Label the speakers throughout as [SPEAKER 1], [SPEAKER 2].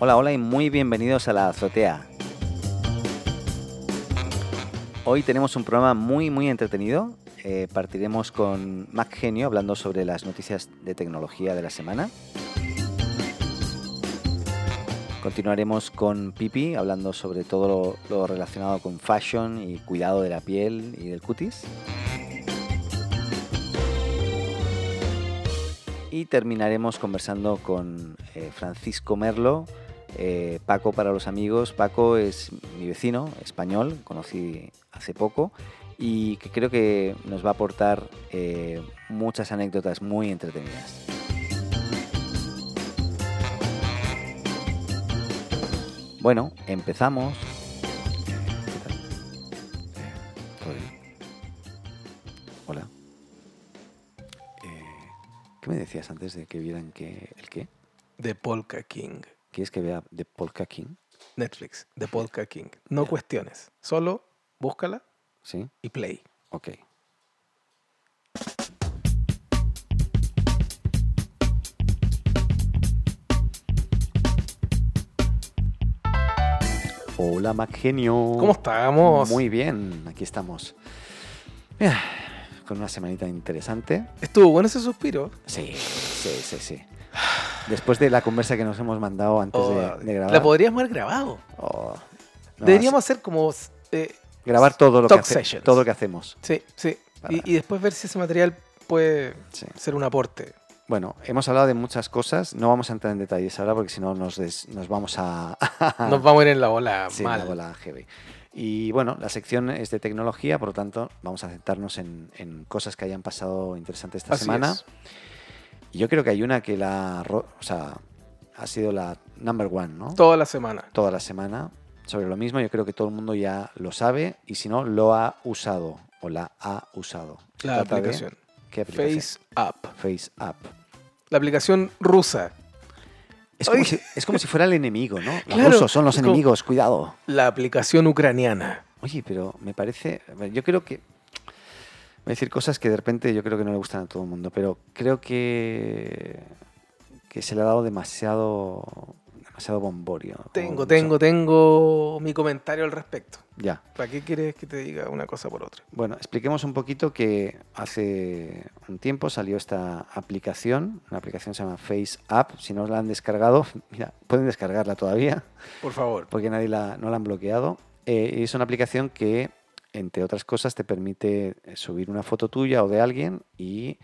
[SPEAKER 1] Hola, hola y muy bienvenidos a la azotea. Hoy tenemos un programa muy, muy entretenido. Eh, partiremos con Mac Genio hablando sobre las noticias de tecnología de la semana. Continuaremos con Pipi hablando sobre todo lo, lo relacionado con fashion y cuidado de la piel y del cutis. Y terminaremos conversando con eh, Francisco Merlo, eh, Paco para los amigos. Paco es mi vecino español, conocí hace poco y que creo que nos va a aportar eh, muchas anécdotas muy entretenidas. Bueno, empezamos. ¿Qué tal? ¿Todo bien? Hola. Eh, ¿Qué me decías antes de que vieran que el qué?
[SPEAKER 2] The Polka King.
[SPEAKER 1] ¿Quieres que vea de Polka King?
[SPEAKER 2] Netflix, The Polka King. No
[SPEAKER 1] Ya.
[SPEAKER 2] cuestiones. Solo búscala
[SPEAKER 1] ¿Sí?
[SPEAKER 2] y play.
[SPEAKER 1] Ok. Hola, Mac Genio.
[SPEAKER 2] ¿Cómo estamos?
[SPEAKER 1] Uh, Muy bien, aquí estamos. Mira, con una semanita interesante.
[SPEAKER 2] Estuvo bueno ese suspiro.
[SPEAKER 1] Sí, sí, sí, sí. Después de la conversa que nos hemos mandado antes
[SPEAKER 2] Oh,
[SPEAKER 1] de, de grabar.
[SPEAKER 2] La podríamos haber grabado.
[SPEAKER 1] Oh, no,
[SPEAKER 2] Deberíamos hacer como. eh,
[SPEAKER 1] grabar todo lo, que
[SPEAKER 2] Talk
[SPEAKER 1] hace-
[SPEAKER 2] sessions.
[SPEAKER 1] todo lo que hacemos.
[SPEAKER 2] sí, sí.
[SPEAKER 1] Para-
[SPEAKER 2] Y, y después ver si ese material puede
[SPEAKER 1] Sí.
[SPEAKER 2] ser un aporte.
[SPEAKER 1] Bueno, hemos hablado de muchas cosas, no vamos a entrar en detalles ahora porque si no nos, des- nos vamos a...
[SPEAKER 2] Nos vamos a ir en la ola
[SPEAKER 1] Ah. sí,
[SPEAKER 2] mal.
[SPEAKER 1] la bola heavy. Y bueno, la sección es de tecnología, por lo tanto vamos a centrarnos en, en cosas que hayan pasado interesantes esta
[SPEAKER 2] Así
[SPEAKER 1] semana.
[SPEAKER 2] es.
[SPEAKER 1] Y yo creo que hay una que la... ro- O sea, ha sido la number one, ¿no?
[SPEAKER 2] Toda la semana.
[SPEAKER 1] Toda la semana sobre lo mismo, yo creo que todo el mundo ya lo sabe y si no, lo ha usado o la ha usado. Se
[SPEAKER 2] La
[SPEAKER 1] trata de-
[SPEAKER 2] aplicación.
[SPEAKER 1] ¿Qué aplicación?
[SPEAKER 2] Face Up.
[SPEAKER 1] Face App.
[SPEAKER 2] La aplicación rusa.
[SPEAKER 1] Es como,
[SPEAKER 2] Oye.
[SPEAKER 1] si, es como si fuera el enemigo, ¿no? Los
[SPEAKER 2] Claro,
[SPEAKER 1] rusos son los
[SPEAKER 2] es como-
[SPEAKER 1] enemigos, cuidado.
[SPEAKER 2] La aplicación ucraniana.
[SPEAKER 1] Oye, pero me parece. Yo creo que. Voy a decir cosas que de repente yo creo que no le gustan a todo el mundo, pero creo que. que se le ha dado demasiado. demasiado bomborio.
[SPEAKER 2] Tengo,
[SPEAKER 1] Mucho-
[SPEAKER 2] tengo, tengo mi comentario al respecto.
[SPEAKER 1] Ya.
[SPEAKER 2] ¿Para qué quieres que te diga una cosa por otra?
[SPEAKER 1] Bueno, expliquemos un poquito que hace un tiempo salió esta aplicación, una aplicación que se llama Face App. Si no la han descargado, mira, pueden descargarla todavía.
[SPEAKER 2] Por favor.
[SPEAKER 1] porque nadie la, no la han bloqueado. Eh, y es una aplicación que, entre otras cosas, te permite eh, subir una foto tuya o de alguien y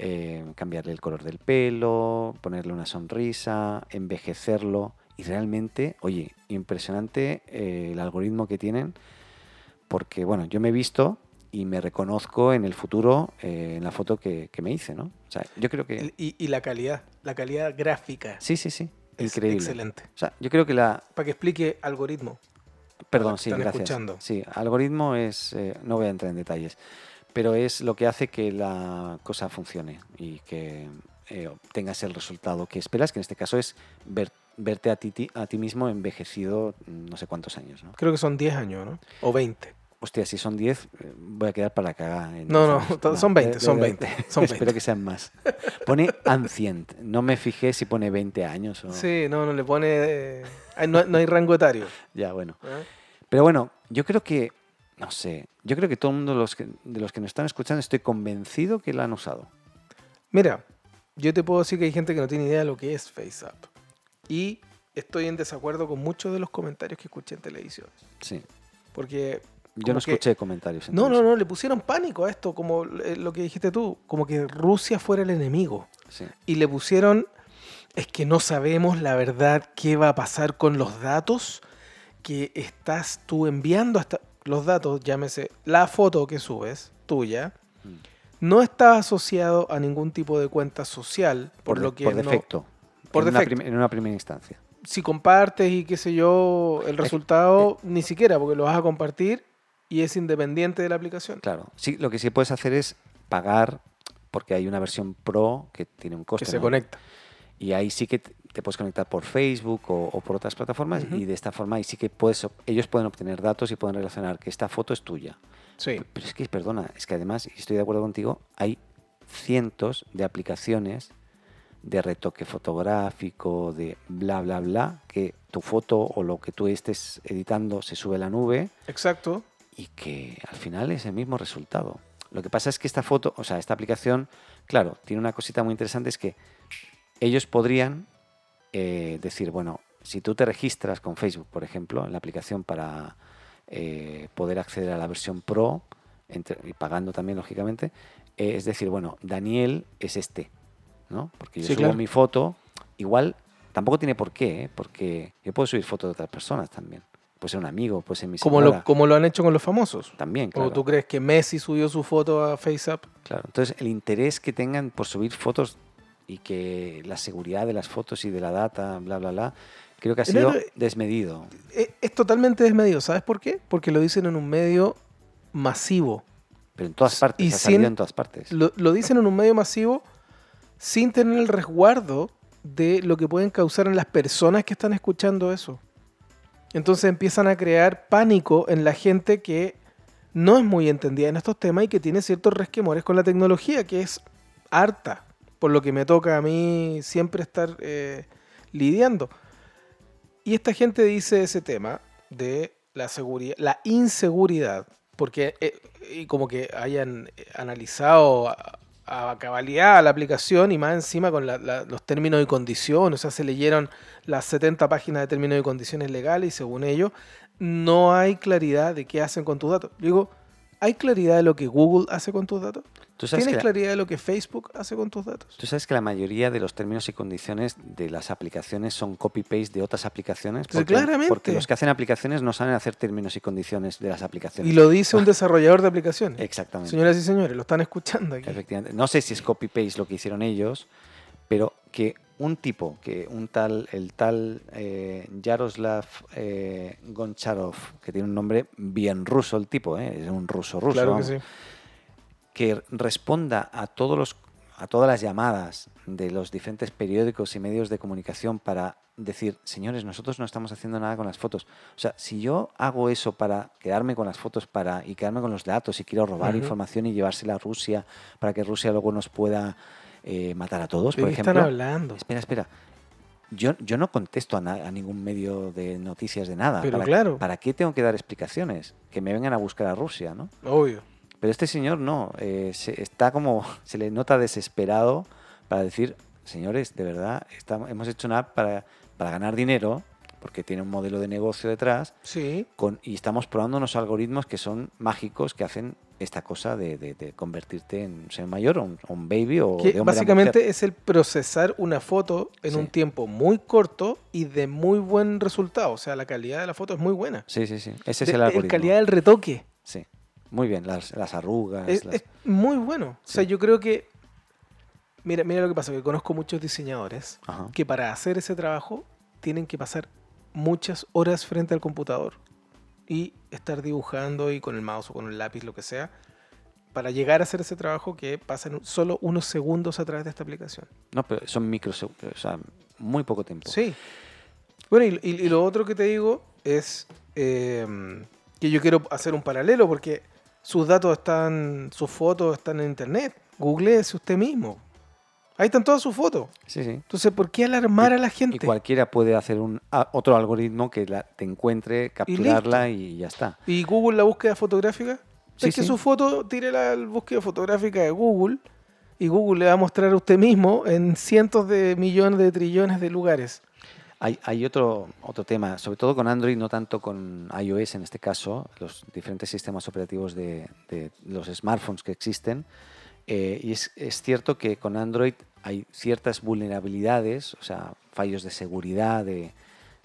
[SPEAKER 1] eh, cambiarle el color del pelo, ponerle una sonrisa, envejecerlo. Y realmente, oye, impresionante eh, el algoritmo que tienen, porque, bueno, yo me he visto y me reconozco en el futuro eh, en la foto que, que me hice, ¿no? O sea, yo creo que...
[SPEAKER 2] Y, y la calidad, la calidad gráfica.
[SPEAKER 1] Sí, sí, sí.
[SPEAKER 2] es
[SPEAKER 1] Increíble.
[SPEAKER 2] Excelente.
[SPEAKER 1] O sea, yo creo que la,
[SPEAKER 2] Para que explique algoritmo.
[SPEAKER 1] Perdón,
[SPEAKER 2] que
[SPEAKER 1] sí,
[SPEAKER 2] están
[SPEAKER 1] gracias.
[SPEAKER 2] escuchando.
[SPEAKER 1] Sí, algoritmo es. eh, no voy a entrar en detalles, pero es lo que hace que la cosa funcione y que eh, obtengas el resultado que esperas, que en este caso es ver- verte a ti, ti- a ti mismo envejecido mm, no sé cuántos años, ¿no?
[SPEAKER 2] Creo que son 10 años, ¿no? O 20.
[SPEAKER 1] Hostia, si son 10, eh, voy a quedar para cagar. en
[SPEAKER 2] No,
[SPEAKER 1] 10
[SPEAKER 2] no,
[SPEAKER 1] años.
[SPEAKER 2] to- son 20,
[SPEAKER 1] de- de-
[SPEAKER 2] son
[SPEAKER 1] de-
[SPEAKER 2] 20, son
[SPEAKER 1] Espero
[SPEAKER 2] 20.
[SPEAKER 1] que sean más. Pone ancient. No me fijé si pone 20 años o.
[SPEAKER 2] Sí, no, no le pone. eh, ay, no, no hay rango etario.
[SPEAKER 1] Ya, bueno.
[SPEAKER 2] ¿eh?
[SPEAKER 1] Pero bueno, yo creo que, no sé, yo creo que todo el mundo de los que, de los que nos están escuchando estoy convencido que la han usado.
[SPEAKER 2] Mira, yo te puedo decir que hay gente que no tiene idea de lo que es FaceApp. Y estoy en desacuerdo con muchos de los comentarios que escuché en televisión.
[SPEAKER 1] Sí.
[SPEAKER 2] Porque
[SPEAKER 1] Yo
[SPEAKER 2] Como
[SPEAKER 1] no
[SPEAKER 2] que-
[SPEAKER 1] escuché comentarios.
[SPEAKER 2] No, no,
[SPEAKER 1] entonces.
[SPEAKER 2] no, le pusieron pánico a esto, como eh, lo que dijiste tú, como que Rusia fuera el enemigo.
[SPEAKER 1] Sí.
[SPEAKER 2] Y le pusieron, es que no sabemos la verdad qué va a pasar con los datos que estás tú enviando hasta los datos, llámese la foto que subes tuya,
[SPEAKER 1] Mm.
[SPEAKER 2] no está asociado a ningún tipo de cuenta social, por, lo que
[SPEAKER 1] de- por
[SPEAKER 2] no-
[SPEAKER 1] defecto.
[SPEAKER 2] por
[SPEAKER 1] en una
[SPEAKER 2] defecto.
[SPEAKER 1] prim- en una primera instancia.
[SPEAKER 2] si compartes y qué sé yo, el resultado ni siquiera, porque lo vas a compartir y es independiente de la aplicación.
[SPEAKER 1] Claro. Sí, lo que sí puedes hacer es pagar, porque hay una versión pro que tiene un coste.
[SPEAKER 2] que se
[SPEAKER 1] ¿no?
[SPEAKER 2] conecta.
[SPEAKER 1] Y ahí sí que te te puedes conectar por Facebook o, o por otras plataformas
[SPEAKER 2] Ujú.
[SPEAKER 1] y de esta forma ahí sí que puedes, ob- ellos pueden obtener datos y pueden relacionar que esta foto es tuya.
[SPEAKER 2] Sí.
[SPEAKER 1] Pero es que, perdona, es que además, y estoy de acuerdo contigo, hay cientos de aplicaciones de retoque fotográfico, de bla, bla, bla, que tu foto o lo que tú estés editando se sube a la nube
[SPEAKER 2] Exacto.
[SPEAKER 1] y que al final es el mismo resultado. Lo que pasa es que esta foto, o sea, esta aplicación, claro, tiene una cosita muy interesante, es que ellos podrían eh, decir, bueno, si tú te registras con Facebook, por ejemplo, en la aplicación para eh, poder acceder a la versión Pro, entre- y pagando también, lógicamente, eh, es decir, bueno, Daniel es este, ¿no? Porque yo
[SPEAKER 2] Sí,
[SPEAKER 1] subo
[SPEAKER 2] claro.
[SPEAKER 1] mi foto, igual tampoco tiene por qué, ¿eh? porque yo puedo subir fotos de otras personas también. Puede ser un amigo, puede ser mi
[SPEAKER 2] Como
[SPEAKER 1] señora,
[SPEAKER 2] lo, como lo han hecho con los famosos.
[SPEAKER 1] también, claro.
[SPEAKER 2] ¿O tú crees que Messi subió su foto a FaceApp?
[SPEAKER 1] Claro, entonces el interés que tengan por subir fotos y que la seguridad de las fotos y de la data, bla, bla, bla, creo que ha
[SPEAKER 2] No,
[SPEAKER 1] sido
[SPEAKER 2] no,
[SPEAKER 1] desmedido.
[SPEAKER 2] Es, Eh, es totalmente desmedido. ¿Sabes por qué? Porque lo dicen en un medio masivo.
[SPEAKER 1] Pero en todas partes,
[SPEAKER 2] y
[SPEAKER 1] ha salido
[SPEAKER 2] sin-
[SPEAKER 1] en todas partes.
[SPEAKER 2] Lo, lo dicen en un medio masivo sin tener el resguardo de lo que pueden causar en las personas que están escuchando eso. Entonces empiezan a crear pánico en la gente que no es muy entendida en estos temas y que tiene ciertos resquemores con la tecnología, que es harta, por lo que me toca a mí siempre estar eh, lidiando. Y esta gente dice ese tema de la seguridad, la inseguridad, porque eh, y como que hayan eh, analizado a, a cabalidad la aplicación y más encima con la- la- los términos y condiciones, o sea, se leyeron las 70 páginas de términos y condiciones legales y según ellos no hay claridad de qué hacen con tus datos. Yo Digo, ¿hay claridad de lo que Google hace con tus datos?
[SPEAKER 1] ¿Tú sabes,
[SPEAKER 2] ¿Tienes
[SPEAKER 1] que la,
[SPEAKER 2] claridad de lo que Facebook hace con tus datos?
[SPEAKER 1] tú sabes que la mayoría de los términos y condiciones de las aplicaciones son copy-paste de otras aplicaciones?
[SPEAKER 2] Pues claramente.
[SPEAKER 1] Porque los que hacen aplicaciones no saben hacer términos y condiciones de las aplicaciones.
[SPEAKER 2] Y lo dice un desarrollador de aplicaciones.
[SPEAKER 1] Exactamente.
[SPEAKER 2] Señoras y señores, lo están escuchando aquí.
[SPEAKER 1] Efectivamente. No sé si es copy-paste lo que hicieron ellos, pero que un tipo, que un tal, el tal eh, Yaroslav eh, Goncharov, que tiene un nombre bien ruso el tipo, ¿eh? es un ruso ruso,
[SPEAKER 2] Claro que
[SPEAKER 1] vamos,
[SPEAKER 2] sí.
[SPEAKER 1] que responda a todos los a todas las llamadas de los diferentes periódicos y medios de comunicación para decir, señores, nosotros no estamos haciendo nada con las fotos. O sea, si yo hago eso para quedarme con las fotos para y quedarme con los datos y quiero robar
[SPEAKER 2] Ujú.
[SPEAKER 1] información y llevársela a Rusia para que Rusia luego nos pueda eh, matar a todos,
[SPEAKER 2] ¿De
[SPEAKER 1] por
[SPEAKER 2] qué
[SPEAKER 1] ejemplo.
[SPEAKER 2] están hablando?
[SPEAKER 1] Espera, espera. Yo, yo no contesto a, na- a ningún medio de noticias de nada.
[SPEAKER 2] Pero
[SPEAKER 1] ¿Para,
[SPEAKER 2] claro.
[SPEAKER 1] ¿Para qué tengo que dar explicaciones? Que me vengan a buscar a Rusia, ¿no?
[SPEAKER 2] Obvio.
[SPEAKER 1] Pero este señor no, eh, se- está como, se le nota desesperado para decir, señores, de verdad, estamos, hemos hecho una app para, para ganar dinero, porque tiene un modelo de negocio detrás,
[SPEAKER 2] Sí.
[SPEAKER 1] con, y estamos probando unos algoritmos que son mágicos, que hacen esta cosa de, de- de convertirte en un ser mayor o un, o un baby o
[SPEAKER 2] Que
[SPEAKER 1] de hombre a mujer.
[SPEAKER 2] básicamente es el procesar una foto en
[SPEAKER 1] Sí.
[SPEAKER 2] un tiempo muy corto y de muy buen resultado. O sea, la calidad de la foto es muy buena.
[SPEAKER 1] Sí, sí, sí. Ese es
[SPEAKER 2] De-
[SPEAKER 1] el
[SPEAKER 2] de-
[SPEAKER 1] algoritmo.
[SPEAKER 2] calidad del retoque.
[SPEAKER 1] Sí. Muy bien, las, las arrugas.
[SPEAKER 2] Es,
[SPEAKER 1] las-
[SPEAKER 2] es muy bueno. O sea,
[SPEAKER 1] Ah, Sí.
[SPEAKER 2] yo creo que. Mira, mira lo que pasa, que conozco muchos diseñadores
[SPEAKER 1] Ajá.
[SPEAKER 2] que para hacer ese trabajo tienen que pasar muchas horas frente al computador y estar dibujando y con el mouse o con el lápiz, lo que sea, para llegar a hacer ese trabajo que pasan solo unos segundos a través de esta aplicación.
[SPEAKER 1] No, pero son microsegundos, o sea, muy poco tiempo.
[SPEAKER 2] Sí. Bueno, y, y- y lo otro que te digo es eh, que yo quiero hacer un paralelo porque sus datos están, sus fotos están en internet. Googleese usted mismo. Ahí están todas sus fotos.
[SPEAKER 1] Sí, sí.
[SPEAKER 2] Entonces, ¿por qué alarmar a la
[SPEAKER 1] Y
[SPEAKER 2] gente?
[SPEAKER 1] cualquiera puede hacer un a- otro algoritmo que la, te encuentre, capturarla y, ya está.
[SPEAKER 2] ¿Y Google la búsqueda fotográfica?
[SPEAKER 1] Sí,
[SPEAKER 2] es que
[SPEAKER 1] sí.
[SPEAKER 2] su foto, tire la búsqueda fotográfica de Google y Google le va a mostrar a usted mismo en cientos de millones de trillones de lugares.
[SPEAKER 1] Hay, hay otro, otro tema, sobre todo con Android, no tanto con iOS en este caso, los diferentes sistemas operativos de, de los smartphones que existen. Eh, y es, es cierto que con Android hay ciertas vulnerabilidades, o sea, fallos de seguridad de-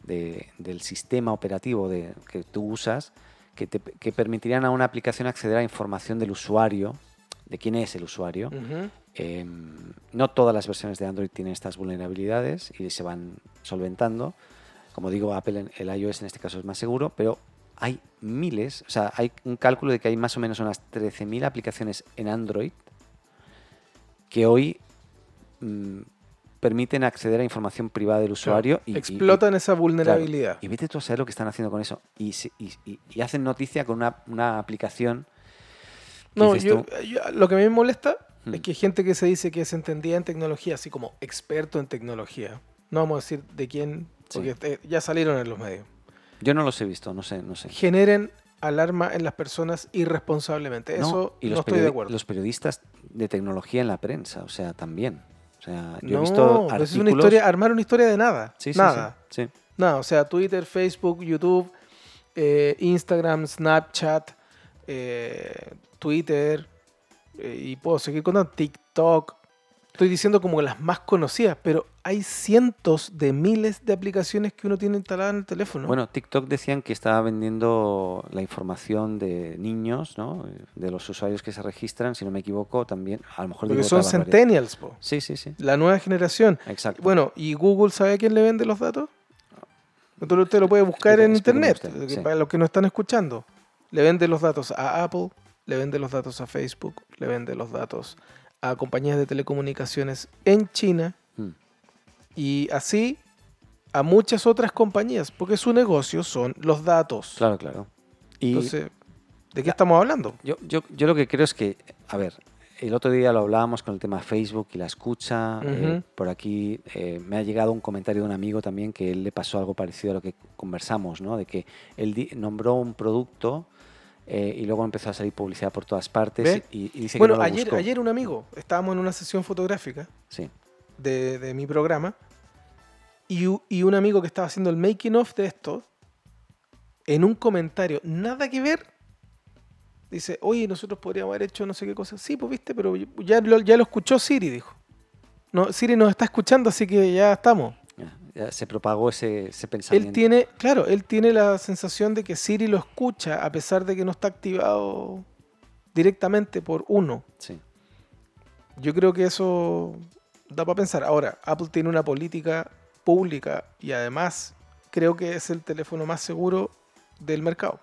[SPEAKER 1] de- del sistema operativo de, que tú usas, que, te- que permitirían a una aplicación acceder a información del usuario, de quién es el usuario,
[SPEAKER 2] Ujú.
[SPEAKER 1] Eh, no todas las versiones de Android tienen estas vulnerabilidades y se van solventando. Como digo, Apple en el iOS en este caso es más seguro, pero hay miles, o sea, hay un cálculo de que hay más o menos unas 13.000 aplicaciones en Android que hoy mm, permiten acceder a información privada del usuario. y- y-
[SPEAKER 2] Explotan
[SPEAKER 1] y-
[SPEAKER 2] esa vulnerabilidad.
[SPEAKER 1] Claro, y vete tú a saber lo que están haciendo con eso. Y, se- y- y- y hacen noticia con una, una aplicación. que
[SPEAKER 2] No,
[SPEAKER 1] dices
[SPEAKER 2] yo,
[SPEAKER 1] tú,
[SPEAKER 2] yo- lo que a mí me molesta
[SPEAKER 1] Hmm.
[SPEAKER 2] es que hay gente que se dice que se entendía en tecnología, así como experto en tecnología. No vamos a decir de quién, porque eh, ya salieron en los medios.
[SPEAKER 1] yo no los he visto, no sé, no sé.
[SPEAKER 2] Generen alarma en las personas irresponsablemente.
[SPEAKER 1] No,
[SPEAKER 2] Eso
[SPEAKER 1] y
[SPEAKER 2] no
[SPEAKER 1] los
[SPEAKER 2] estoy de
[SPEAKER 1] periodi-
[SPEAKER 2] acuerdo.
[SPEAKER 1] Los periodistas de tecnología en la prensa, o sea, también. O sea, yo
[SPEAKER 2] no,
[SPEAKER 1] he visto
[SPEAKER 2] pero
[SPEAKER 1] artículos.
[SPEAKER 2] es una historia, armar una historia de nada.
[SPEAKER 1] Sí, sí,
[SPEAKER 2] nada.
[SPEAKER 1] sí, sí.
[SPEAKER 2] Nada, o sea, Twitter, Facebook, YouTube, eh, Instagram, Snapchat, eh, Twitter, eh, y puedo seguir contando, TikTok. Estoy diciendo como las más conocidas, pero hay cientos de miles de aplicaciones que uno tiene instaladas en el teléfono.
[SPEAKER 1] Bueno, TikTok decían que estaba vendiendo la información de niños, ¿no? De los usuarios que se registran, si no me equivoco, también. A lo mejor
[SPEAKER 2] porque
[SPEAKER 1] digo
[SPEAKER 2] son
[SPEAKER 1] otra barbaridad.
[SPEAKER 2] centennials, po,
[SPEAKER 1] Sí, sí, sí.
[SPEAKER 2] la nueva generación.
[SPEAKER 1] Exacto.
[SPEAKER 2] Bueno, ¿y Google sabe a quién le vende los datos? Entonces usted lo puede buscar
[SPEAKER 1] Explica-
[SPEAKER 2] en
[SPEAKER 1] explíqueme
[SPEAKER 2] internet,
[SPEAKER 1] usted,
[SPEAKER 2] que
[SPEAKER 1] sí.
[SPEAKER 2] para los que no están escuchando. Le vende los datos a Apple, le vende los datos a Facebook, le vende los datos a compañías de telecomunicaciones en China
[SPEAKER 1] Mm.
[SPEAKER 2] y así a muchas otras compañías, porque su negocio son los datos.
[SPEAKER 1] Claro, claro. Y
[SPEAKER 2] Entonces, ¿de qué estamos hablando?
[SPEAKER 1] yo, yo, yo lo que creo es que, a ver, el otro día lo hablábamos con el tema Facebook y la escucha. eh,
[SPEAKER 2] Ujú.
[SPEAKER 1] por aquí eh, me ha llegado un comentario de un amigo también que él le pasó algo parecido a lo que conversamos, ¿no? De que él di- nombró un producto eh, y luego empezó a salir publicidad por todas partes
[SPEAKER 2] ¿Ve?
[SPEAKER 1] y, y dice
[SPEAKER 2] Bueno,
[SPEAKER 1] que no lo
[SPEAKER 2] ayer,
[SPEAKER 1] buscó.
[SPEAKER 2] ayer un amigo, estábamos en una sesión fotográfica
[SPEAKER 1] Sí.
[SPEAKER 2] de, de mi programa y, u- y un amigo que estaba haciendo el making of de esto, en un comentario, nada que ver, dice, oye, nosotros podríamos haber hecho no sé qué cosa. Sí, pues viste, pero yo- ya lo, ya lo escuchó Siri, dijo. No, Siri nos está escuchando, así que ya estamos.
[SPEAKER 1] Ya, ya se propagó ese, ese pensamiento.
[SPEAKER 2] Él tiene, claro, él tiene la sensación de que Siri lo escucha a pesar de que no está activado directamente por uno.
[SPEAKER 1] Sí.
[SPEAKER 2] Yo creo que eso da para pensar. Ahora, Apple tiene una política pública y además creo que es el teléfono más seguro del mercado.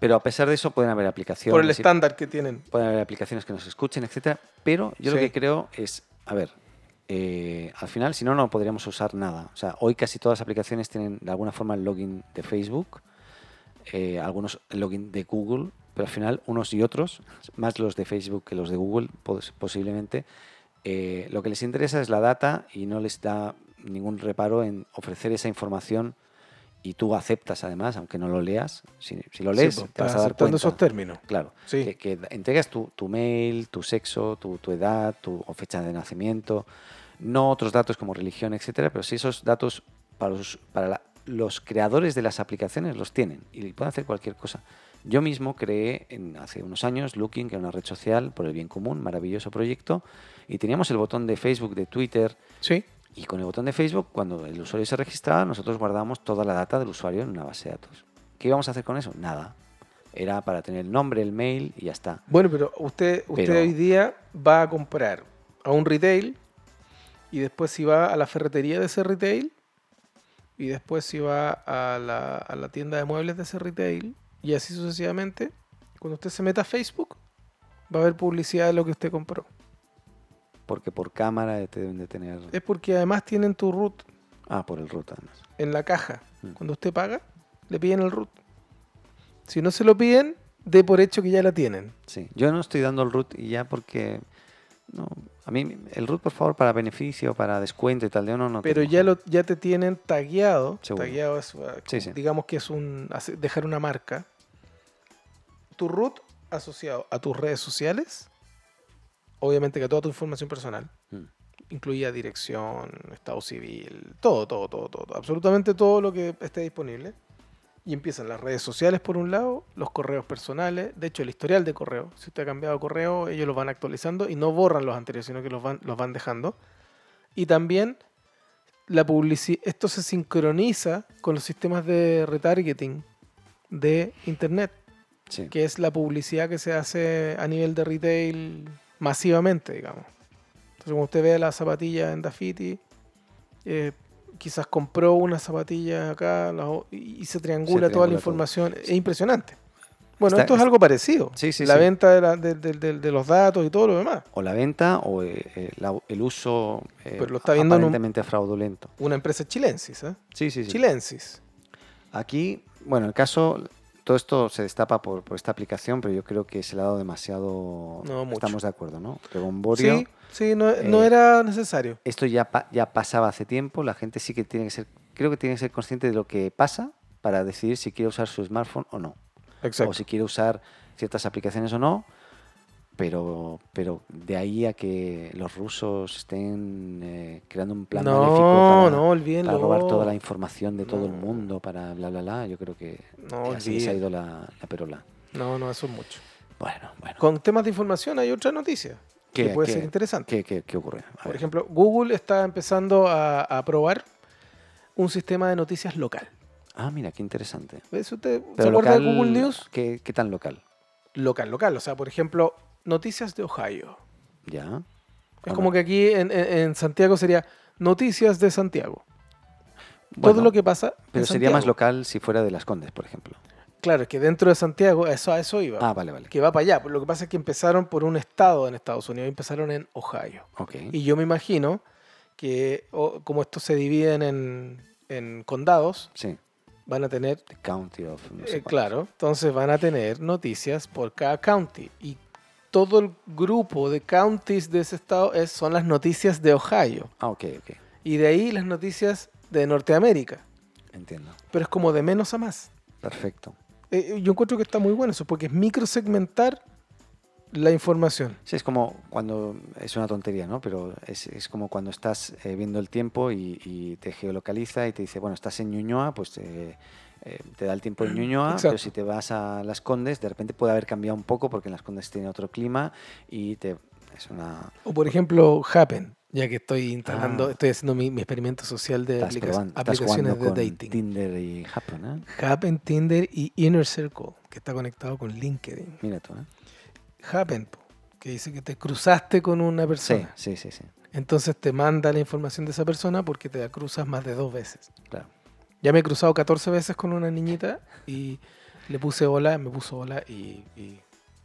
[SPEAKER 1] Pero a pesar de eso pueden haber aplicaciones.
[SPEAKER 2] por el
[SPEAKER 1] y-
[SPEAKER 2] estándar que tienen.
[SPEAKER 1] pueden haber aplicaciones que nos escuchen, etcétera. Pero yo lo
[SPEAKER 2] Sí.
[SPEAKER 1] que creo es, a ver, eh, al final, si no, no podríamos usar nada. O sea, hoy casi todas las aplicaciones tienen de alguna forma el login de Facebook, eh, algunos el login de Google, pero al final unos y otros, más los de Facebook que los de Google, pos- posiblemente, eh, lo que les interesa es la data y no les da ningún reparo en ofrecer esa información y tú aceptas además, aunque no lo leas. Si, si lo
[SPEAKER 2] Sí,
[SPEAKER 1] lees,
[SPEAKER 2] pues,
[SPEAKER 1] te vas
[SPEAKER 2] está
[SPEAKER 1] a dar
[SPEAKER 2] aceptando
[SPEAKER 1] cuenta.
[SPEAKER 2] esos términos.
[SPEAKER 1] Claro.
[SPEAKER 2] Sí.
[SPEAKER 1] Que, que entregas tu, tu mail, tu sexo, tu, tu edad, tu o fecha de nacimiento, no otros datos como religión, etcétera, pero sí esos datos para los, para la- los creadores de las aplicaciones los tienen y pueden hacer cualquier cosa. Yo mismo creé en- hace unos años Looking, que era una red social por el bien común, maravilloso proyecto, y teníamos el botón de Facebook, de Twitter,
[SPEAKER 2] Sí.
[SPEAKER 1] y con el botón de Facebook, cuando el usuario se registraba, nosotros guardábamos toda la data del usuario en una base de datos. ¿Qué íbamos a hacer con eso? Nada. Era para tener el nombre, el mail y ya está.
[SPEAKER 2] Bueno, pero usted, usted
[SPEAKER 1] Pero-
[SPEAKER 2] hoy día va a comprar a un retail y después si va a la ferretería de ese retail y después si va a la, a la tienda de muebles de ese retail y así sucesivamente, cuando usted se meta a Facebook va a haber publicidad de lo que usted compró.
[SPEAKER 1] Porque por cámara te deben de tener...
[SPEAKER 2] Es porque además tienen tu root
[SPEAKER 1] Ah, por el root además.
[SPEAKER 2] en la caja.
[SPEAKER 1] Mm.
[SPEAKER 2] Cuando usted paga, le piden el root. Si no se lo piden, dé por hecho que ya la tienen.
[SPEAKER 1] Sí. Yo no estoy dando el root y ya porque... No, a mí el root, por favor, para beneficio, para descuento y tal, de uno no
[SPEAKER 2] Pero
[SPEAKER 1] tengo.
[SPEAKER 2] ya, lo, ya te tienen tagueado.
[SPEAKER 1] Seguro.
[SPEAKER 2] Tagueado es, uh,
[SPEAKER 1] Sí, sí.
[SPEAKER 2] digamos que es un hace- dejar una marca. Tu root asociado a tus redes sociales, obviamente que a toda tu información personal,
[SPEAKER 1] Mm.
[SPEAKER 2] incluida dirección, estado civil, todo, todo, todo, todo, todo, absolutamente todo lo que esté disponible. Y empiezan las redes sociales por un lado, los correos personales, de hecho el historial de correo. Si usted ha cambiado correo, ellos los van actualizando y no borran los anteriores, sino que los van, los van dejando. Y también la publici- esto se sincroniza con los sistemas de retargeting de Internet,
[SPEAKER 1] Sí.
[SPEAKER 2] que es la publicidad que se hace a nivel de retail masivamente, digamos. Entonces, como usted ve la zapatilla en Dafiti, eh, quizás compró unas zapatillas acá la o- y y se triangula
[SPEAKER 1] Se
[SPEAKER 2] toda la
[SPEAKER 1] triangula
[SPEAKER 2] información.
[SPEAKER 1] todo.
[SPEAKER 2] Es impresionante. Bueno,
[SPEAKER 1] Está-
[SPEAKER 2] esto es algo parecido.
[SPEAKER 1] Sí, sí,
[SPEAKER 2] la
[SPEAKER 1] sí.
[SPEAKER 2] venta de, la- de- de- de- de los datos y todo lo demás.
[SPEAKER 1] O la venta o eh, eh, la- el uso eh,
[SPEAKER 2] Pero lo está viendo en un-
[SPEAKER 1] aparentemente fraudulento.
[SPEAKER 2] Una empresa chilensis, ¿eh?
[SPEAKER 1] Sí, sí, sí.
[SPEAKER 2] Chilensis.
[SPEAKER 1] Aquí, bueno, el caso, todo esto se destapa por, por esta aplicación, pero yo creo que se le ha dado demasiado.
[SPEAKER 2] No, mucho.
[SPEAKER 1] Estamos de acuerdo, ¿no? Que Bomborio.
[SPEAKER 2] Sí, sí, no, no
[SPEAKER 1] eh,
[SPEAKER 2] era necesario.
[SPEAKER 1] Esto ya, pa- ya pasaba hace tiempo, la gente sí que tiene que ser, creo que tiene que ser consciente de lo que pasa para decidir si quiere usar su smartphone o no,
[SPEAKER 2] Oh,
[SPEAKER 1] o si quiere usar ciertas aplicaciones o no, pero, pero de ahí a que los rusos estén eh, creando un plan maléfico
[SPEAKER 2] no,
[SPEAKER 1] para,
[SPEAKER 2] no,
[SPEAKER 1] para
[SPEAKER 2] olvídenlo.
[SPEAKER 1] robar toda la información de todo el
[SPEAKER 2] No.
[SPEAKER 1] mundo, para bla, bla, bla, yo creo que
[SPEAKER 2] No,
[SPEAKER 1] así se ha
[SPEAKER 2] olvídate.
[SPEAKER 1] ido la, la perola.
[SPEAKER 2] No, no, eso es mucho.
[SPEAKER 1] Bueno, bueno.
[SPEAKER 2] Con temas de información hay otra noticia que
[SPEAKER 1] ¿Qué-
[SPEAKER 2] puede
[SPEAKER 1] qué-
[SPEAKER 2] ser interesante.
[SPEAKER 1] ¿Qué, qué- qué ocurre? A
[SPEAKER 2] Por
[SPEAKER 1] ver.
[SPEAKER 2] ejemplo, Google está empezando a, a probar un sistema de noticias local.
[SPEAKER 1] Ah, mira, qué interesante.
[SPEAKER 2] ¿Ves usted? ¿Se
[SPEAKER 1] Pero
[SPEAKER 2] acuerda de
[SPEAKER 1] local,
[SPEAKER 2] Google News?
[SPEAKER 1] ¿qué, ¿Qué tan local?
[SPEAKER 2] Local, local. O sea, por ejemplo, noticias de Ohio.
[SPEAKER 1] Ya.
[SPEAKER 2] Es
[SPEAKER 1] Ah,
[SPEAKER 2] como
[SPEAKER 1] bueno.
[SPEAKER 2] que aquí en, en- en Santiago sería noticias de Santiago.
[SPEAKER 1] Bueno,
[SPEAKER 2] Todo lo que pasa. en
[SPEAKER 1] Pero sería más
[SPEAKER 2] Santiago.
[SPEAKER 1] local si fuera de las Condes, por ejemplo.
[SPEAKER 2] Claro, es que dentro de Santiago, a eso, a eso iba.
[SPEAKER 1] Ah, vale, vale.
[SPEAKER 2] Que va para allá. Lo que pasa es que empezaron por un estado en Estados Unidos, empezaron en Ohio.
[SPEAKER 1] Ok.
[SPEAKER 2] Y yo me imagino que o- como estos se dividen en, en condados,
[SPEAKER 1] Sí.
[SPEAKER 2] van a tener,
[SPEAKER 1] The county of. no sé
[SPEAKER 2] eh,
[SPEAKER 1] cuántos.
[SPEAKER 2] claro, entonces van a tener noticias por cada county. Y todo el grupo de counties de ese estado es, son las noticias de Ohio.
[SPEAKER 1] Ah, ok, ok.
[SPEAKER 2] Y de ahí las noticias de Norteamérica.
[SPEAKER 1] Entiendo.
[SPEAKER 2] Pero es como de menos a más.
[SPEAKER 1] Perfecto.
[SPEAKER 2] Eh, eh, yo encuentro que está muy bueno eso, porque es microsegmentar la información.
[SPEAKER 1] Sí, es como cuando. Es una tontería, ¿no? Pero es, es como cuando estás eh, viendo el tiempo y, y te geolocaliza y te dice, bueno, estás en Ñuñoa, pues eh, eh, te da el tiempo en Ñuñoa,
[SPEAKER 2] Exacto.
[SPEAKER 1] pero si te vas a Las Condes, de repente puede haber cambiado un poco porque en Las Condes tiene otro clima y te. Es una.
[SPEAKER 2] O por ejemplo, Happen, ya que estoy instalando,
[SPEAKER 1] Ah.
[SPEAKER 2] estoy haciendo mi, mi experimento social de
[SPEAKER 1] Estás,
[SPEAKER 2] aplica-
[SPEAKER 1] probando, estás
[SPEAKER 2] aplicaciones
[SPEAKER 1] jugando
[SPEAKER 2] de
[SPEAKER 1] con
[SPEAKER 2] dating.
[SPEAKER 1] Tinder y Happen, ¿eh?
[SPEAKER 2] Happen, Tinder y Inner Circle, que está conectado con LinkedIn.
[SPEAKER 1] Mira tú, ¿eh?
[SPEAKER 2] Happen, po, que dice que te cruzaste con una
[SPEAKER 1] Sí,
[SPEAKER 2] persona.
[SPEAKER 1] sí, sí, sí.
[SPEAKER 2] Entonces te manda la información de esa persona porque te la cruzas más de dos veces.
[SPEAKER 1] Claro.
[SPEAKER 2] Ya me he cruzado 14 veces con una niñita y le puse hola, me puso hola y, y-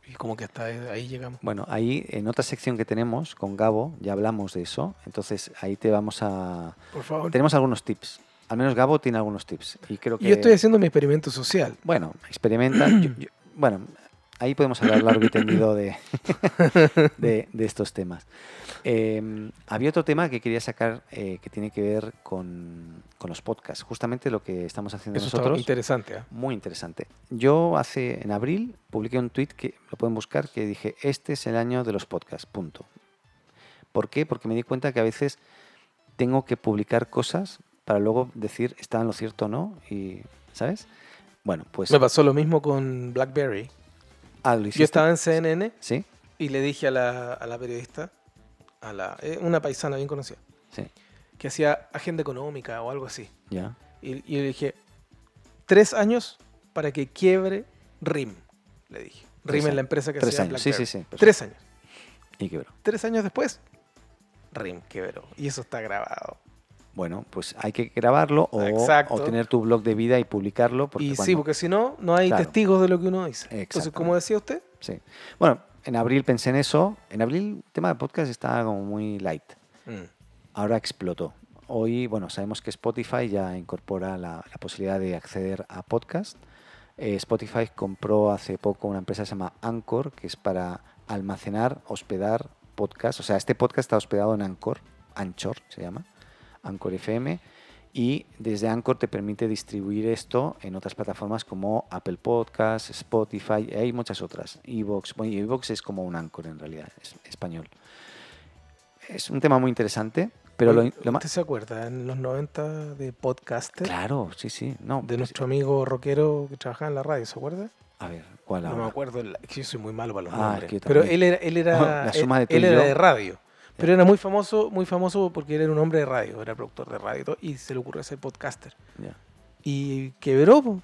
[SPEAKER 2] y como que hasta ahí llegamos.
[SPEAKER 1] Bueno, ahí en otra sección que tenemos con Gabo ya hablamos de eso, entonces ahí te vamos a...
[SPEAKER 2] Por favor.
[SPEAKER 1] Tenemos algunos tips, al menos Gabo tiene algunos tips y creo que...
[SPEAKER 2] Yo estoy haciendo mi experimento social.
[SPEAKER 1] Bueno, experimenta... yo- yo- bueno, ahí podemos hablar largo y tendido de, de, de estos temas. Eh, había otro tema que quería sacar eh, que tiene que ver con, con los podcasts, justamente lo que estamos haciendo
[SPEAKER 2] Eso está
[SPEAKER 1] nosotros.
[SPEAKER 2] interesante. ¿eh?
[SPEAKER 1] Muy interesante. Yo hace en abril publiqué un tweet que lo pueden buscar que dije, este es el año de los podcasts, punto. ¿Por qué? Porque me di cuenta que a veces tengo que publicar cosas para luego decir está en lo cierto o no y ¿sabes? Bueno, pues
[SPEAKER 2] Me pasó lo mismo con BlackBerry.
[SPEAKER 1] ah, lo
[SPEAKER 2] Yo
[SPEAKER 1] hiciste.
[SPEAKER 2] estaba en CNN
[SPEAKER 1] Sí,
[SPEAKER 2] y le dije a la, a la periodista, a la, eh, una paisana bien conocida,
[SPEAKER 1] sí,
[SPEAKER 2] que hacía agenda económica o algo así.
[SPEAKER 1] ya.
[SPEAKER 2] Y, y le dije, tres años para que quiebre RIM, le dije.
[SPEAKER 1] Tres
[SPEAKER 2] RIM es
[SPEAKER 1] años.
[SPEAKER 2] la empresa que
[SPEAKER 1] Tres
[SPEAKER 2] hacía
[SPEAKER 1] años, sí,
[SPEAKER 2] BlackBerry.
[SPEAKER 1] sí, sí, perfecto.
[SPEAKER 2] Tres años.
[SPEAKER 1] Y quebró.
[SPEAKER 2] Tres años después, RIM quebró. Y eso está grabado.
[SPEAKER 1] Bueno, pues hay que grabarlo o,
[SPEAKER 2] Exacto.
[SPEAKER 1] o tener tu blog de vida y publicarlo porque
[SPEAKER 2] y sí,
[SPEAKER 1] cuando-
[SPEAKER 2] porque si no, no hay
[SPEAKER 1] Claro.
[SPEAKER 2] testigos de lo que uno dice. Entonces,
[SPEAKER 1] Exactamente.
[SPEAKER 2] como decía usted,
[SPEAKER 1] sí. Bueno, en abril pensé en eso. En abril el tema de podcast está como muy light.
[SPEAKER 2] mm,
[SPEAKER 1] ahora explotó. Hoy, bueno, sabemos que Spotify ya incorpora la, la posibilidad de acceder a podcast. Eh, Spotify compró hace poco una empresa que se llama Anchor, que es para almacenar, hospedar podcast. O sea, este podcast está hospedado en Anchor, Anchor se llama, Anchor FM. Y desde Anchor te permite distribuir esto en otras plataformas como Apple Podcasts, Spotify, y hay muchas otras. Evox, bueno, Evox es como un Anchor en realidad, es español. Es un tema muy interesante, pero lo,
[SPEAKER 2] oye,
[SPEAKER 1] lo más...
[SPEAKER 2] ¿usted se acuerda en los 90 de podcaster?
[SPEAKER 1] Claro, sí, sí. No,
[SPEAKER 2] De
[SPEAKER 1] pues,
[SPEAKER 2] nuestro amigo rockero que trabajaba en la radio, ¿se acuerda?
[SPEAKER 1] A ver, ¿cuál
[SPEAKER 2] No me
[SPEAKER 1] ahora?
[SPEAKER 2] acuerdo, el- es que yo soy muy malo para los
[SPEAKER 1] Ah,
[SPEAKER 2] nombres.
[SPEAKER 1] es que yo
[SPEAKER 2] pero
[SPEAKER 1] también.
[SPEAKER 2] él era, él era,
[SPEAKER 1] La
[SPEAKER 2] él-
[SPEAKER 1] suma de tú
[SPEAKER 2] él
[SPEAKER 1] y
[SPEAKER 2] era
[SPEAKER 1] yo.
[SPEAKER 2] de radio. Pero era muy famoso, muy famoso porque él era un hombre de radio, era productor de radio y todo, y se le ocurrió ser podcaster.
[SPEAKER 1] Ya.
[SPEAKER 2] Y quebró, po.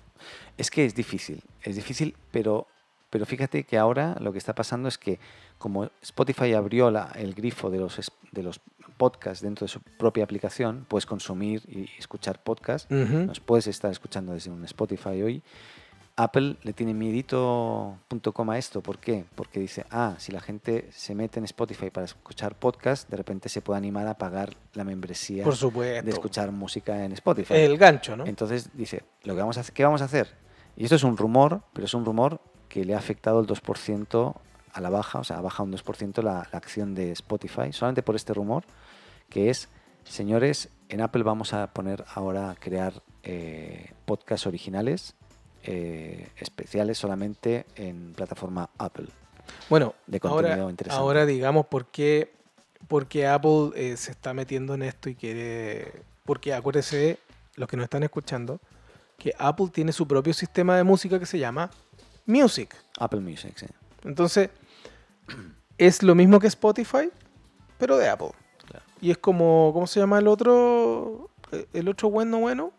[SPEAKER 1] Es que es difícil, es difícil, pero, pero fíjate que ahora lo que está pasando es que como Spotify abrió la- el grifo de los, es- de los podcast dentro de su propia aplicación, puedes consumir y escuchar podcast,
[SPEAKER 2] Ujú.
[SPEAKER 1] nos puedes estar escuchando desde un Spotify hoy. Apple le tiene miedito punto coma a esto, ¿por qué? Porque dice, ah, si la gente se mete en Spotify para escuchar podcast, de repente se puede animar a pagar la membresía
[SPEAKER 2] Por
[SPEAKER 1] de
[SPEAKER 2] supuesto.
[SPEAKER 1] escuchar música en Spotify.
[SPEAKER 2] El gancho, ¿no?
[SPEAKER 1] Entonces dice, lo que vamos a hacer, ¿qué vamos a hacer? Y esto es un rumor, pero es un rumor que le ha afectado el 2% a la baja, o sea, ha bajado un 2% la, la acción de Spotify, solamente por este rumor, que es, señores, en Apple vamos a poner ahora a crear eh, podcasts originales, eh, especiales solamente en plataforma Apple.
[SPEAKER 2] Bueno,
[SPEAKER 1] de contenido
[SPEAKER 2] ahora,
[SPEAKER 1] interesante.
[SPEAKER 2] ahora digamos por qué, por qué Apple eh, se está metiendo en esto y quiere... Porque acuérdense, los que nos están escuchando, que Apple tiene su propio sistema de música que se llama Music.
[SPEAKER 1] Apple Music, ¿eh? sí.
[SPEAKER 2] Entonces, es lo mismo que Spotify, pero de Apple.
[SPEAKER 1] Claro.
[SPEAKER 2] Y es como, ¿cómo se llama el otro? Eh, ¿El otro bueno bueno?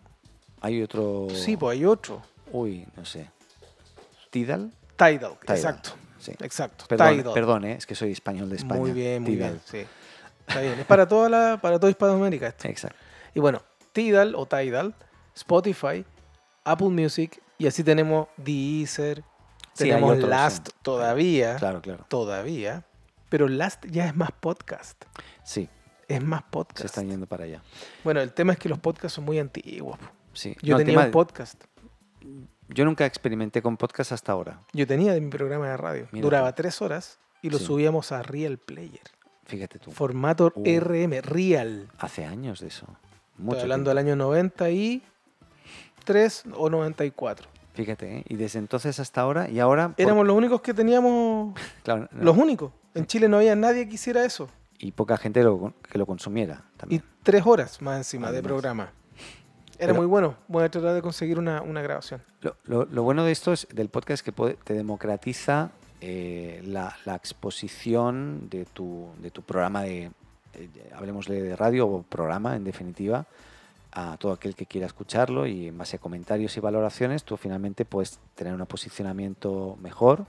[SPEAKER 1] Hay otro...
[SPEAKER 2] Sí, pues hay otro.
[SPEAKER 1] Uy, no sé. Tidal.
[SPEAKER 2] Tidal,
[SPEAKER 1] Tidal,
[SPEAKER 2] exacto.
[SPEAKER 1] sí.
[SPEAKER 2] Exacto.
[SPEAKER 1] Perdón,
[SPEAKER 2] Tidal.
[SPEAKER 1] perdón eh, es que soy español de España.
[SPEAKER 2] Muy bien, muy
[SPEAKER 1] Tidal.
[SPEAKER 2] bien. Sí. Está bien. Es para toda la, para toda Hispanoamérica esto.
[SPEAKER 1] Exacto.
[SPEAKER 2] Y bueno, Tidal o Tidal, Spotify, Apple Music, y así tenemos Deezer,
[SPEAKER 1] Sí, hay
[SPEAKER 2] tenemos
[SPEAKER 1] otros,
[SPEAKER 2] Last
[SPEAKER 1] sí.
[SPEAKER 2] todavía.
[SPEAKER 1] Claro, claro.
[SPEAKER 2] Todavía. Pero Last ya es más podcast.
[SPEAKER 1] Sí,
[SPEAKER 2] Es más podcast.
[SPEAKER 1] se están yendo para allá.
[SPEAKER 2] Bueno, el tema es que los podcasts son muy antiguos. po.
[SPEAKER 1] Sí.
[SPEAKER 2] Yo
[SPEAKER 1] No, el
[SPEAKER 2] tenía
[SPEAKER 1] tema-
[SPEAKER 2] un podcast.
[SPEAKER 1] yo nunca experimenté con podcast hasta ahora.
[SPEAKER 2] Yo tenía de mi programa de radio.
[SPEAKER 1] Mira
[SPEAKER 2] Duraba
[SPEAKER 1] tú.
[SPEAKER 2] tres horas y lo
[SPEAKER 1] Sí.
[SPEAKER 2] subíamos a Real Player.
[SPEAKER 1] Fíjate tú.
[SPEAKER 2] Formato
[SPEAKER 1] Uh.
[SPEAKER 2] RM, Real.
[SPEAKER 1] Hace años de eso. Mucho
[SPEAKER 2] Estoy hablando
[SPEAKER 1] tiempo.
[SPEAKER 2] del año 93 o 94.
[SPEAKER 1] Fíjate, ¿eh? y desde entonces hasta ahora, y ahora. por-
[SPEAKER 2] Éramos los únicos que teníamos.
[SPEAKER 1] claro, no,
[SPEAKER 2] Los únicos. En Chile no había nadie que hiciera eso.
[SPEAKER 1] Y poca gente lo con- que lo consumiera
[SPEAKER 2] Y
[SPEAKER 1] también.
[SPEAKER 2] tres horas más encima de
[SPEAKER 1] Además.
[SPEAKER 2] programa. Era
[SPEAKER 1] Pero-
[SPEAKER 2] muy bueno. Voy a tratar de conseguir una, una grabación.
[SPEAKER 1] Lo, lo- lo bueno de esto es del podcast es que puede- te democratiza eh, la, la exposición de tu, de tu programa de, eh, de- hablemosle de radio o programa en definitiva, a todo aquel que quiera escucharlo y en base a comentarios y valoraciones tú finalmente puedes tener un posicionamiento mejor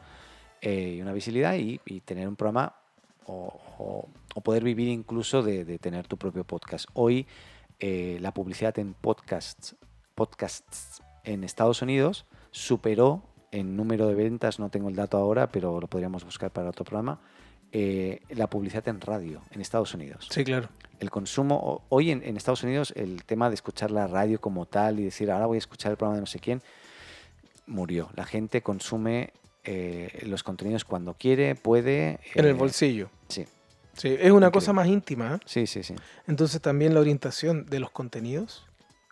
[SPEAKER 1] eh, y una visibilidad y, y tener un programa o, o- o poder vivir incluso de, de tener tu propio podcast. Hoy eh, la publicidad en podcasts, podcasts en Estados Unidos superó en número de ventas, no tengo el dato ahora, pero lo podríamos buscar para otro programa, eh, la publicidad en radio en Estados Unidos
[SPEAKER 2] Sí, claro.
[SPEAKER 1] el consumo. o- Hoy en, en Estados Unidos el tema de escuchar la radio como tal y decir ahora voy a escuchar el programa de no sé quién murió. La gente consume eh, los contenidos cuando quiere, puede.
[SPEAKER 2] En
[SPEAKER 1] eh,
[SPEAKER 2] el bolsillo.
[SPEAKER 1] Sí,
[SPEAKER 2] Sí, es una cosa
[SPEAKER 1] Increíble.
[SPEAKER 2] más íntima. ¿eh?
[SPEAKER 1] sí, sí, sí.
[SPEAKER 2] Entonces también la orientación de los contenidos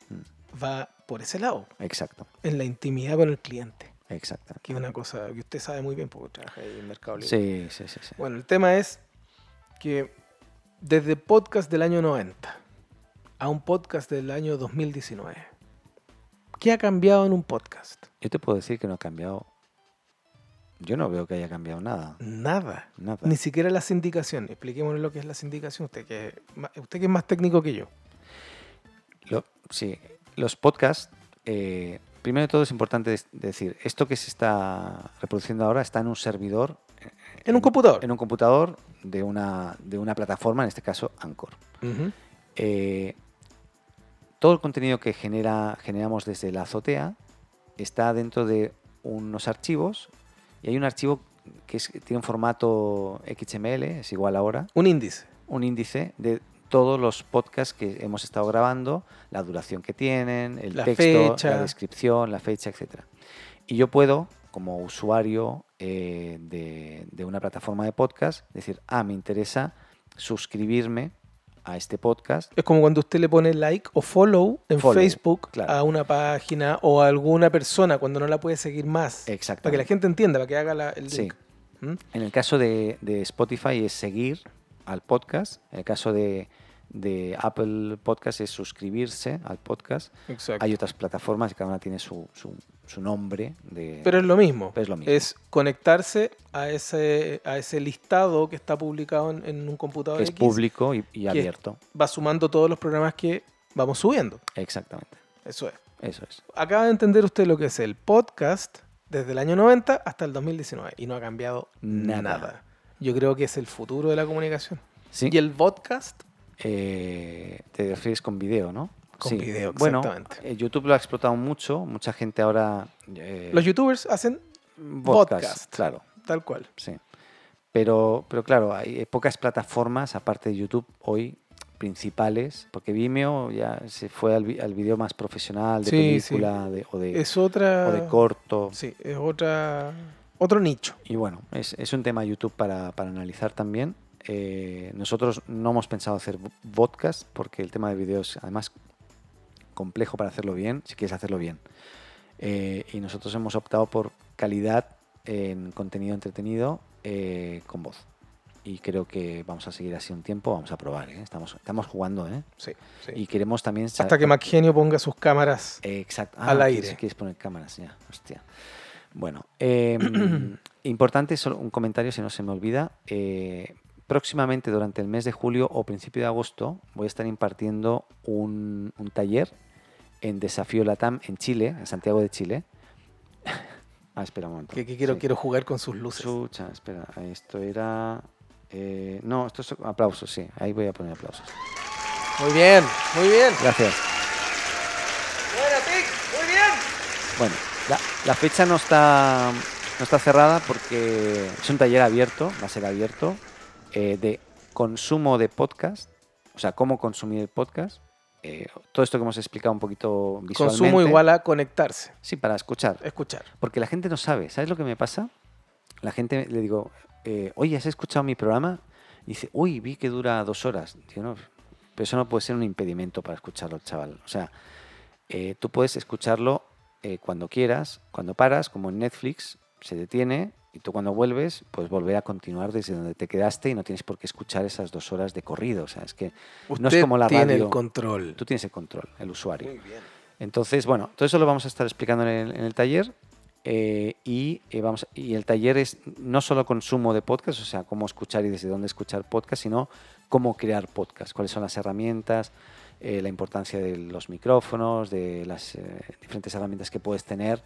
[SPEAKER 1] Mm.
[SPEAKER 2] va por ese lado,
[SPEAKER 1] Exacto,
[SPEAKER 2] en la intimidad con el cliente,
[SPEAKER 1] exacto.
[SPEAKER 2] que es una cosa que usted sabe muy bien porque trabaja ahí en Mercado Libre.
[SPEAKER 1] Sí, sí, sí. sí.
[SPEAKER 2] Bueno, el tema es que desde podcast del año 90 a un podcast del año 2019, ¿qué ha cambiado en un podcast?
[SPEAKER 1] Yo te puedo decir que no ha cambiado. Yo no veo que haya cambiado nada.
[SPEAKER 2] Nada.
[SPEAKER 1] Nada.
[SPEAKER 2] Ni siquiera la sindicación. Expliquémonos lo que es la sindicación. Usted que, es ma- usted que es más técnico que yo.
[SPEAKER 1] Lo- sí, los podcasts, eh, primero de todo es importante des- decir, esto que se está reproduciendo ahora está en un servidor
[SPEAKER 2] En un computador.
[SPEAKER 1] en un computador de una, de una plataforma, en este caso Anchor.
[SPEAKER 2] Ujú.
[SPEAKER 1] Eh, todo el contenido que genera, generamos desde la azotea está dentro de unos archivos y hay un archivo que es- tiene un formato XML, es igual ahora,
[SPEAKER 2] Un índice.
[SPEAKER 1] un índice de todos los podcasts que hemos estado grabando, la duración que tienen, el
[SPEAKER 2] La
[SPEAKER 1] texto, la
[SPEAKER 2] fecha.
[SPEAKER 1] descripción, la fecha, etcétera. Y yo puedo, como usuario eh, de, de una plataforma de podcast, decir, ah, me interesa suscribirme a este podcast.
[SPEAKER 2] Es como cuando usted le pone like o follow en
[SPEAKER 1] Follow,
[SPEAKER 2] Facebook
[SPEAKER 1] claro.
[SPEAKER 2] a una página o a alguna persona cuando no la puede seguir más.
[SPEAKER 1] Exacto.
[SPEAKER 2] Para que la gente entienda, para que haga la- el
[SPEAKER 1] Sí.
[SPEAKER 2] link. ¿Mm?
[SPEAKER 1] En el caso de, de Spotify es seguir al podcast. En el caso de, de Apple Podcast es suscribirse al podcast.
[SPEAKER 2] Exacto.
[SPEAKER 1] Hay otras plataformas, cada una tiene su, su- su nombre. De,
[SPEAKER 2] Pero es lo mismo.
[SPEAKER 1] Pero es lo mismo.
[SPEAKER 2] Es conectarse a ese, a ese listado que está publicado en, en un computador
[SPEAKER 1] que es
[SPEAKER 2] X.
[SPEAKER 1] público y, y
[SPEAKER 2] que-
[SPEAKER 1] abierto.
[SPEAKER 2] Va sumando todos los programas que vamos subiendo.
[SPEAKER 1] Exactamente.
[SPEAKER 2] Eso es.
[SPEAKER 1] Eso es.
[SPEAKER 2] Acaba de entender usted lo que es el podcast desde el año 90 hasta el 2019 y no ha cambiado
[SPEAKER 1] Nada.
[SPEAKER 2] nada. Yo creo que es el futuro de la comunicación.
[SPEAKER 1] Sí,
[SPEAKER 2] Y el podcast
[SPEAKER 1] Eh, te refieres con video, ¿no?
[SPEAKER 2] Con video, exactamente.
[SPEAKER 1] Bueno, eh, YouTube lo ha explotado mucho. Mucha gente ahora. eh,
[SPEAKER 2] Los youtubers hacen
[SPEAKER 1] podcast,
[SPEAKER 2] podcast.
[SPEAKER 1] Claro,
[SPEAKER 2] tal cual.
[SPEAKER 1] sí. Pero, pero claro, hay eh, pocas plataformas, aparte de YouTube, hoy principales, porque Vimeo ya se fue al, vi- al video más profesional, de
[SPEAKER 2] Sí, sí.
[SPEAKER 1] película de- o, de,
[SPEAKER 2] Es otra.
[SPEAKER 1] o de corto.
[SPEAKER 2] Sí, es otra. Otro nicho.
[SPEAKER 1] Y bueno, es, es un tema YouTube para, para analizar también. Eh, nosotros no hemos pensado hacer bo- podcast porque el tema de videos es además complejo para hacerlo bien, si quieres hacerlo bien. Eh, y nosotros hemos optado por calidad en contenido entretenido eh, con voz. Y creo que vamos a seguir así un tiempo, vamos a probar, ¿eh? estamos, estamos jugando. ¿eh?
[SPEAKER 2] Sí, sí.
[SPEAKER 1] Y queremos también... sa-
[SPEAKER 2] Hasta que MacGenio ponga sus cámaras.
[SPEAKER 1] Exacto.
[SPEAKER 2] al
[SPEAKER 1] quieres-
[SPEAKER 2] aire.
[SPEAKER 1] Quieres poner cámaras, ya. Hostia. Bueno, eh, importante, solo un comentario si no se me olvida. Eh, próximamente, durante el mes de julio o principio de agosto, voy a estar impartiendo un, un taller en Desafío Latam en Chile, en Santiago de Chile. ah, espera un momento.
[SPEAKER 2] Que, que quiero,
[SPEAKER 1] Sí.
[SPEAKER 2] quiero jugar con sus luces.
[SPEAKER 1] Chucha, espera, esto era. eh, no, esto es aplausos, sí. Ahí voy a poner aplausos.
[SPEAKER 2] Muy bien, muy bien.
[SPEAKER 1] Gracias.
[SPEAKER 2] muy bien.
[SPEAKER 1] Bueno, la, la fecha no está, no está cerrada porque es un taller abierto, va a ser abierto, eh, de consumo de podcast, o sea, cómo consumir el podcast. eh, todo esto que hemos explicado un poquito visualmente.
[SPEAKER 2] Consumo igual a conectarse,
[SPEAKER 1] Sí, para escuchar.
[SPEAKER 2] escuchar.
[SPEAKER 1] Porque la gente no sabe. ¿Sabes lo que me pasa? La gente le digo, eh, oye, ¿has escuchado mi programa? Y dice, uy, vi que dura dos horas. Digo, no, pero eso no puede ser un impedimento para escucharlo, chaval. O sea, eh, tú puedes escucharlo eh, cuando quieras, cuando paras, como en Netflix, se detiene y tú cuando vuelves, pues volver a continuar desde donde te quedaste y no tienes por qué escuchar esas dos horas de corrido. O sea, es que no es
[SPEAKER 2] Usted
[SPEAKER 1] como la
[SPEAKER 2] tiene
[SPEAKER 1] radio.
[SPEAKER 2] el control.
[SPEAKER 1] Tú tienes el control, el usuario. Entonces, bueno, todo eso lo vamos a estar explicando en el, en el taller. eh, y, eh, vamos, y el taller es no solo consumo de podcast, o sea, cómo escuchar y desde dónde escuchar podcast, sino cómo crear podcast, cuáles son las herramientas, eh, la importancia de los micrófonos, de las eh, diferentes herramientas que puedes tener.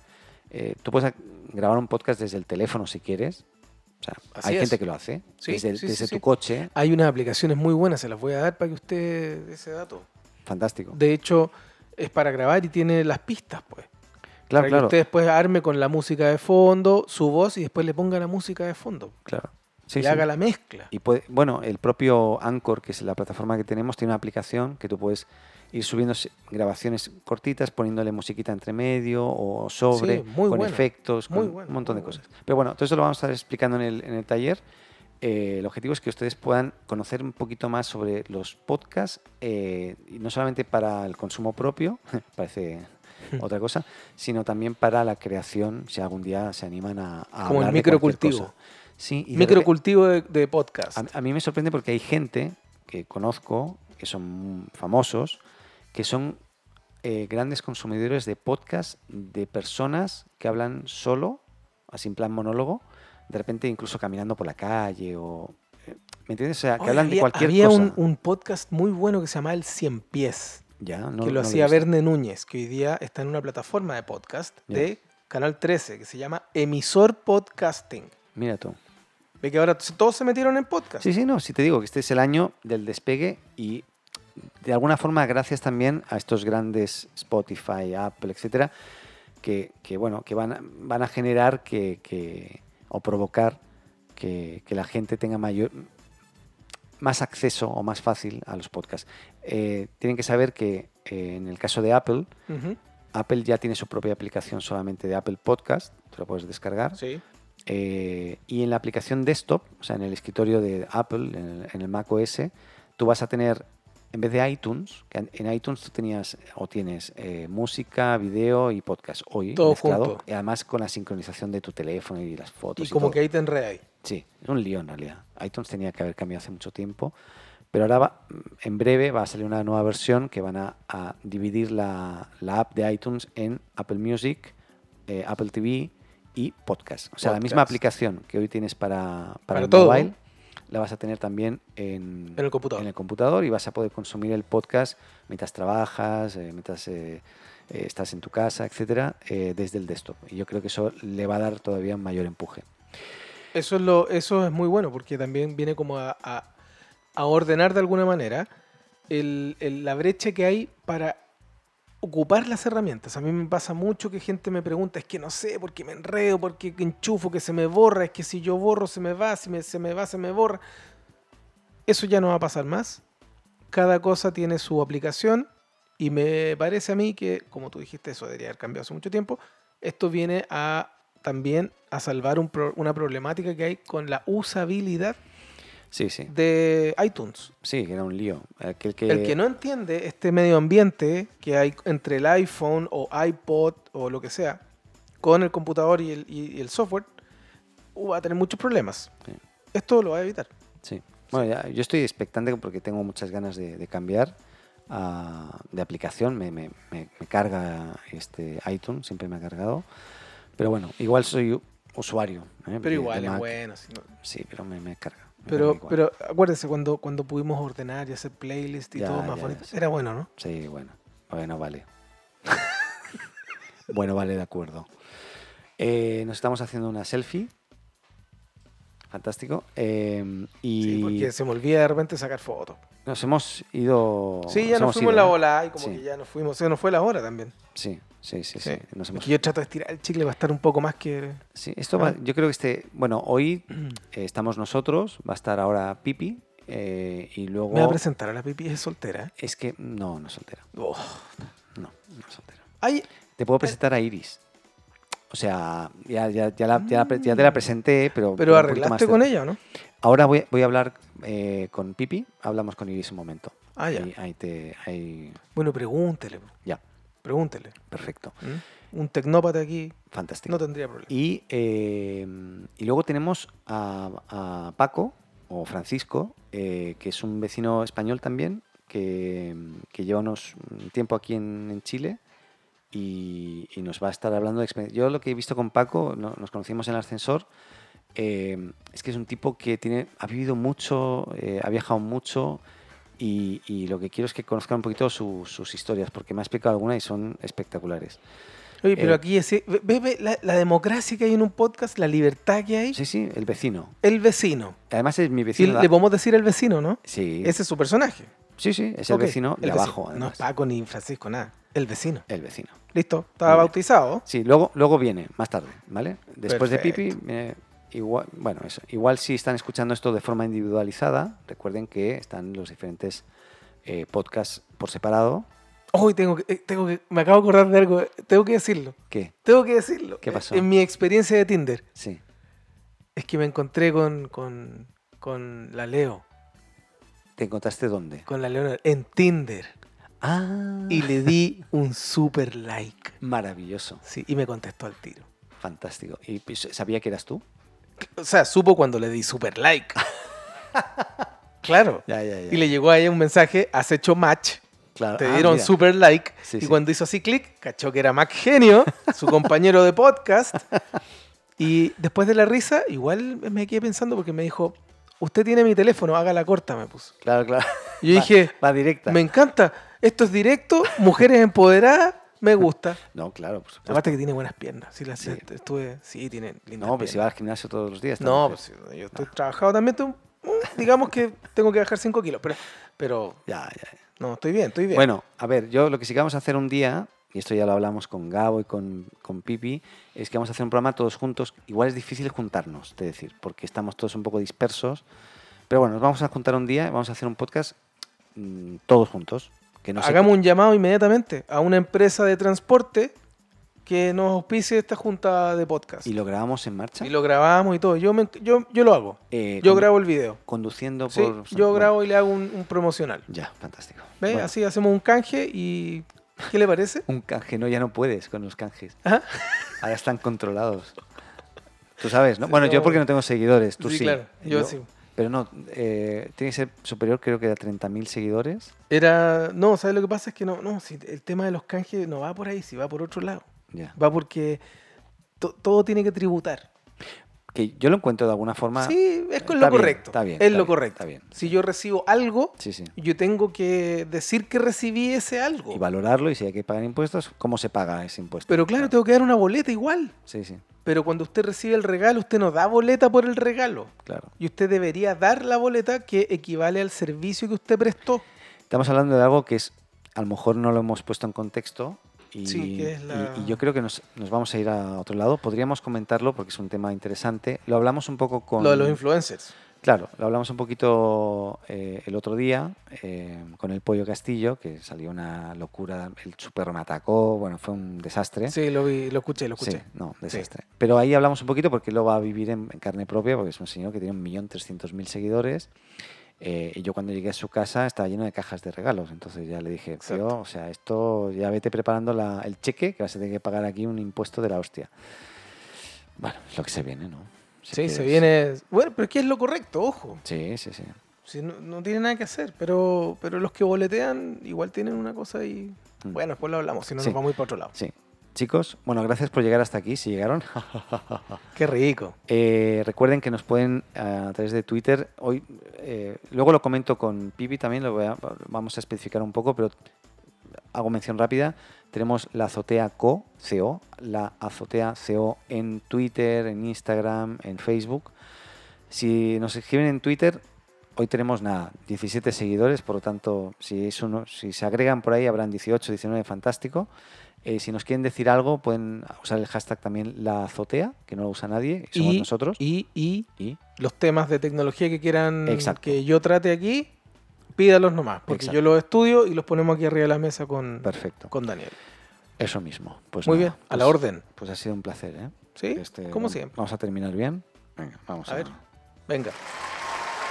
[SPEAKER 1] Eh, tú puedes ac- grabar un podcast desde el teléfono si quieres. O sea,
[SPEAKER 2] Así
[SPEAKER 1] hay
[SPEAKER 2] es.
[SPEAKER 1] gente que lo hace.
[SPEAKER 2] Sí,
[SPEAKER 1] desde el-
[SPEAKER 2] sí, sí,
[SPEAKER 1] desde
[SPEAKER 2] sí.
[SPEAKER 1] tu coche.
[SPEAKER 2] Hay unas aplicaciones muy buenas, se las voy a dar para que usted dé ese dato.
[SPEAKER 1] Fantástico.
[SPEAKER 2] De hecho, es para grabar y tiene las pistas, pues. para
[SPEAKER 1] claro,
[SPEAKER 2] que
[SPEAKER 1] claro.
[SPEAKER 2] usted después arme con la música de fondo, su voz y después le ponga la música de fondo.
[SPEAKER 1] claro. Sí,
[SPEAKER 2] y
[SPEAKER 1] sí.
[SPEAKER 2] haga la mezcla.
[SPEAKER 1] Y puede- bueno, el propio Anchor, que es la plataforma que tenemos, tiene una aplicación que tú puedes ir subiendo se- grabaciones cortitas, poniéndole musiquita entre medio o sobre,
[SPEAKER 2] Sí, muy
[SPEAKER 1] con
[SPEAKER 2] buena,
[SPEAKER 1] efectos,
[SPEAKER 2] muy
[SPEAKER 1] con
[SPEAKER 2] buena,
[SPEAKER 1] un montón
[SPEAKER 2] muy
[SPEAKER 1] de
[SPEAKER 2] buena.
[SPEAKER 1] cosas. Pero bueno, todo eso lo vamos a estar explicando en el, en el taller. Eh, el objetivo es que ustedes puedan conocer un poquito más sobre los podcasts, eh, y no solamente para el consumo propio, parece otra cosa, sino también para la creación, si algún día se animan a, a
[SPEAKER 2] Como el
[SPEAKER 1] hablar de cualquier
[SPEAKER 2] microcultivo.
[SPEAKER 1] cosa. Sí, y de repe-
[SPEAKER 2] Microcultivo de, de podcast.
[SPEAKER 1] a, a mí me sorprende porque hay gente que conozco, que son famosos, que son eh, grandes consumidores de podcast de personas que hablan solo, así en plan monólogo, de repente incluso caminando por la calle o... eh, ¿Me entiendes? O sea, que
[SPEAKER 2] Oye,
[SPEAKER 1] hablan de
[SPEAKER 2] había-
[SPEAKER 1] cualquier
[SPEAKER 2] había
[SPEAKER 1] cosa.
[SPEAKER 2] Un, un podcast muy bueno que se llamaba El Cien Pies,
[SPEAKER 1] Ya, no-
[SPEAKER 2] que
[SPEAKER 1] no
[SPEAKER 2] lo
[SPEAKER 1] he
[SPEAKER 2] hacía
[SPEAKER 1] visto.
[SPEAKER 2] Verne Núñez, que hoy día está en una plataforma de podcast
[SPEAKER 1] Ya.
[SPEAKER 2] de Canal 13, que se llama Emisor Podcasting.
[SPEAKER 1] Mira tú.
[SPEAKER 2] Ve que ahora t- todos se metieron en podcast.
[SPEAKER 1] Sí, sí, no, si te digo que este es el año del despegue y de alguna forma gracias también a estos grandes Spotify, Apple, etcétera, que, que, bueno, que van, a- van a generar que, que- o provocar que, que la gente tenga mayor más acceso o más fácil a los podcasts. Eh, tienen que saber que eh, en el caso de Apple,
[SPEAKER 2] Ujú,
[SPEAKER 1] Apple ya tiene su propia aplicación solamente de Apple Podcast, tú la puedes descargar.
[SPEAKER 2] sí.
[SPEAKER 1] Eh, y en la aplicación desktop, o sea, en el escritorio de Apple, en el, en el Mac OS, tú vas a tener, en vez de iTunes, que en- en iTunes tú tenías o tienes eh, música, video y podcast hoy
[SPEAKER 2] Todo
[SPEAKER 1] mezclado,
[SPEAKER 2] junto.
[SPEAKER 1] y además con la sincronización de tu teléfono y las fotos.
[SPEAKER 2] Y
[SPEAKER 1] Y
[SPEAKER 2] como
[SPEAKER 1] todo.
[SPEAKER 2] que ahí te enredáis.
[SPEAKER 1] Sí, es un lío en realidad. iTunes tenía que haber cambiado hace mucho tiempo, pero ahora va- en breve va a salir una nueva versión que van a, a dividir la, la app de iTunes en Apple Music, eh, Apple TV y Podcast. O sea, la misma
[SPEAKER 2] Podcast.
[SPEAKER 1] aplicación que hoy tienes para, para,
[SPEAKER 2] Para
[SPEAKER 1] el
[SPEAKER 2] todo.
[SPEAKER 1] mobile, la vas a tener también en,
[SPEAKER 2] En el computador.
[SPEAKER 1] en el computador y vas a poder consumir el podcast mientras trabajas, eh, mientras eh, eh, estás en tu casa, etcétera, eh, desde el desktop. Y yo creo que eso le va a dar todavía un mayor empuje.
[SPEAKER 2] Eso es, lo, eso es muy bueno porque también viene como a, a- a ordenar de alguna manera el- el- la brecha que hay para ocupar las herramientas. A mí me pasa mucho que gente me pregunta, es que no sé, porque me enredo, porque enchufo, que se me borra, es que si yo borro se me va, si me- se me va, se me borra. Eso ya no va a pasar más. Cada cosa tiene su aplicación y me parece a mí que, como tú dijiste, eso debería haber cambiado hace mucho tiempo. Esto viene a también a salvar un pro- una problemática que hay con la usabilidad
[SPEAKER 1] Sí, sí.
[SPEAKER 2] de iTunes.
[SPEAKER 1] Sí, que era un lío. Aquel que,
[SPEAKER 2] El que no entiende este medio ambiente que hay entre el iPhone o iPod o lo que sea, con el computador y el, y- y el software, uh, va a tener muchos problemas.
[SPEAKER 1] Sí.
[SPEAKER 2] Esto lo va a evitar.
[SPEAKER 1] Sí. Bueno, ya- yo estoy expectante porque tengo muchas ganas de, de cambiar ah, de aplicación. Me, me- me- me carga este iTunes, siempre me ha cargado. Pero bueno, igual soy u- usuario. ¿eh? de-
[SPEAKER 2] Pero igual
[SPEAKER 1] de
[SPEAKER 2] es
[SPEAKER 1] Mac.
[SPEAKER 2] bueno. si no-
[SPEAKER 1] Sí, pero me, me carga. me
[SPEAKER 2] Pero,
[SPEAKER 1] carga igual.
[SPEAKER 2] pero acuérdense, cuando, cuando pudimos ordenar y hacer playlist y
[SPEAKER 1] Ya,
[SPEAKER 2] todo más
[SPEAKER 1] ya,
[SPEAKER 2] bonito,
[SPEAKER 1] sí.
[SPEAKER 2] era bueno, ¿no?
[SPEAKER 1] Sí, bueno. Bueno, vale. bueno, vale, de acuerdo. Eh, nos estamos haciendo una selfie. Fantástico. Eh, y
[SPEAKER 2] Sí, porque se me olvida de repente sacar fotos.
[SPEAKER 1] nos hemos ido.
[SPEAKER 2] Sí, ya nos fuimos
[SPEAKER 1] ido,
[SPEAKER 2] la
[SPEAKER 1] ¿no?
[SPEAKER 2] bola y como
[SPEAKER 1] Sí.
[SPEAKER 2] que ya nos fuimos, se nos fue la hora también.
[SPEAKER 1] Sí, sí, sí,
[SPEAKER 2] Sí.
[SPEAKER 1] sí. Nos hemos-
[SPEAKER 2] Porque yo trato de estirar el chicle para estar un poco más que...
[SPEAKER 1] Sí, esto va-
[SPEAKER 2] Ah.
[SPEAKER 1] yo creo que este, bueno, hoy eh, estamos nosotros, va a estar ahora Pipi eh, y luego
[SPEAKER 2] Me va a presentar a la pipi, es soltera. ¿eh?
[SPEAKER 1] es que no, no es soltera,
[SPEAKER 2] Oh.
[SPEAKER 1] no, no es soltera.
[SPEAKER 2] Ay,
[SPEAKER 1] Te puedo presentar a Iris. O sea, ya, ya, ya, la- ya la pre- ya te la presenté, pero
[SPEAKER 2] Mm. pero
[SPEAKER 1] un poquito más
[SPEAKER 2] arreglaste con
[SPEAKER 1] cerca.
[SPEAKER 2] ella, ¿o ¿no?
[SPEAKER 1] Ahora voy, voy a hablar eh, con Pipi, hablamos con Iris un momento.
[SPEAKER 2] Ah, ya.
[SPEAKER 1] Ahí, ahí te, ahí,
[SPEAKER 2] Bueno, pregúntele, po,
[SPEAKER 1] ya,
[SPEAKER 2] pregúntele.
[SPEAKER 1] perfecto,
[SPEAKER 2] ¿Mm? Un tecnópata aquí
[SPEAKER 1] fantástico.
[SPEAKER 2] no tendría problema.
[SPEAKER 1] Y, eh, y luego tenemos a, a Paco, o Francisco, eh, que es un vecino español también, que, que lleva unos un tiempo aquí en, en Chile y, y nos va a estar hablando de experiencia. Yo lo que he visto con Paco, no- nos conocimos en el ascensor, eh, es que es un tipo que tiene, ha vivido mucho, eh, ha viajado mucho y, y lo que quiero es que conozcan un poquito su- sus historias, porque me ha explicado algunas y son espectaculares.
[SPEAKER 2] Oye, pero
[SPEAKER 1] eh,
[SPEAKER 2] aquí es... ve- ve- ve la, la democracia que hay en un podcast, la libertad que hay.
[SPEAKER 1] Sí, sí, el vecino.
[SPEAKER 2] El vecino.
[SPEAKER 1] Además es mi
[SPEAKER 2] Sí,
[SPEAKER 1] vecino. da-
[SPEAKER 2] le podemos decir el vecino, ¿no?
[SPEAKER 1] Sí.
[SPEAKER 2] Ese es su personaje.
[SPEAKER 1] Sí, sí, es el
[SPEAKER 2] Ok,
[SPEAKER 1] vecino de
[SPEAKER 2] el vecino.
[SPEAKER 1] abajo,
[SPEAKER 2] No
[SPEAKER 1] además.
[SPEAKER 2] es Paco ni Francisco, nada. El vecino.
[SPEAKER 1] el vecino.
[SPEAKER 2] Listo,
[SPEAKER 1] Muy
[SPEAKER 2] estaba
[SPEAKER 1] bien.
[SPEAKER 2] bautizado.
[SPEAKER 1] Sí, luego, luego viene, más tarde, ¿vale? Después de
[SPEAKER 2] Perfecto.
[SPEAKER 1] Pipi, viene igual, bueno, eso. Igual si están escuchando esto de forma individualizada, recuerden que están los diferentes eh, podcasts por separado.
[SPEAKER 2] Hoy tengo que, eh, tengo que, me acabo de acordar de algo, eh, tengo que decirlo.
[SPEAKER 1] ¿Qué?
[SPEAKER 2] Tengo que decirlo.
[SPEAKER 1] ¿Qué
[SPEAKER 2] Eh,
[SPEAKER 1] pasó?
[SPEAKER 2] En mi experiencia de Tinder,
[SPEAKER 1] Sí.
[SPEAKER 2] es que me encontré con, con, con la Leo,
[SPEAKER 1] ¿Te encontraste dónde?
[SPEAKER 2] con la Leona, en Tinder.
[SPEAKER 1] Ah,
[SPEAKER 2] Y le di un super like.
[SPEAKER 1] maravilloso,
[SPEAKER 2] Sí, y me contestó al tiro.
[SPEAKER 1] fantástico. ¿Y pues, sabía que eras tú?
[SPEAKER 2] O sea, supo cuando le di super like. claro.
[SPEAKER 1] Ya, ya,
[SPEAKER 2] Y le llegó a ella un mensaje, has hecho match.
[SPEAKER 1] Claro.
[SPEAKER 2] Te
[SPEAKER 1] Ah,
[SPEAKER 2] dieron
[SPEAKER 1] mira.
[SPEAKER 2] super like.
[SPEAKER 1] Sí,
[SPEAKER 2] y
[SPEAKER 1] sí.
[SPEAKER 2] cuando hizo así clic, cachó que era Mac Genio, su compañero de podcast. Y después de la risa, igual me quedé pensando porque me dijo, usted tiene mi teléfono, hágala corta, me puso.
[SPEAKER 1] Claro, claro.
[SPEAKER 2] Yo
[SPEAKER 1] Va-
[SPEAKER 2] dije,
[SPEAKER 1] va directa.
[SPEAKER 2] Me encanta. Esto es directo, mujeres empoderadas, me gusta.
[SPEAKER 1] No, claro, por supuesto.
[SPEAKER 2] Aparte que tiene buenas piernas. Sí, las
[SPEAKER 1] Sí.
[SPEAKER 2] est- estuve, sí tiene lindas
[SPEAKER 1] No, pero si vas
[SPEAKER 2] piernas.
[SPEAKER 1] al gimnasio todos los días. esta
[SPEAKER 2] No,
[SPEAKER 1] mujer.
[SPEAKER 2] pues sí, yo estoy trabajado también. tengo- mm, digamos que tengo que bajar 5 kilos, pero, pero
[SPEAKER 1] Ya, ya, ya.
[SPEAKER 2] no, estoy bien, estoy bien.
[SPEAKER 1] Bueno, a ver, yo lo que sí que vamos a hacer un día, y esto ya lo hablamos con Gabo y con, con Pipi, es que vamos a hacer un programa todos juntos. Igual es difícil juntarnos, te decir, porque estamos todos un poco dispersos. Pero bueno, nos vamos a juntar un día y vamos a hacer un podcast mm, todos juntos. Que no sé-
[SPEAKER 2] Hagamos un llamado inmediatamente a una empresa de transporte que nos auspicie esta junta de podcast.
[SPEAKER 1] y lo grabamos en marcha.
[SPEAKER 2] Y lo grabamos y todo. Yo, me- yo, yo lo hago.
[SPEAKER 1] eh,
[SPEAKER 2] yo
[SPEAKER 1] condu-
[SPEAKER 2] grabo el video.
[SPEAKER 1] Conduciendo
[SPEAKER 2] Sí,
[SPEAKER 1] por.
[SPEAKER 2] yo
[SPEAKER 1] bueno,
[SPEAKER 2] grabo y le hago un, un promocional.
[SPEAKER 1] Ya, fantástico.
[SPEAKER 2] ¿Ve?
[SPEAKER 1] Bueno,
[SPEAKER 2] Así hacemos un canje y... ¿Qué le parece?
[SPEAKER 1] Un canje, no, ya no puedes con los canjes.
[SPEAKER 2] Ajá.
[SPEAKER 1] Ahora están controlados. Tú sabes, ¿no? Bueno, yo
[SPEAKER 2] no.
[SPEAKER 1] porque no tengo seguidores, tú sí.
[SPEAKER 2] Sí, claro, yo sí.
[SPEAKER 1] Pero no, eh, tiene que ser superior creo que a 30.000 seguidores.
[SPEAKER 2] Era. No, ¿sabes lo que pasa? Es que no, no, si el tema de los canjes no va por ahí, si va por otro lado.
[SPEAKER 1] Ya.
[SPEAKER 2] Va porque to- todo tiene que tributar.
[SPEAKER 1] Que yo lo encuentro de alguna forma...
[SPEAKER 2] sí, es
[SPEAKER 1] está
[SPEAKER 2] con
[SPEAKER 1] bien,
[SPEAKER 2] lo correcto.
[SPEAKER 1] está bien,
[SPEAKER 2] Es
[SPEAKER 1] está
[SPEAKER 2] lo
[SPEAKER 1] bien,
[SPEAKER 2] correcto.
[SPEAKER 1] está bien.
[SPEAKER 2] Si yo recibo algo,
[SPEAKER 1] Sí, sí.
[SPEAKER 2] yo tengo que decir que recibí ese algo.
[SPEAKER 1] Y valorarlo y si hay que pagar impuestos, ¿cómo se paga ese impuesto?
[SPEAKER 2] Pero claro, tengo que dar una boleta igual.
[SPEAKER 1] Sí, sí,
[SPEAKER 2] Pero cuando usted recibe el regalo, usted no da boleta por el regalo.
[SPEAKER 1] claro.
[SPEAKER 2] Y usted debería dar la boleta que equivale al servicio que usted prestó.
[SPEAKER 1] Estamos hablando de algo que es, a lo mejor no lo hemos puesto en contexto. Y,
[SPEAKER 2] Sí, que es la-
[SPEAKER 1] y- y yo creo que nos, nos vamos a ir a otro lado. Podríamos comentarlo porque es un tema interesante. Lo hablamos un poco con...
[SPEAKER 2] Lo de los influencers.
[SPEAKER 1] Claro, lo hablamos un poquito eh, el otro día eh, con el Pollo Castillo, que salió una locura, el super me atacó, bueno, fue un desastre.
[SPEAKER 2] Sí, lo vi, lo escuché, lo
[SPEAKER 1] Sí,
[SPEAKER 2] escuché.
[SPEAKER 1] no, desastre. Pero ahí hablamos un poquito porque lo va a vivir en, en carne propia, porque es un señor que tiene 1.300.000 seguidores. eh, y yo cuando llegué a su casa estaba lleno de cajas de regalos. Entonces ya le dije,
[SPEAKER 2] Exacto.
[SPEAKER 1] "Tío, o sea, esto ya vete preparando la- el cheque, que vas a tener que pagar aquí un impuesto de la hostia. Bueno, es lo que se viene, ¿no? Si
[SPEAKER 2] Sí, se
[SPEAKER 1] quieres-
[SPEAKER 2] viene. Bueno, pero es que es lo correcto, ojo.
[SPEAKER 1] Sí, sí, sí.
[SPEAKER 2] Si no, no tiene nada que hacer, pero, pero los que boletean igual tienen una cosa y.
[SPEAKER 1] Mm.
[SPEAKER 2] Bueno, después lo hablamos, si no
[SPEAKER 1] Sí.
[SPEAKER 2] nos vamos a ir para otro lado.
[SPEAKER 1] Sí. Chicos, bueno, gracias por llegar hasta aquí, si llegaron.
[SPEAKER 2] Qué rico.
[SPEAKER 1] Eh, recuerden que nos pueden eh, a través de Twitter. Hoy, eh, luego lo comento con Pipi también, lo voy a- vamos a especificar un poco, pero hago mención rápida. Tenemos la azotea CO, CO, la azotea CO en Twitter, en Instagram, en Facebook. Si nos escriben en Twitter, hoy tenemos nada, 17 seguidores, por lo tanto, si, es uno- si se agregan por ahí habrán 18, 19, fantástico. Eh, si nos quieren decir algo, pueden usar el hashtag también la azotea, que no lo usa nadie, que somos
[SPEAKER 2] Y-
[SPEAKER 1] nosotros.
[SPEAKER 2] Y, y
[SPEAKER 1] Y
[SPEAKER 2] los temas de tecnología que quieran
[SPEAKER 1] Exacto.
[SPEAKER 2] que yo trate aquí, pídalos nomás, porque
[SPEAKER 1] Exacto.
[SPEAKER 2] yo los estudio y los ponemos aquí arriba de la mesa con,
[SPEAKER 1] perfecto,
[SPEAKER 2] con Daniel.
[SPEAKER 1] eso mismo. Pues
[SPEAKER 2] Muy
[SPEAKER 1] nada,
[SPEAKER 2] bien, a la
[SPEAKER 1] pues-
[SPEAKER 2] orden.
[SPEAKER 1] Pues ha sido un placer, ¿eh?
[SPEAKER 2] ¿Sí?
[SPEAKER 1] Este,
[SPEAKER 2] Como
[SPEAKER 1] vam-
[SPEAKER 2] siempre.
[SPEAKER 1] Vamos a terminar bien. Venga, vamos
[SPEAKER 2] A
[SPEAKER 1] a,
[SPEAKER 2] ver. Venga.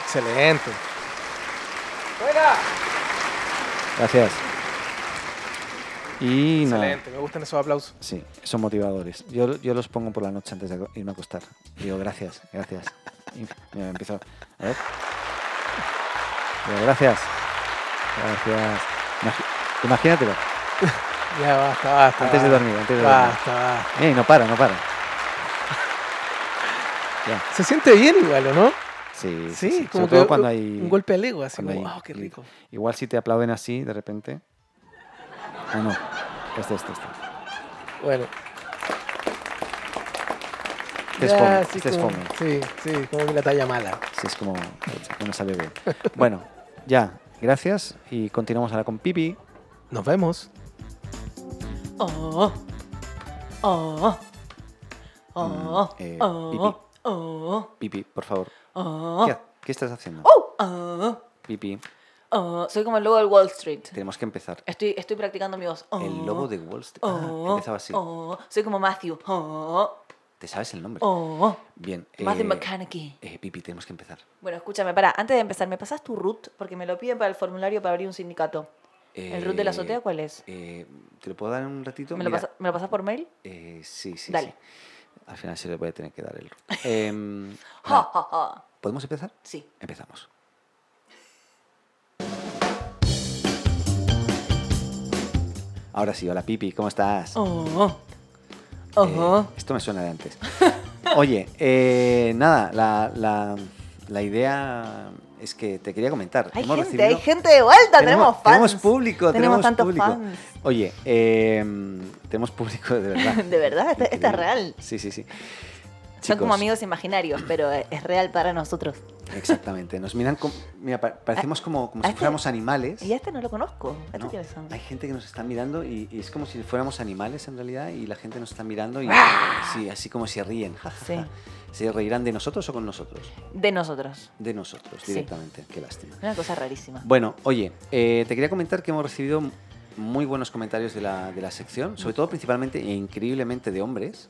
[SPEAKER 2] Excelente.
[SPEAKER 1] Gracias. Y nada.
[SPEAKER 2] Excelente, me gustan esos aplausos.
[SPEAKER 1] Sí, son motivadores. Yo, yo los pongo por la noche antes de aco- irme a acostar. Digo, gracias, gracias. Y mira, empiezo. A ver. Digo, gracias. Gracias. Imagi- Imagínatelo.
[SPEAKER 2] Ya basta, basta.
[SPEAKER 1] Antes de
[SPEAKER 2] basta.
[SPEAKER 1] dormir, antes de
[SPEAKER 2] Basta, basta.
[SPEAKER 1] Eh, no para, no para. Ya.
[SPEAKER 2] Se siente bien igual, ¿o no?
[SPEAKER 1] Sí, sí,
[SPEAKER 2] Sí,
[SPEAKER 1] sí.
[SPEAKER 2] como
[SPEAKER 1] Sobre todo
[SPEAKER 2] que
[SPEAKER 1] cuando
[SPEAKER 2] un-
[SPEAKER 1] hay.
[SPEAKER 2] un golpe al ego, así
[SPEAKER 1] cuando
[SPEAKER 2] como,
[SPEAKER 1] hay-
[SPEAKER 2] wow, qué rico.
[SPEAKER 1] Igual si te aplauden así, de repente. Ah, no. Este, este, este.
[SPEAKER 2] Bueno.
[SPEAKER 1] Este es
[SPEAKER 2] Ya,
[SPEAKER 1] fome,
[SPEAKER 2] así
[SPEAKER 1] este es
[SPEAKER 2] como-
[SPEAKER 1] fome.
[SPEAKER 2] Sí, sí, como que la talla mala.
[SPEAKER 1] Sí, es como. No me sale bien. Bueno, ya. Gracias y continuamos ahora con Pipi.
[SPEAKER 2] Nos vemos.
[SPEAKER 3] Oh. Oh.
[SPEAKER 1] Mm,
[SPEAKER 3] Oh.
[SPEAKER 1] eh,
[SPEAKER 3] oh.
[SPEAKER 1] pipí.
[SPEAKER 3] Oh.
[SPEAKER 1] Pipi, por favor.
[SPEAKER 3] Oh.
[SPEAKER 1] ¿Qué, ha- qué estás haciendo?
[SPEAKER 3] Oh.
[SPEAKER 1] Pipi,
[SPEAKER 3] Oh. Soy como el lobo del Wall Street.
[SPEAKER 1] tenemos que empezar.
[SPEAKER 3] Estoy, estoy practicando mi voz. Oh.
[SPEAKER 1] El lobo de Wall Street. Ah,
[SPEAKER 3] Oh.
[SPEAKER 1] empezaba así.
[SPEAKER 3] Oh. Soy como Matthew. Oh.
[SPEAKER 1] ¿Te sabes el nombre?
[SPEAKER 3] Oh.
[SPEAKER 1] Bien.
[SPEAKER 3] Matthew
[SPEAKER 1] eh,
[SPEAKER 3] McConaughey.
[SPEAKER 1] eh, Pipi, tenemos que empezar.
[SPEAKER 3] Bueno, escúchame, para, antes de empezar, ¿me pasas tu root? Porque me lo piden para el formulario para abrir un sindicato. ¿El root de la
[SPEAKER 1] Eh,
[SPEAKER 3] azotea cuál es?
[SPEAKER 1] eh, ¿Te lo puedo dar en un ratito?
[SPEAKER 3] ¿Me lo,
[SPEAKER 1] Mira,
[SPEAKER 3] pasa- ¿Me lo pasas por mail?
[SPEAKER 1] eh, sí, sí,
[SPEAKER 3] Dale.
[SPEAKER 1] sí. Al final sí le voy a tener que dar el... Em,
[SPEAKER 3] Ja,
[SPEAKER 1] nada,
[SPEAKER 3] ja, ja.
[SPEAKER 1] ¿Podemos empezar?
[SPEAKER 3] Sí.
[SPEAKER 1] Empezamos. Ahora sí, hola Pipi, ¿cómo estás?
[SPEAKER 3] Oh.
[SPEAKER 1] Eh,
[SPEAKER 3] Oh.
[SPEAKER 1] esto me suena de antes. Oye, eh, nada, la, la- la idea es que te quería comentar.
[SPEAKER 3] Hay
[SPEAKER 1] Hemos
[SPEAKER 3] gente, hay
[SPEAKER 1] recibido-
[SPEAKER 3] gente de vuelta, tenemos, fans.
[SPEAKER 1] Tenemos público, tenemos,
[SPEAKER 3] Tenemos tantos
[SPEAKER 1] público.
[SPEAKER 3] fans.
[SPEAKER 1] Oye, eh, tenemos público de verdad.
[SPEAKER 3] De verdad, esta- esta es
[SPEAKER 1] Increíble.
[SPEAKER 3] real.
[SPEAKER 1] Sí, sí, sí.
[SPEAKER 3] Son como
[SPEAKER 1] Chicos,
[SPEAKER 3] amigos imaginarios, pero e-, es real para nosotros.
[SPEAKER 1] Exactamente, nos miran como, mira, pa- parecemos como, como
[SPEAKER 3] a
[SPEAKER 1] si
[SPEAKER 3] este-
[SPEAKER 1] fuéramos animales.
[SPEAKER 3] Y a este no lo conozco. ¿A este
[SPEAKER 1] ¿no?
[SPEAKER 3] quiénes son?
[SPEAKER 1] Hay gente que nos está mirando y, y es como si fuéramos animales en realidad y la gente nos está mirando y sí, así como se ríen.
[SPEAKER 3] ¡Ah! Sí.
[SPEAKER 1] ¿Se reirán de nosotros o con nosotros?
[SPEAKER 3] De nosotros.
[SPEAKER 1] De nosotros
[SPEAKER 3] Sí.
[SPEAKER 1] directamente, qué lástima.
[SPEAKER 3] Una cosa rarísima.
[SPEAKER 1] Bueno, oye, eh, te quería comentar que hemos recibido muy buenos comentarios de la, de la sección, sobre todo principalmente e increíblemente de hombres.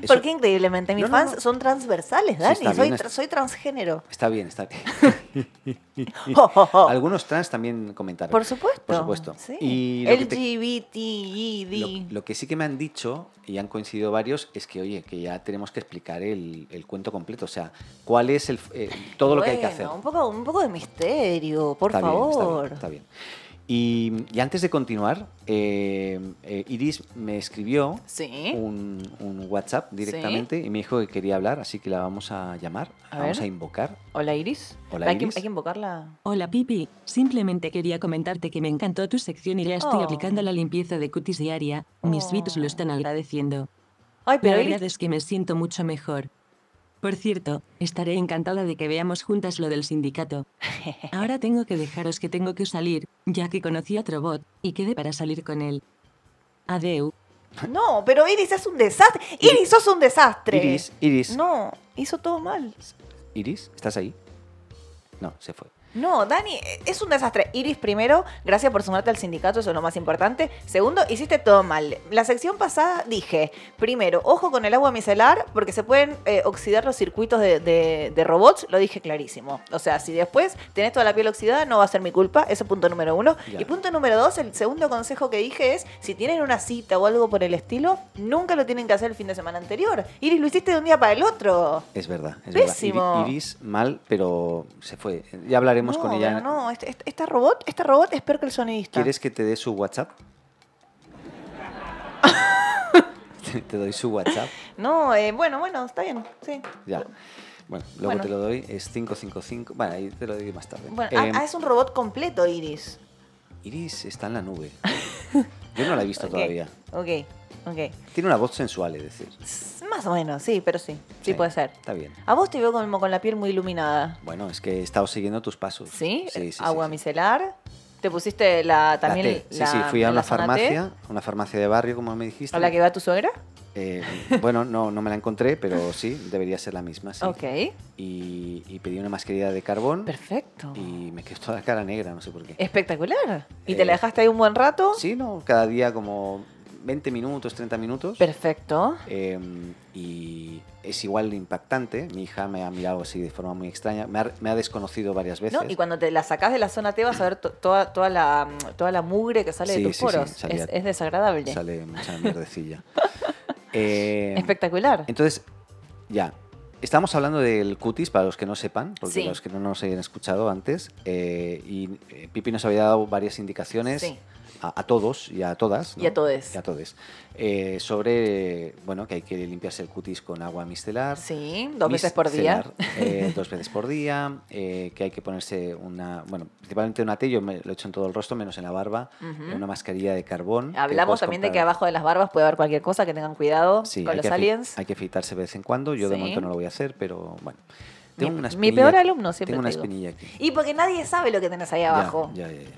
[SPEAKER 1] Eso-
[SPEAKER 3] Porque increíblemente mis
[SPEAKER 1] No, no,
[SPEAKER 3] fans
[SPEAKER 1] no.
[SPEAKER 3] son transversales,
[SPEAKER 1] Sí,
[SPEAKER 3] Dani.
[SPEAKER 1] está
[SPEAKER 3] soy,
[SPEAKER 1] bien,
[SPEAKER 3] tra-
[SPEAKER 1] está-
[SPEAKER 3] soy transgénero.
[SPEAKER 1] Está bien, está bien.
[SPEAKER 3] Ho, ho, ho.
[SPEAKER 1] Algunos trans también comentaron.
[SPEAKER 3] Oh. Por supuesto.
[SPEAKER 1] Por supuesto.
[SPEAKER 3] Sí.
[SPEAKER 1] Y lo que te-
[SPEAKER 3] LGBTID.
[SPEAKER 1] Lo, lo que sí que me han dicho, y han coincidido varios, es que, oye, que ya tenemos que explicar el, el cuento completo. O sea, cuál es el, eh, todo lo que hay que
[SPEAKER 3] Bueno,
[SPEAKER 1] hacer.
[SPEAKER 3] Un poco, un poco de misterio, por
[SPEAKER 1] Está bien, está bien,
[SPEAKER 3] favor.
[SPEAKER 1] está bien. Y, y antes de continuar, eh, eh, Iris me escribió
[SPEAKER 3] Sí.
[SPEAKER 1] Uh. un, un WhatsApp directamente y me dijo que quería hablar, así que la vamos a llamar,
[SPEAKER 3] A
[SPEAKER 1] la vamos
[SPEAKER 3] ver.
[SPEAKER 1] a invocar.
[SPEAKER 3] Hola Iris.
[SPEAKER 1] Hola,
[SPEAKER 3] hay,
[SPEAKER 1] Iris.
[SPEAKER 3] Que, hay que invocarla.
[SPEAKER 4] Hola Pipi, simplemente quería comentarte que me encantó tu sección y ya estoy
[SPEAKER 3] Oh.
[SPEAKER 4] aplicando la limpieza de cutis diaria, mis
[SPEAKER 3] Oh.
[SPEAKER 4] bits lo están agradeciendo.
[SPEAKER 3] Ay,
[SPEAKER 4] La
[SPEAKER 3] pero
[SPEAKER 4] verdad
[SPEAKER 3] Iris,
[SPEAKER 4] es que me siento mucho mejor. Por cierto, estaré encantada de que veamos juntas lo del sindicato. Ahora tengo que dejaros que tengo que salir, ya que conocí a Trobot, y quedé para salir con él. Adeu.
[SPEAKER 3] No, pero Iris es un desastre. Iris, sos un desastre.
[SPEAKER 1] Iris, Iris.
[SPEAKER 3] No, hizo todo mal.
[SPEAKER 1] Iris, ¿estás ahí? No, se fue.
[SPEAKER 3] No, Dani, es un desastre. Iris, primero, gracias por sumarte al sindicato, eso es lo más importante. Segundo, hiciste todo mal. La sección pasada dije, primero, ojo con el agua micelar, porque se pueden eh, oxidar los circuitos de, de- de robots, lo dije clarísimo. O sea, si después tenés toda la piel oxidada, no va a ser mi culpa, ese punto número uno.
[SPEAKER 1] Ya.
[SPEAKER 3] Y punto número dos, el segundo consejo que dije es, si tienen una cita o algo por el estilo, nunca lo tienen que hacer el fin de semana anterior. Iris, lo hiciste de un día para el otro.
[SPEAKER 1] Es verdad, es
[SPEAKER 3] Pésimo.
[SPEAKER 1] verdad. Iri- Iris, mal, pero se fue. Ya hablaremos
[SPEAKER 3] no,
[SPEAKER 1] con ella.
[SPEAKER 3] pero no, este- este- esta robot, esta robot es peor que el sonidista.
[SPEAKER 1] ¿Quieres que te dé su WhatsApp? Te- te doy su WhatsApp.
[SPEAKER 3] No, eh, bueno, bueno, está bien, sí.
[SPEAKER 1] Ya. Bueno, luego
[SPEAKER 3] Bueno.
[SPEAKER 1] te lo doy. Es 555. Bueno, ahí te lo doy más tarde.
[SPEAKER 3] Bueno,
[SPEAKER 1] Em,
[SPEAKER 3] ah, ah, es un robot completo, Iris.
[SPEAKER 1] Iris está en la nube. Yo no la he visto
[SPEAKER 3] Ok,
[SPEAKER 1] Ah, todavía.
[SPEAKER 3] Ok, ok.
[SPEAKER 1] Tiene una voz sensual, es decir.
[SPEAKER 3] S- Más o menos, sí, pero sí, sí, puede ser.
[SPEAKER 1] Está bien.
[SPEAKER 3] A vos te veo como con la piel muy iluminada.
[SPEAKER 1] Bueno, es que he estado siguiendo tus pasos.
[SPEAKER 3] ¿Sí?
[SPEAKER 1] Sí, sí,
[SPEAKER 3] Agua
[SPEAKER 1] sí, sí.
[SPEAKER 3] micelar. Te pusiste la
[SPEAKER 1] La
[SPEAKER 3] también
[SPEAKER 1] T. Sí, sí, fui a
[SPEAKER 3] la
[SPEAKER 1] una
[SPEAKER 3] zona T,
[SPEAKER 1] farmacia, a una farmacia de barrio, como me dijiste.
[SPEAKER 3] ¿A la que va tu suegra?
[SPEAKER 1] Eh, bueno, no, no me la encontré, pero sí, debería ser la misma. sí.
[SPEAKER 3] Ok,
[SPEAKER 1] Y, y pedí una mascarilla de carbón
[SPEAKER 3] perfecto.
[SPEAKER 1] y me quedó toda la cara negra, no sé por qué.
[SPEAKER 3] Espectacular. ¿Y te
[SPEAKER 1] Eh,
[SPEAKER 3] la dejaste ahí un buen rato?
[SPEAKER 1] Sí, ¿no? Cada día como 20 minutos, 30 minutos.
[SPEAKER 3] Perfecto.
[SPEAKER 1] Eh, y es igual de impactante. Mi hija me ha mirado así de forma muy extraña. Me ha, me ha desconocido varias veces.
[SPEAKER 3] No, y cuando te la sacás de la zona T vas a ver to- toda, toda, la, toda la mugre que sale
[SPEAKER 1] Sí,
[SPEAKER 3] de tus
[SPEAKER 1] sí, sí,
[SPEAKER 3] poros.
[SPEAKER 1] salía-
[SPEAKER 3] es, es desagradable.
[SPEAKER 1] Sale mucha mierdecilla. Eh,
[SPEAKER 3] Espectacular.
[SPEAKER 1] Entonces, ya. Estamos hablando del cutis, para los que no sepan, porque
[SPEAKER 3] Sí.
[SPEAKER 1] los que no nos hayan escuchado antes. eh, y eh, Pipi nos había dado varias indicaciones
[SPEAKER 3] Sí.
[SPEAKER 1] a, a todos y a todas.
[SPEAKER 3] Y a todes.
[SPEAKER 1] y a todes, eh, sobre, bueno, que hay que limpiarse el cutis con agua mistelar.
[SPEAKER 3] Sí, dos veces por día.
[SPEAKER 1] micelar, eh, dos veces por día, eh, que hay que ponerse una, bueno, principalmente una té, yo me lo he hecho en todo el rostro, menos en la barba,
[SPEAKER 3] Ujú.
[SPEAKER 1] eh, una mascarilla de carbón. que
[SPEAKER 3] Hablamos
[SPEAKER 1] puedes
[SPEAKER 3] también de que
[SPEAKER 1] comprar.
[SPEAKER 3] abajo de las barbas puede haber cualquier cosa, que tengan cuidado
[SPEAKER 1] Sí,
[SPEAKER 3] con
[SPEAKER 1] hay
[SPEAKER 3] los
[SPEAKER 1] que afi-
[SPEAKER 3] aliens.
[SPEAKER 1] Hay que afeitarse de vez en cuando, yo de
[SPEAKER 3] Sí.
[SPEAKER 1] momento no lo voy a hacer, pero bueno.
[SPEAKER 3] Mi-
[SPEAKER 1] Tengo una
[SPEAKER 3] mi
[SPEAKER 1] espinilla-
[SPEAKER 3] peor alumno siempre
[SPEAKER 1] Tengo una
[SPEAKER 3] te digo.
[SPEAKER 1] espinilla aquí.
[SPEAKER 3] Y porque nadie sabe lo que tenés ahí
[SPEAKER 1] Ya,
[SPEAKER 3] abajo.
[SPEAKER 1] Ya, ya, ya.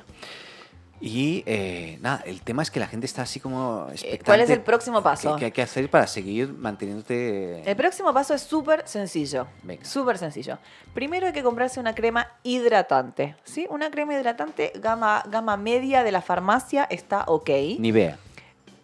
[SPEAKER 1] Y eh, nada, el tema es que la gente está así como expectante.
[SPEAKER 3] Eh, ¿Cuál es el próximo
[SPEAKER 1] ¿Qué,
[SPEAKER 3] paso?
[SPEAKER 1] qué hay que hacer para seguir manteniéndote?
[SPEAKER 3] El próximo paso es súper sencillo.
[SPEAKER 1] Venga.
[SPEAKER 3] Súper sencillo. Primero hay que comprarse una crema hidratante. ¿Sí? Una crema hidratante gama, gama media de la farmacia está ok.
[SPEAKER 1] Nivea.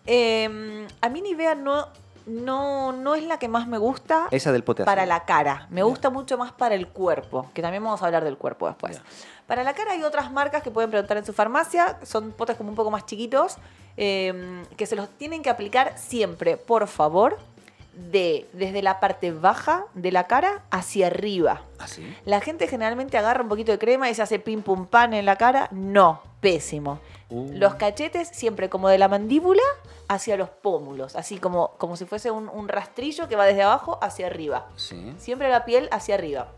[SPEAKER 3] Eh, a mí Nivea no, no, no es la que más me gusta
[SPEAKER 1] Esa del potasio.
[SPEAKER 3] para la cara. Me
[SPEAKER 1] Ya.
[SPEAKER 3] gusta mucho más para el cuerpo, que también vamos a hablar del cuerpo después.
[SPEAKER 1] Ya.
[SPEAKER 3] Para la cara hay otras marcas que pueden preguntar en su farmacia. Son potes como un poco más chiquitos, eh, que se los tienen que aplicar siempre, por favor, de, desde la parte baja de la cara hacia arriba.
[SPEAKER 1] ¿Así?
[SPEAKER 3] La gente generalmente agarra un poquito de crema y se hace pim pum pan en la cara. No, pésimo.
[SPEAKER 1] Uh.
[SPEAKER 3] Los cachetes siempre como de la mandíbula hacia los pómulos, así como, como si fuese un, un rastrillo que va desde abajo hacia arriba.
[SPEAKER 1] Sí.
[SPEAKER 3] Siempre la piel hacia arriba.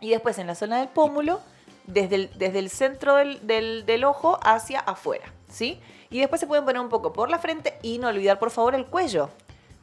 [SPEAKER 3] Y después en la zona del pómulo, desde el, desde el centro del, del- del ojo hacia afuera, ¿sí? Y después se pueden poner un poco por la frente y no olvidar, por favor, el cuello.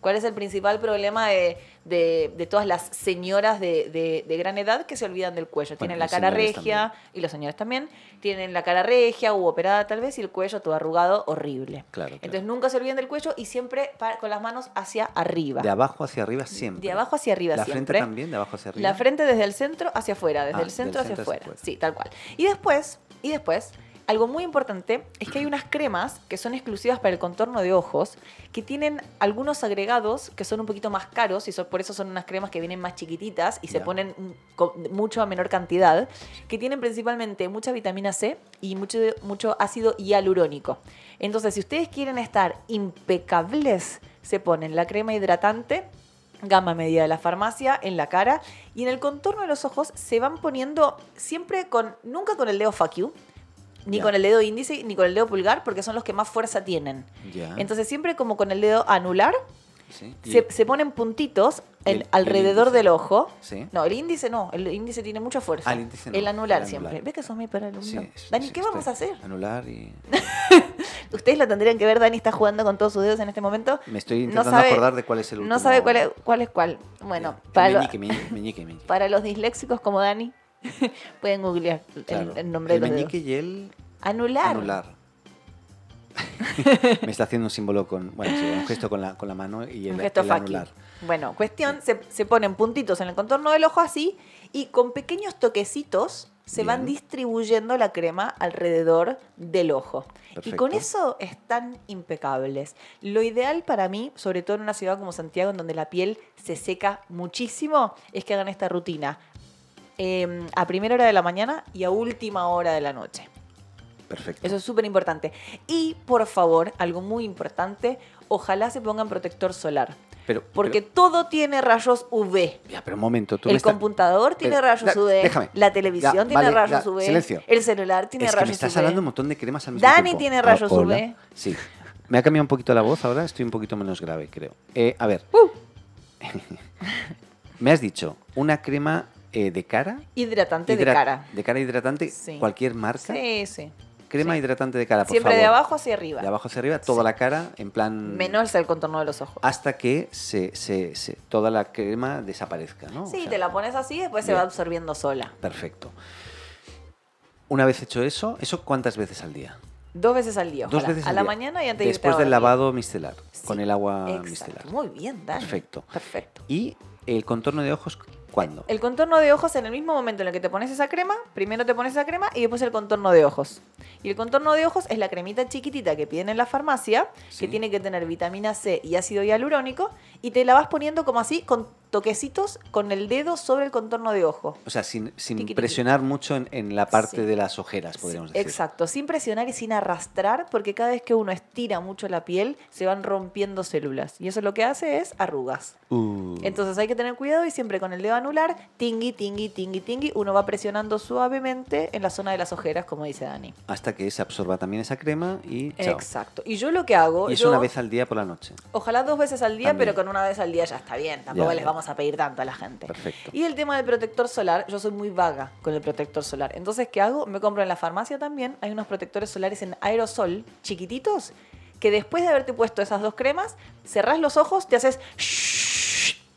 [SPEAKER 3] ¿Cuál es el principal problema de, de- de todas las señoras de, de- de gran edad que se olvidan del cuello? Tienen la
[SPEAKER 1] los
[SPEAKER 3] cara
[SPEAKER 1] señores
[SPEAKER 3] regia, y los señores también, tienen la cara regia u operada tal vez y el cuello todo arrugado, horrible.
[SPEAKER 1] Claro, claro.
[SPEAKER 3] Entonces nunca se olviden del cuello y siempre pa- con las manos hacia arriba.
[SPEAKER 1] De abajo hacia arriba siempre.
[SPEAKER 3] De abajo hacia arriba
[SPEAKER 1] La
[SPEAKER 3] siempre.
[SPEAKER 1] frente también, de abajo hacia arriba.
[SPEAKER 3] La frente desde el centro hacia afuera, desde
[SPEAKER 1] Ah,
[SPEAKER 3] el centro,
[SPEAKER 1] del
[SPEAKER 3] hacia,
[SPEAKER 1] centro hacia
[SPEAKER 3] afuera.
[SPEAKER 1] afuera.
[SPEAKER 3] Sí, tal cual. Y después, y después, algo muy importante es que hay unas cremas que son exclusivas para el contorno de ojos, que tienen algunos agregados que son un poquito más caros y son- por eso son unas cremas que vienen más chiquititas y se
[SPEAKER 1] Ya.
[SPEAKER 3] ponen mm, co- mucho a menor cantidad, que tienen principalmente mucha vitamina C y mucho, mucho ácido hialurónico. Entonces, si ustedes quieren estar impecables, se ponen la crema hidratante gama media de la farmacia en la cara y en el contorno de los ojos se van poniendo siempre con nunca con el dedo fuck you ni
[SPEAKER 1] Ya.
[SPEAKER 3] con el dedo índice ni con el dedo pulgar porque son los que más fuerza tienen
[SPEAKER 1] Ya.
[SPEAKER 3] entonces siempre como con el dedo anular
[SPEAKER 1] Sí. Ah. Y-
[SPEAKER 3] se, se ponen
[SPEAKER 1] y
[SPEAKER 3] puntitos en-
[SPEAKER 1] el- y el
[SPEAKER 3] alrededor
[SPEAKER 1] índice.
[SPEAKER 3] del ojo
[SPEAKER 1] Sí.
[SPEAKER 3] no el índice no el índice tiene mucha fuerza
[SPEAKER 1] Ah, el índice no,
[SPEAKER 3] anular
[SPEAKER 1] el anular.
[SPEAKER 3] siempre ves que sos mi para
[SPEAKER 1] Sí, sí,
[SPEAKER 3] Dani
[SPEAKER 1] sí,
[SPEAKER 3] qué vamos a
[SPEAKER 1] estoy-
[SPEAKER 3] hacer
[SPEAKER 1] Anular y.
[SPEAKER 3] Ustedes lo tendrían que ver, Dani está jugando con todos sus dedos en este momento.
[SPEAKER 1] Me estoy
[SPEAKER 3] No
[SPEAKER 1] intentando
[SPEAKER 3] sabe-
[SPEAKER 1] acordar de cuál es el último.
[SPEAKER 3] No sabe cuál es cuál. Es cuál. Bueno,
[SPEAKER 1] El
[SPEAKER 3] para, lo-
[SPEAKER 1] meñique, meñique, meñique, meñique.
[SPEAKER 3] para los disléxicos como Dani, pueden googlear el-
[SPEAKER 1] Claro.
[SPEAKER 3] el, nombre
[SPEAKER 1] El
[SPEAKER 3] de los
[SPEAKER 1] meñique
[SPEAKER 3] dedos.
[SPEAKER 1] y el
[SPEAKER 3] Anular.
[SPEAKER 1] anular. Me está haciendo un símbolo con, bueno, sí, un gesto con la, con la mano y el,
[SPEAKER 3] Un gesto
[SPEAKER 1] el
[SPEAKER 3] fucky.
[SPEAKER 1] anular.
[SPEAKER 3] Bueno, cuestión, se, se ponen puntitos en el contorno del ojo así y con pequeños toquecitos se
[SPEAKER 1] Bien.
[SPEAKER 3] van distribuyendo la crema alrededor del ojo. Y con
[SPEAKER 1] Perfecto.
[SPEAKER 3] eso están impecables. Lo ideal para mí, sobre todo en una ciudad como Santiago, en donde la piel se seca muchísimo, es que hagan esta rutina. eh, a primera hora de la mañana y a última hora de la noche.
[SPEAKER 1] Perfecto.
[SPEAKER 3] Eso es súper importante. Y por favor, algo muy importante, ojalá se pongan protector solar.
[SPEAKER 1] Pero,
[SPEAKER 3] Porque todo tiene rayos UV.
[SPEAKER 1] pero- ya, pero un momento. Tú me
[SPEAKER 3] El
[SPEAKER 1] estás-
[SPEAKER 3] computador tiene
[SPEAKER 1] Pero,
[SPEAKER 3] rayos
[SPEAKER 1] da-
[SPEAKER 3] UV.
[SPEAKER 1] déjame.
[SPEAKER 3] La televisión
[SPEAKER 1] Ya,
[SPEAKER 3] tiene
[SPEAKER 1] vale,
[SPEAKER 3] rayos
[SPEAKER 1] ya,
[SPEAKER 3] UV.
[SPEAKER 1] Silencio.
[SPEAKER 3] El celular tiene
[SPEAKER 1] es que
[SPEAKER 3] rayos
[SPEAKER 1] me estás
[SPEAKER 3] UV.
[SPEAKER 1] hablando un montón de cremas al mismo
[SPEAKER 3] Dani
[SPEAKER 1] tiempo.
[SPEAKER 3] tiene rayos
[SPEAKER 1] Ah, hola.
[SPEAKER 3] UV.
[SPEAKER 1] Sí. Me ha cambiado un poquito la voz ahora, estoy un poquito menos grave, creo. Eh, a ver.
[SPEAKER 3] Uh.
[SPEAKER 1] me has dicho, una crema eh, de cara.
[SPEAKER 3] Hidratante de
[SPEAKER 1] hidra-
[SPEAKER 3] cara.
[SPEAKER 1] De cara hidratante,
[SPEAKER 3] Sí.
[SPEAKER 1] cualquier marca.
[SPEAKER 3] Sí, sí.
[SPEAKER 1] Crema
[SPEAKER 3] sí.
[SPEAKER 1] hidratante de cara, por
[SPEAKER 3] Siempre
[SPEAKER 1] favor.
[SPEAKER 3] de abajo hacia arriba.
[SPEAKER 1] De abajo hacia arriba, toda la cara, en plan.
[SPEAKER 3] Menos el contorno de los ojos.
[SPEAKER 1] Hasta que se, se- se- toda la crema desaparezca, ¿no? O
[SPEAKER 3] sí,
[SPEAKER 1] sea,
[SPEAKER 3] te la pones así y después se
[SPEAKER 1] bien.
[SPEAKER 3] va absorbiendo sola.
[SPEAKER 1] Perfecto. Una vez hecho eso, ¿eso cuántas veces al día?
[SPEAKER 3] Dos veces al día.
[SPEAKER 1] Dos
[SPEAKER 3] ojalá.
[SPEAKER 1] veces
[SPEAKER 3] a
[SPEAKER 1] al
[SPEAKER 3] la
[SPEAKER 1] día.
[SPEAKER 3] mañana y antes de irte a
[SPEAKER 1] Después del
[SPEAKER 3] dormir.
[SPEAKER 1] lavado micelar,
[SPEAKER 3] Sí,
[SPEAKER 1] con el agua
[SPEAKER 3] Exacto.
[SPEAKER 1] micelar.
[SPEAKER 3] Muy bien, Dani.
[SPEAKER 1] Perfecto.
[SPEAKER 3] Perfecto.
[SPEAKER 1] ¿Y el contorno de ojos cuándo?
[SPEAKER 3] El contorno de ojos en el mismo momento en el que te pones esa crema, primero te pones esa crema y después el contorno de ojos. Y el contorno de ojos es la cremita chiquitita que piden en la farmacia,
[SPEAKER 1] Sí.
[SPEAKER 3] que tiene que tener vitamina C y ácido hialurónico, y te la vas poniendo como así, con toquecitos con el dedo sobre el contorno de ojo.
[SPEAKER 1] O sea, sin, sin
[SPEAKER 3] Tiquitiqui.
[SPEAKER 1] presionar mucho en, en la parte
[SPEAKER 3] Sí.
[SPEAKER 1] de las ojeras, podríamos
[SPEAKER 3] Sí,
[SPEAKER 1] decir.
[SPEAKER 3] Exacto, sin presionar y sin arrastrar, porque cada vez que uno estira mucho la piel, se van rompiendo células. Y eso lo que hace es arrugas.
[SPEAKER 1] Uh,
[SPEAKER 3] Entonces hay que tener cuidado y siempre con el dedo anular, tingui, tingui, tingui, tingui, uno va presionando suavemente en la zona de las ojeras, como dice Dani.
[SPEAKER 1] hasta que se absorba también esa crema y chao.
[SPEAKER 3] Exacto. Y yo lo que hago,
[SPEAKER 1] Y eso
[SPEAKER 3] yo,
[SPEAKER 1] una vez al día por la noche.
[SPEAKER 3] ojalá dos veces al día,
[SPEAKER 1] También.
[SPEAKER 3] pero con una vez al día ya está bien, tampoco
[SPEAKER 1] Ya,
[SPEAKER 3] les
[SPEAKER 1] ya.
[SPEAKER 3] vamos a pedir tanto a la gente.
[SPEAKER 1] Perfecto.
[SPEAKER 3] Y el tema del protector solar, yo soy muy vaga con el protector solar. Entonces, ¿qué hago? Me compro en la farmacia también, hay unos protectores solares en aerosol, chiquititos, que después de haberte puesto esas dos cremas, cerrás los ojos, te haces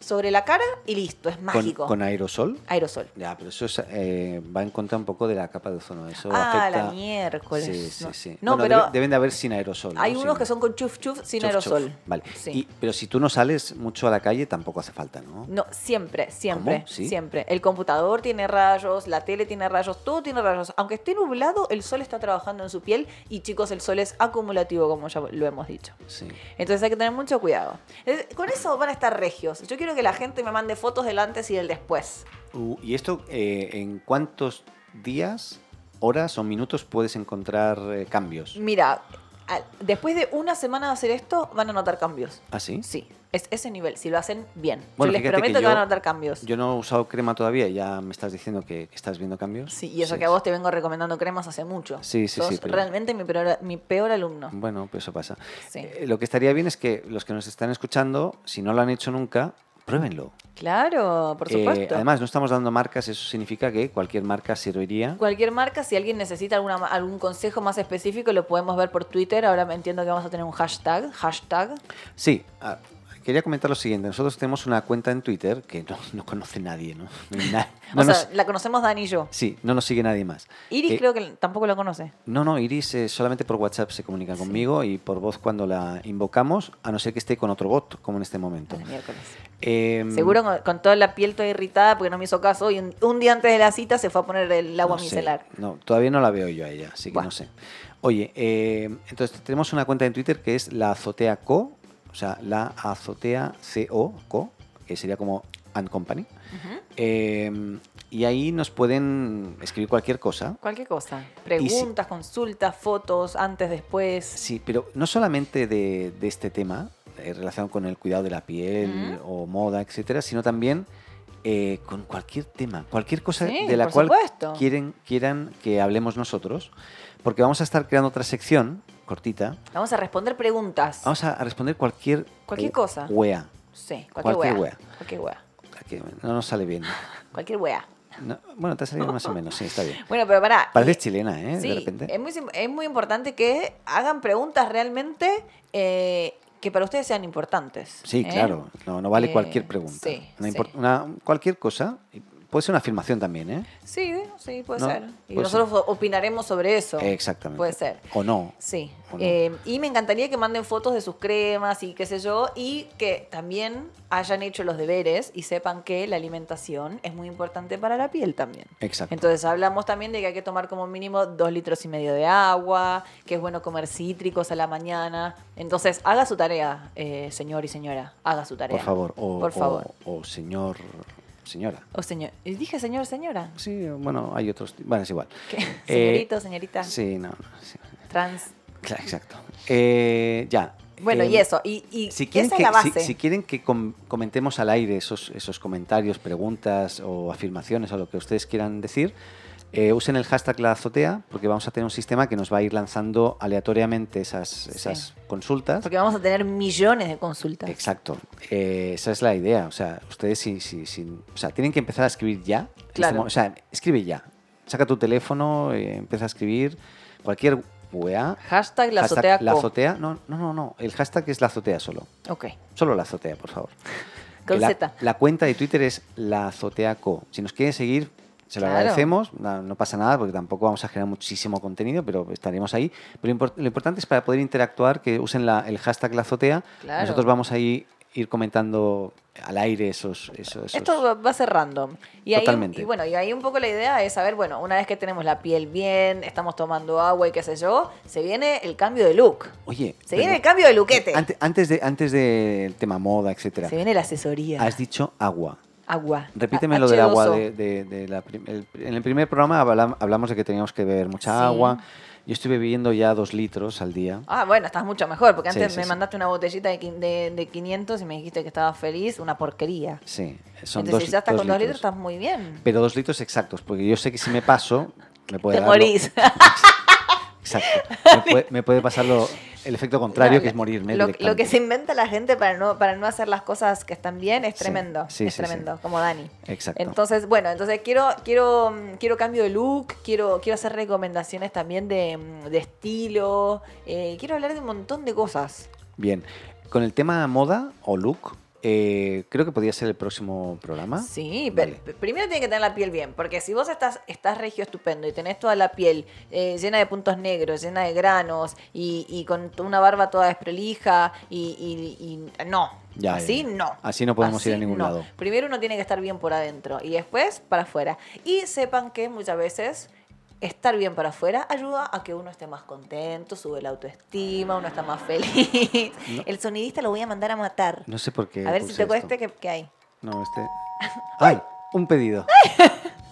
[SPEAKER 3] sobre la cara y listo, es
[SPEAKER 1] Con,
[SPEAKER 3] mágico.
[SPEAKER 1] con aerosol.
[SPEAKER 3] Aerosol.
[SPEAKER 1] Ya, pero eso es, eh, va en contra un poco de la capa de ozono. Eso
[SPEAKER 3] Ah,
[SPEAKER 1] afecta...
[SPEAKER 3] la miércoles.
[SPEAKER 1] Sí, sí,
[SPEAKER 3] No.
[SPEAKER 1] sí.
[SPEAKER 3] No,
[SPEAKER 1] Bueno,
[SPEAKER 3] pero
[SPEAKER 1] debe- deben de haber sin aerosol. ¿no?
[SPEAKER 3] Hay unos
[SPEAKER 1] Sin-
[SPEAKER 3] que son con chuf chuf sin
[SPEAKER 1] chuf, chuf.
[SPEAKER 3] aerosol.
[SPEAKER 1] Vale.
[SPEAKER 3] Sí.
[SPEAKER 1] Y- pero si tú no sales mucho a la calle, tampoco hace falta, ¿no?
[SPEAKER 3] No, siempre, siempre,
[SPEAKER 1] ¿Cómo? Sí.
[SPEAKER 3] siempre. El computador tiene rayos, la tele tiene rayos, todo tiene rayos. Aunque esté nublado, el sol está trabajando en su piel y chicos, el sol es acumulativo, como ya lo hemos dicho.
[SPEAKER 1] Sí.
[SPEAKER 3] Entonces hay que tener mucho cuidado. Es- Con eso van a estar regios. Yo quiero que la gente me mande fotos del antes y del después.
[SPEAKER 1] Uh, ¿Y esto eh, en cuántos días, horas o minutos puedes encontrar eh, cambios?
[SPEAKER 3] Mira, al- después de una semana de hacer esto, van a notar cambios.
[SPEAKER 1] ¿Ah, sí?
[SPEAKER 3] Sí, es ese nivel, si lo hacen bien.
[SPEAKER 1] Bueno,
[SPEAKER 3] yo les
[SPEAKER 1] fíjate que
[SPEAKER 3] prometo que,
[SPEAKER 1] yo-
[SPEAKER 3] van a notar cambios.
[SPEAKER 1] Yo no he usado crema todavía, ya me estás diciendo que, que estás viendo cambios.
[SPEAKER 3] Sí, y eso que a vos te vengo recomendando cremas hace mucho.
[SPEAKER 1] Sí, sí,
[SPEAKER 3] Sos
[SPEAKER 1] sí, pero-
[SPEAKER 3] realmente mi peor, mi peor alumno.
[SPEAKER 1] Bueno, pues eso pasa.
[SPEAKER 3] Sí.
[SPEAKER 1] Eh, lo que estaría bien es que los que nos están escuchando, si no lo han hecho nunca, pruébenlo.
[SPEAKER 3] Claro, por
[SPEAKER 1] Eh,
[SPEAKER 3] supuesto.
[SPEAKER 1] además, no estamos dando marcas, eso significa que cualquier marca serviría.
[SPEAKER 3] Cualquier marca, si alguien necesita alguna, ma- algún consejo más específico, lo podemos ver por Twitter. Ahora me entiendo que vamos a tener un hashtag. Hashtag.
[SPEAKER 1] Sí, ah, quería comentar lo siguiente. Nosotros tenemos una cuenta en Twitter que no, no conoce nadie, ¿no? No hay na-
[SPEAKER 3] o
[SPEAKER 1] no nos-
[SPEAKER 3] sea, la conocemos Dani y yo.
[SPEAKER 1] sí, no nos sigue nadie más.
[SPEAKER 3] Iris
[SPEAKER 1] Eh,
[SPEAKER 3] creo que tampoco la conoce.
[SPEAKER 1] No, no, Iris eh, solamente por WhatsApp se comunica conmigo y por voz cuando la invocamos, a no ser que esté con otro bot, como en este
[SPEAKER 3] A
[SPEAKER 1] momento.
[SPEAKER 3] la miércoles.
[SPEAKER 1] Em,
[SPEAKER 3] Seguro con, con toda la piel toda irritada porque no me hizo caso y un, un día antes de la cita se fue a poner el agua
[SPEAKER 1] no sé.
[SPEAKER 3] micelar.
[SPEAKER 1] No, todavía no la veo yo a ella, así que
[SPEAKER 3] Buah.
[SPEAKER 1] no sé. Oye, eh, entonces tenemos una cuenta en Twitter que es la azotea co, o sea, la azotea co, co que sería como and company. Eh, y ahí nos pueden escribir cualquier cosa.
[SPEAKER 3] Cualquier cosa. Preguntas, consultas, fotos, antes, después.
[SPEAKER 1] Sí, pero no solamente de, de este tema eh, relacionado con el cuidado de la piel o moda, etcétera, sino también eh, con cualquier tema, cualquier cosa
[SPEAKER 3] Sí,
[SPEAKER 1] de la
[SPEAKER 3] por
[SPEAKER 1] cual
[SPEAKER 3] supuesto.
[SPEAKER 1] quieren, quieran que hablemos nosotros, porque vamos a estar creando otra sección cortita.
[SPEAKER 3] Vamos a responder preguntas.
[SPEAKER 1] Vamos a, a responder cualquier
[SPEAKER 3] Cualquier
[SPEAKER 1] eh,
[SPEAKER 3] cosa.
[SPEAKER 1] Wea.
[SPEAKER 3] Sí,
[SPEAKER 1] Cualquier
[SPEAKER 3] cualquier
[SPEAKER 1] wea.
[SPEAKER 3] wea. Cualquier wea.
[SPEAKER 1] Que no nos sale bien.
[SPEAKER 3] Cualquier wea.
[SPEAKER 1] No, bueno, te ha salido más o menos, sí, está bien.
[SPEAKER 3] Bueno, pero pará.
[SPEAKER 1] Pareces chilena, ¿eh? de
[SPEAKER 3] Sí,
[SPEAKER 1] repente.
[SPEAKER 3] es muy, sim- es muy importante que hagan preguntas realmente eh, que para ustedes sean importantes.
[SPEAKER 1] Sí,
[SPEAKER 3] ¿eh?
[SPEAKER 1] claro. No, no vale
[SPEAKER 3] Eh,
[SPEAKER 1] cualquier pregunta.
[SPEAKER 3] sí,
[SPEAKER 1] No
[SPEAKER 3] sí.
[SPEAKER 1] import- una- cualquier cosa. y Puede ser una afirmación también, ¿eh?
[SPEAKER 3] Sí, sí, puede
[SPEAKER 1] No,
[SPEAKER 3] ser. Y
[SPEAKER 1] puede
[SPEAKER 3] nosotros opinaremos sobre eso.
[SPEAKER 1] Exactamente.
[SPEAKER 3] Puede ser.
[SPEAKER 1] O no.
[SPEAKER 3] Sí.
[SPEAKER 1] ¿O no?
[SPEAKER 3] Eh, y me encantaría que manden fotos de sus cremas y qué sé yo, y que también hayan hecho los deberes y sepan que la alimentación es muy importante para la piel también.
[SPEAKER 1] Exacto.
[SPEAKER 3] Entonces hablamos también de que hay que tomar como mínimo dos litros y medio de agua, que es bueno comer cítricos a la mañana. Entonces, haga su tarea, eh, señor y señora, haga su tarea.
[SPEAKER 1] Por favor. O,
[SPEAKER 3] Por
[SPEAKER 1] o-
[SPEAKER 3] favor.
[SPEAKER 1] o señor. Señora.
[SPEAKER 3] O señor, dije señor, señora.
[SPEAKER 1] Sí, bueno, hay otros. Bueno, es igual.
[SPEAKER 3] ¿Qué?
[SPEAKER 1] Eh,
[SPEAKER 3] Señorito, señorita,
[SPEAKER 1] Sí, no. no, sí.
[SPEAKER 3] trans.
[SPEAKER 1] Claro, exacto. Eh, ya.
[SPEAKER 3] Bueno,
[SPEAKER 1] Eh,
[SPEAKER 3] y eso, y, y
[SPEAKER 1] Si quieren,
[SPEAKER 3] esa
[SPEAKER 1] que,
[SPEAKER 3] es la
[SPEAKER 1] si-
[SPEAKER 3] base.
[SPEAKER 1] si quieren que com- comentemos al aire esos, esos comentarios, preguntas o afirmaciones o lo que ustedes quieran decir, eh, usen el hashtag la azotea porque vamos a tener un sistema que nos va a ir lanzando aleatoriamente esas, esas consultas.
[SPEAKER 3] Porque vamos a tener millones de consultas.
[SPEAKER 1] Exacto, Eh, esa es la idea. O sea, ustedes si, si, si- o sea, tienen que empezar a escribir ya. En este
[SPEAKER 3] Claro.
[SPEAKER 1] mo- o sea, escribe ya. Saca tu teléfono, eh, empieza a escribir cualquier weá.
[SPEAKER 3] Hashtag la
[SPEAKER 1] Hashtag
[SPEAKER 3] azotea.
[SPEAKER 1] la
[SPEAKER 3] co.
[SPEAKER 1] azotea. No, no, no, no. El hashtag es la azotea solo.
[SPEAKER 3] Ok.
[SPEAKER 1] Solo la azotea, por favor.
[SPEAKER 3] Con
[SPEAKER 1] Que la,
[SPEAKER 3] Z.
[SPEAKER 1] la cuenta de Twitter es la azotea co. Si nos quieren seguir, se lo
[SPEAKER 3] Claro.
[SPEAKER 1] agradecemos. No, no pasa nada porque tampoco vamos a generar muchísimo contenido, pero estaremos ahí. Pero impor- lo importante es para poder interactuar que usen la- el hashtag la azotea.
[SPEAKER 3] Claro.
[SPEAKER 1] Nosotros vamos ahí ir comentando al aire esos. esos, esos-
[SPEAKER 3] Esto va- va a ser random. Y ahí,
[SPEAKER 1] Totalmente.
[SPEAKER 3] y bueno, y ahí un poco la idea es saber, bueno, una vez que tenemos la piel bien, estamos tomando agua y qué sé yo, se viene el cambio de look.
[SPEAKER 1] Oye.
[SPEAKER 3] Se
[SPEAKER 1] pero
[SPEAKER 3] viene el cambio de luquete.
[SPEAKER 1] ante- antes, de, antes del tema moda, etcétera,
[SPEAKER 3] Se viene la asesoría.
[SPEAKER 1] has dicho agua.
[SPEAKER 3] Agua.
[SPEAKER 1] Ah,
[SPEAKER 3] Ah,
[SPEAKER 1] Repíteme
[SPEAKER 3] A-
[SPEAKER 1] lo del agua.
[SPEAKER 3] H2O.
[SPEAKER 1] De, de- de la prim- el- en el primer programa habla- hablamos de que teníamos que beber mucha
[SPEAKER 3] Sí.
[SPEAKER 1] agua. Yo estoy bebiendo ya dos litros al día.
[SPEAKER 3] Ah, bueno, estás mucho mejor, porque
[SPEAKER 1] Sí,
[SPEAKER 3] antes
[SPEAKER 1] sí,
[SPEAKER 3] me
[SPEAKER 1] sí.
[SPEAKER 3] mandaste una botellita de, quin- de, de 500 y me dijiste que estabas feliz, una porquería.
[SPEAKER 1] Sí, son
[SPEAKER 3] Entonces,
[SPEAKER 1] dos,
[SPEAKER 3] si ya estás
[SPEAKER 1] dos
[SPEAKER 3] con dos litros, estás muy bien.
[SPEAKER 1] Pero dos litros exactos, porque yo sé que si me paso, me puede
[SPEAKER 3] Te
[SPEAKER 1] dar lo-
[SPEAKER 3] morís.
[SPEAKER 1] Exacto. Me puede, me puede pasar lo- el efecto contrario,
[SPEAKER 3] No,
[SPEAKER 1] que es morirme.
[SPEAKER 3] Lo, lo
[SPEAKER 1] directamente.
[SPEAKER 3] que se inventa la gente para no, para no hacer las cosas que están bien es
[SPEAKER 1] Sí,
[SPEAKER 3] tremendo.
[SPEAKER 1] sí,
[SPEAKER 3] es
[SPEAKER 1] sí,
[SPEAKER 3] tremendo,
[SPEAKER 1] sí.
[SPEAKER 3] como Dani.
[SPEAKER 1] Exacto.
[SPEAKER 3] Entonces, bueno, entonces quiero, quiero, mm, quiero cambio de look, quiero, quiero hacer recomendaciones también de, mm, de estilo, eh, quiero hablar de un montón de cosas.
[SPEAKER 1] Bien. Con el tema moda o look, eh, creo que podría ser el próximo programa.
[SPEAKER 3] Sí,
[SPEAKER 1] Vale.
[SPEAKER 3] pero primero tiene que tener la piel bien, porque si vos estás, estás regio estupendo y tenés toda la piel eh, llena de puntos negros, llena de granos y, y con t- una barba toda desprolija y, y- y no,
[SPEAKER 1] Ya,
[SPEAKER 3] así
[SPEAKER 1] ya.
[SPEAKER 3] no.
[SPEAKER 1] Así no podemos ir a ningún lado.
[SPEAKER 3] Primero uno tiene que estar bien por adentro y después para afuera. Y sepan que muchas veces... Estar bien para afuera ayuda a que uno esté más contento, sube la autoestima, uno está más feliz.
[SPEAKER 1] No.
[SPEAKER 3] El sonidista lo voy a mandar a matar.
[SPEAKER 1] No sé por qué.
[SPEAKER 3] a ver si
[SPEAKER 1] puse
[SPEAKER 3] te
[SPEAKER 1] esto.
[SPEAKER 3] cueste que, que hay.
[SPEAKER 1] No, este. ¡Ay! Un pedido.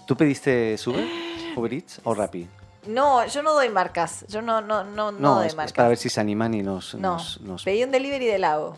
[SPEAKER 1] ¿Tú pediste Uber? ¿Uber Eats o Rappi?
[SPEAKER 3] No, yo no doy marcas. Yo no, no, no, no, doy
[SPEAKER 1] es, es
[SPEAKER 3] marcas.
[SPEAKER 1] para ver si se animan y nos.
[SPEAKER 3] no.
[SPEAKER 1] nos- nos-
[SPEAKER 3] Pedí un delivery de helado,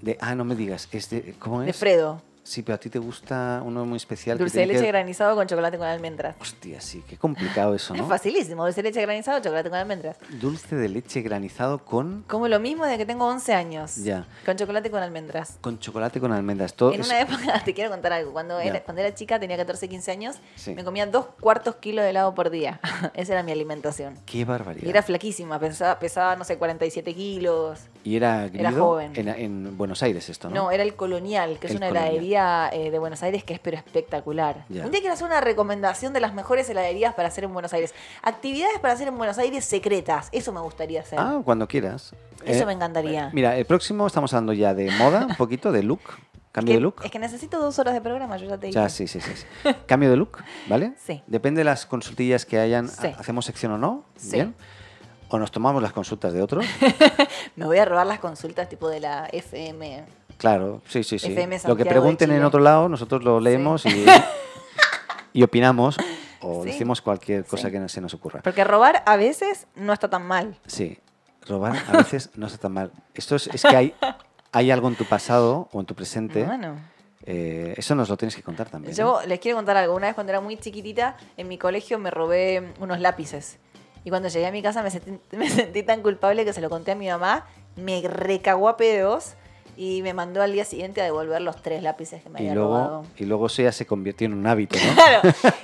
[SPEAKER 1] de- ah, no me digas. Es de- ¿Cómo es?
[SPEAKER 3] de Fredo.
[SPEAKER 1] Sí, pero a ti te gusta uno muy especial. que
[SPEAKER 3] Dulce de
[SPEAKER 1] tiene
[SPEAKER 3] leche
[SPEAKER 1] que-
[SPEAKER 3] granizado con chocolate con almendras.
[SPEAKER 1] Hostia, sí, qué complicado eso,
[SPEAKER 3] Es
[SPEAKER 1] ¿no?
[SPEAKER 3] facilísimo, dulce de leche granizado, chocolate con almendras.
[SPEAKER 1] Dulce de leche granizado con,
[SPEAKER 3] Como lo mismo desde que tengo 11 años.
[SPEAKER 1] Ya.
[SPEAKER 3] Con chocolate con almendras.
[SPEAKER 1] con chocolate con almendras. Todo
[SPEAKER 3] en
[SPEAKER 1] es-
[SPEAKER 3] una época, te quiero contar algo, cuando,
[SPEAKER 1] Ya.
[SPEAKER 3] era, cuando era chica, tenía 14, 15 años,
[SPEAKER 1] Sí.
[SPEAKER 3] me comía dos cuartos kilos de helado por día. Esa era mi alimentación.
[SPEAKER 1] Qué barbaridad.
[SPEAKER 3] Y era flaquísima, pesaba, pesaba, no sé, 47 kilos.
[SPEAKER 1] Y era grido
[SPEAKER 3] joven.
[SPEAKER 1] En, en Buenos Aires esto, ¿no?
[SPEAKER 3] No, era el Colonial, que es
[SPEAKER 1] El
[SPEAKER 3] una
[SPEAKER 1] Colonial.
[SPEAKER 3] heladería eh, de Buenos Aires que es pero espectacular.
[SPEAKER 1] Ya.
[SPEAKER 3] Un día quiero hacer una recomendación de las mejores heladerías para hacer en Buenos Aires. Actividades para hacer en Buenos Aires secretas. Eso me gustaría hacer.
[SPEAKER 1] Ah, cuando quieras.
[SPEAKER 3] Eso
[SPEAKER 1] Eh,
[SPEAKER 3] me encantaría.
[SPEAKER 1] Mira, el próximo estamos hablando ya de moda, un poquito, de look. Cambio
[SPEAKER 3] que,
[SPEAKER 1] de look.
[SPEAKER 3] Es que necesito dos horas de programa, yo ya te dije.
[SPEAKER 1] Ya, sí, sí, sí, sí. Cambio de look, ¿vale?
[SPEAKER 3] Sí.
[SPEAKER 1] Depende de las consultillas que hayan,
[SPEAKER 3] Sí.
[SPEAKER 1] ha- hacemos sección o no,
[SPEAKER 3] Sí.
[SPEAKER 1] ¿bien? O nos tomamos las consultas de otros.
[SPEAKER 3] Me voy a robar las consultas tipo de la FM.
[SPEAKER 1] Claro, sí, sí, sí.
[SPEAKER 3] FM
[SPEAKER 1] lo
[SPEAKER 3] Santiago
[SPEAKER 1] que
[SPEAKER 3] de
[SPEAKER 1] pregunten en
[SPEAKER 3] Chile.
[SPEAKER 1] otro lado, nosotros lo leemos y, y opinamos o
[SPEAKER 3] Sí.
[SPEAKER 1] decimos cualquier cosa
[SPEAKER 3] Sí.
[SPEAKER 1] que se nos ocurra.
[SPEAKER 3] Porque robar a veces no está tan mal.
[SPEAKER 1] Sí, robar a veces no está tan mal. Esto es, es que hay, hay algo en tu pasado o en tu presente.
[SPEAKER 3] Bueno.
[SPEAKER 1] eh, eso nos lo tienes que contar también.
[SPEAKER 3] Yo
[SPEAKER 1] ¿eh?
[SPEAKER 3] les quiero contar algo. Una vez cuando era muy chiquitita, en mi colegio me robé unos lápices. Y cuando llegué a mi casa me sentí, me sentí tan culpable que se lo conté a mi mamá. Me recagó a pedos. Y me mandó al día siguiente a devolver los tres lápices que me
[SPEAKER 1] Y
[SPEAKER 3] había robado.
[SPEAKER 1] luego, y luego eso ya se convirtió en un hábito, ¿no?
[SPEAKER 3] Claro.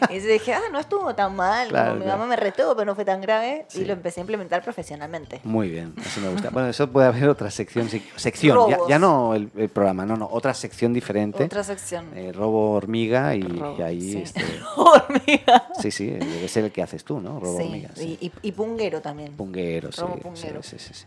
[SPEAKER 3] Y yo dije, ah, no estuvo tan mal.
[SPEAKER 1] Claro,
[SPEAKER 3] como mi
[SPEAKER 1] claro.
[SPEAKER 3] mamá me retó, pero no fue tan grave.
[SPEAKER 1] Sí.
[SPEAKER 3] Y lo empecé a implementar profesionalmente.
[SPEAKER 1] Muy bien, eso me gusta. Bueno, eso puede haber otra sección, sí- sección, ya,
[SPEAKER 3] Robos.
[SPEAKER 1] ya no el, el programa, no, no, otra sección diferente.
[SPEAKER 3] Otra sección.
[SPEAKER 1] Eh, robo hormiga y,
[SPEAKER 3] Robo,
[SPEAKER 1] y ahí,
[SPEAKER 3] sí.
[SPEAKER 1] este,
[SPEAKER 3] hormiga.
[SPEAKER 1] sí, sí, eh, debe ser el que haces tú, ¿no? Robo
[SPEAKER 3] Sí,
[SPEAKER 1] hormiga. Sí.
[SPEAKER 3] Y, y- y punguero también.
[SPEAKER 1] Punguero, sí,
[SPEAKER 3] robo
[SPEAKER 1] sí,
[SPEAKER 3] punguero.
[SPEAKER 1] sí, sí, sí.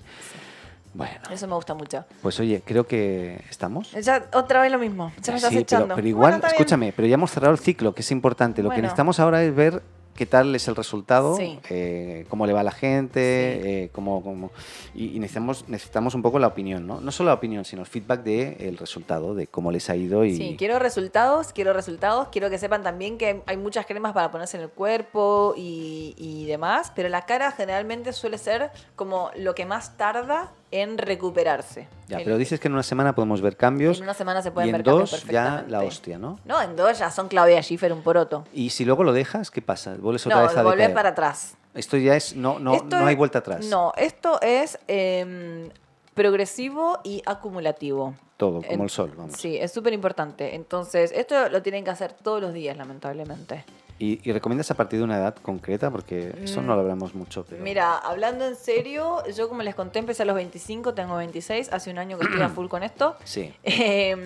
[SPEAKER 1] Bueno,
[SPEAKER 3] Eso me gusta mucho.
[SPEAKER 1] pues oye, creo que estamos.
[SPEAKER 3] Ya, otra vez lo mismo. Ya me estás
[SPEAKER 1] Sí, pero,
[SPEAKER 3] echando.
[SPEAKER 1] pero igual,
[SPEAKER 3] Bueno, está bien.
[SPEAKER 1] escúchame, pero ya hemos cerrado el ciclo, que es importante. Lo que
[SPEAKER 3] Bueno.
[SPEAKER 1] necesitamos ahora es ver qué tal es el resultado,
[SPEAKER 3] Sí.
[SPEAKER 1] eh, cómo le va a la gente, eh, cómo, cómo- y, y necesitamos, necesitamos un poco la opinión, ¿no? No solo la opinión, sino el feedback del resultado, de cómo les ha ido y...
[SPEAKER 3] Sí, quiero resultados, quiero resultados. Quiero que sepan también que hay muchas cremas para ponerse en el cuerpo y, y demás, pero la cara generalmente suele ser como lo que más tarda en recuperarse.
[SPEAKER 1] Ya,
[SPEAKER 3] El-
[SPEAKER 1] pero dices que en una semana podemos ver cambios
[SPEAKER 3] en una semana se
[SPEAKER 1] y
[SPEAKER 3] pueden
[SPEAKER 1] en
[SPEAKER 3] ver cambios
[SPEAKER 1] dos ya la
[SPEAKER 3] perfectamente.
[SPEAKER 1] hostia, ¿no?
[SPEAKER 3] No, en dos ya son Claudia Schiffer un poroto.
[SPEAKER 1] Y si luego lo dejas, ¿qué pasa? ¿Vuelves otra
[SPEAKER 3] No,
[SPEAKER 1] vez a
[SPEAKER 3] volver
[SPEAKER 1] decaer?
[SPEAKER 3] para atrás.
[SPEAKER 1] Esto ya es... No, no,
[SPEAKER 3] Esto
[SPEAKER 1] no hay
[SPEAKER 3] es-
[SPEAKER 1] vuelta atrás.
[SPEAKER 3] No, esto es em, progresivo y acumulativo.
[SPEAKER 1] Todo, como
[SPEAKER 3] En-
[SPEAKER 1] el sol, vamos.
[SPEAKER 3] Sí, es súper importante. Entonces, esto lo tienen que hacer todos los días, lamentablemente.
[SPEAKER 1] ¿Y, y recomiendas a partir de una edad concreta? Porque eso no lo hablamos mucho. Pero...
[SPEAKER 3] Mm. Mira, hablando en serio, yo como les conté, empecé a los 25, tengo 26, hace un año que estoy a full con esto.
[SPEAKER 1] Sí.
[SPEAKER 3] Em,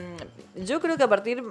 [SPEAKER 3] yo creo que a partir,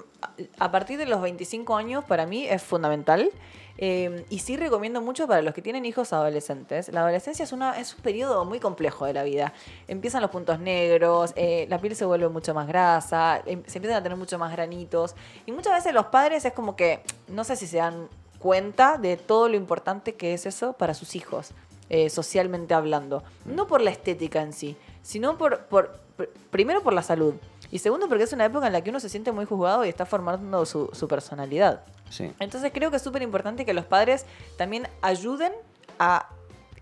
[SPEAKER 3] a partir de los 25 años para mí es fundamental Em, y sí recomiendo mucho para los que tienen hijos adolescentes. La adolescencia es, una, es un periodo muy complejo de la vida. Empiezan los puntos negros, eh, la piel se vuelve mucho más grasa, em, se empiezan a tener mucho más granitos y muchas veces los padres es como que no sé si se dan cuenta de todo lo importante que es eso para sus hijos, eh, socialmente hablando. No por la estética en sí, sino por, por pr- primero por la salud. Y segundo, porque es una época en la que uno se siente muy juzgado y está formando su, su personalidad.
[SPEAKER 1] Sí.
[SPEAKER 3] Entonces creo que es súper importante que los padres también ayuden a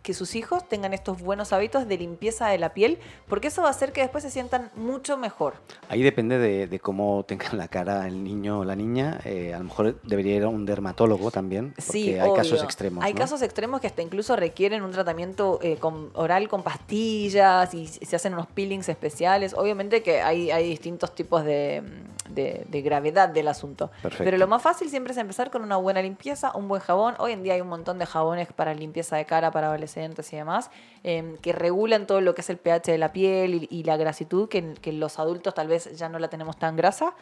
[SPEAKER 3] que sus hijos tengan estos buenos hábitos de limpieza de la piel, porque eso va a hacer que después se sientan mucho mejor.
[SPEAKER 1] Ahí depende de, de cómo tenga la cara el niño o la niña. Eh, a lo mejor debería ir a un dermatólogo también. Porque
[SPEAKER 3] Sí,
[SPEAKER 1] hay
[SPEAKER 3] obvio.
[SPEAKER 1] casos extremos.
[SPEAKER 3] Hay
[SPEAKER 1] ¿no?
[SPEAKER 3] casos extremos que hasta incluso requieren un tratamiento eh, con- oral con pastillas y se hacen unos peelings especiales. Obviamente que hay, hay distintos tipos de, de- de gravedad del asunto.
[SPEAKER 1] Perfecto.
[SPEAKER 3] Pero lo más fácil siempre es empezar con una buena limpieza, un buen jabón. Hoy en día hay un montón de jabones para limpieza de cara, para adolescentes y demás, eh, que regulan todo lo que es el pH de la piel y, y la grasitud, que, que los adultos tal vez ya no la tenemos tan grasa.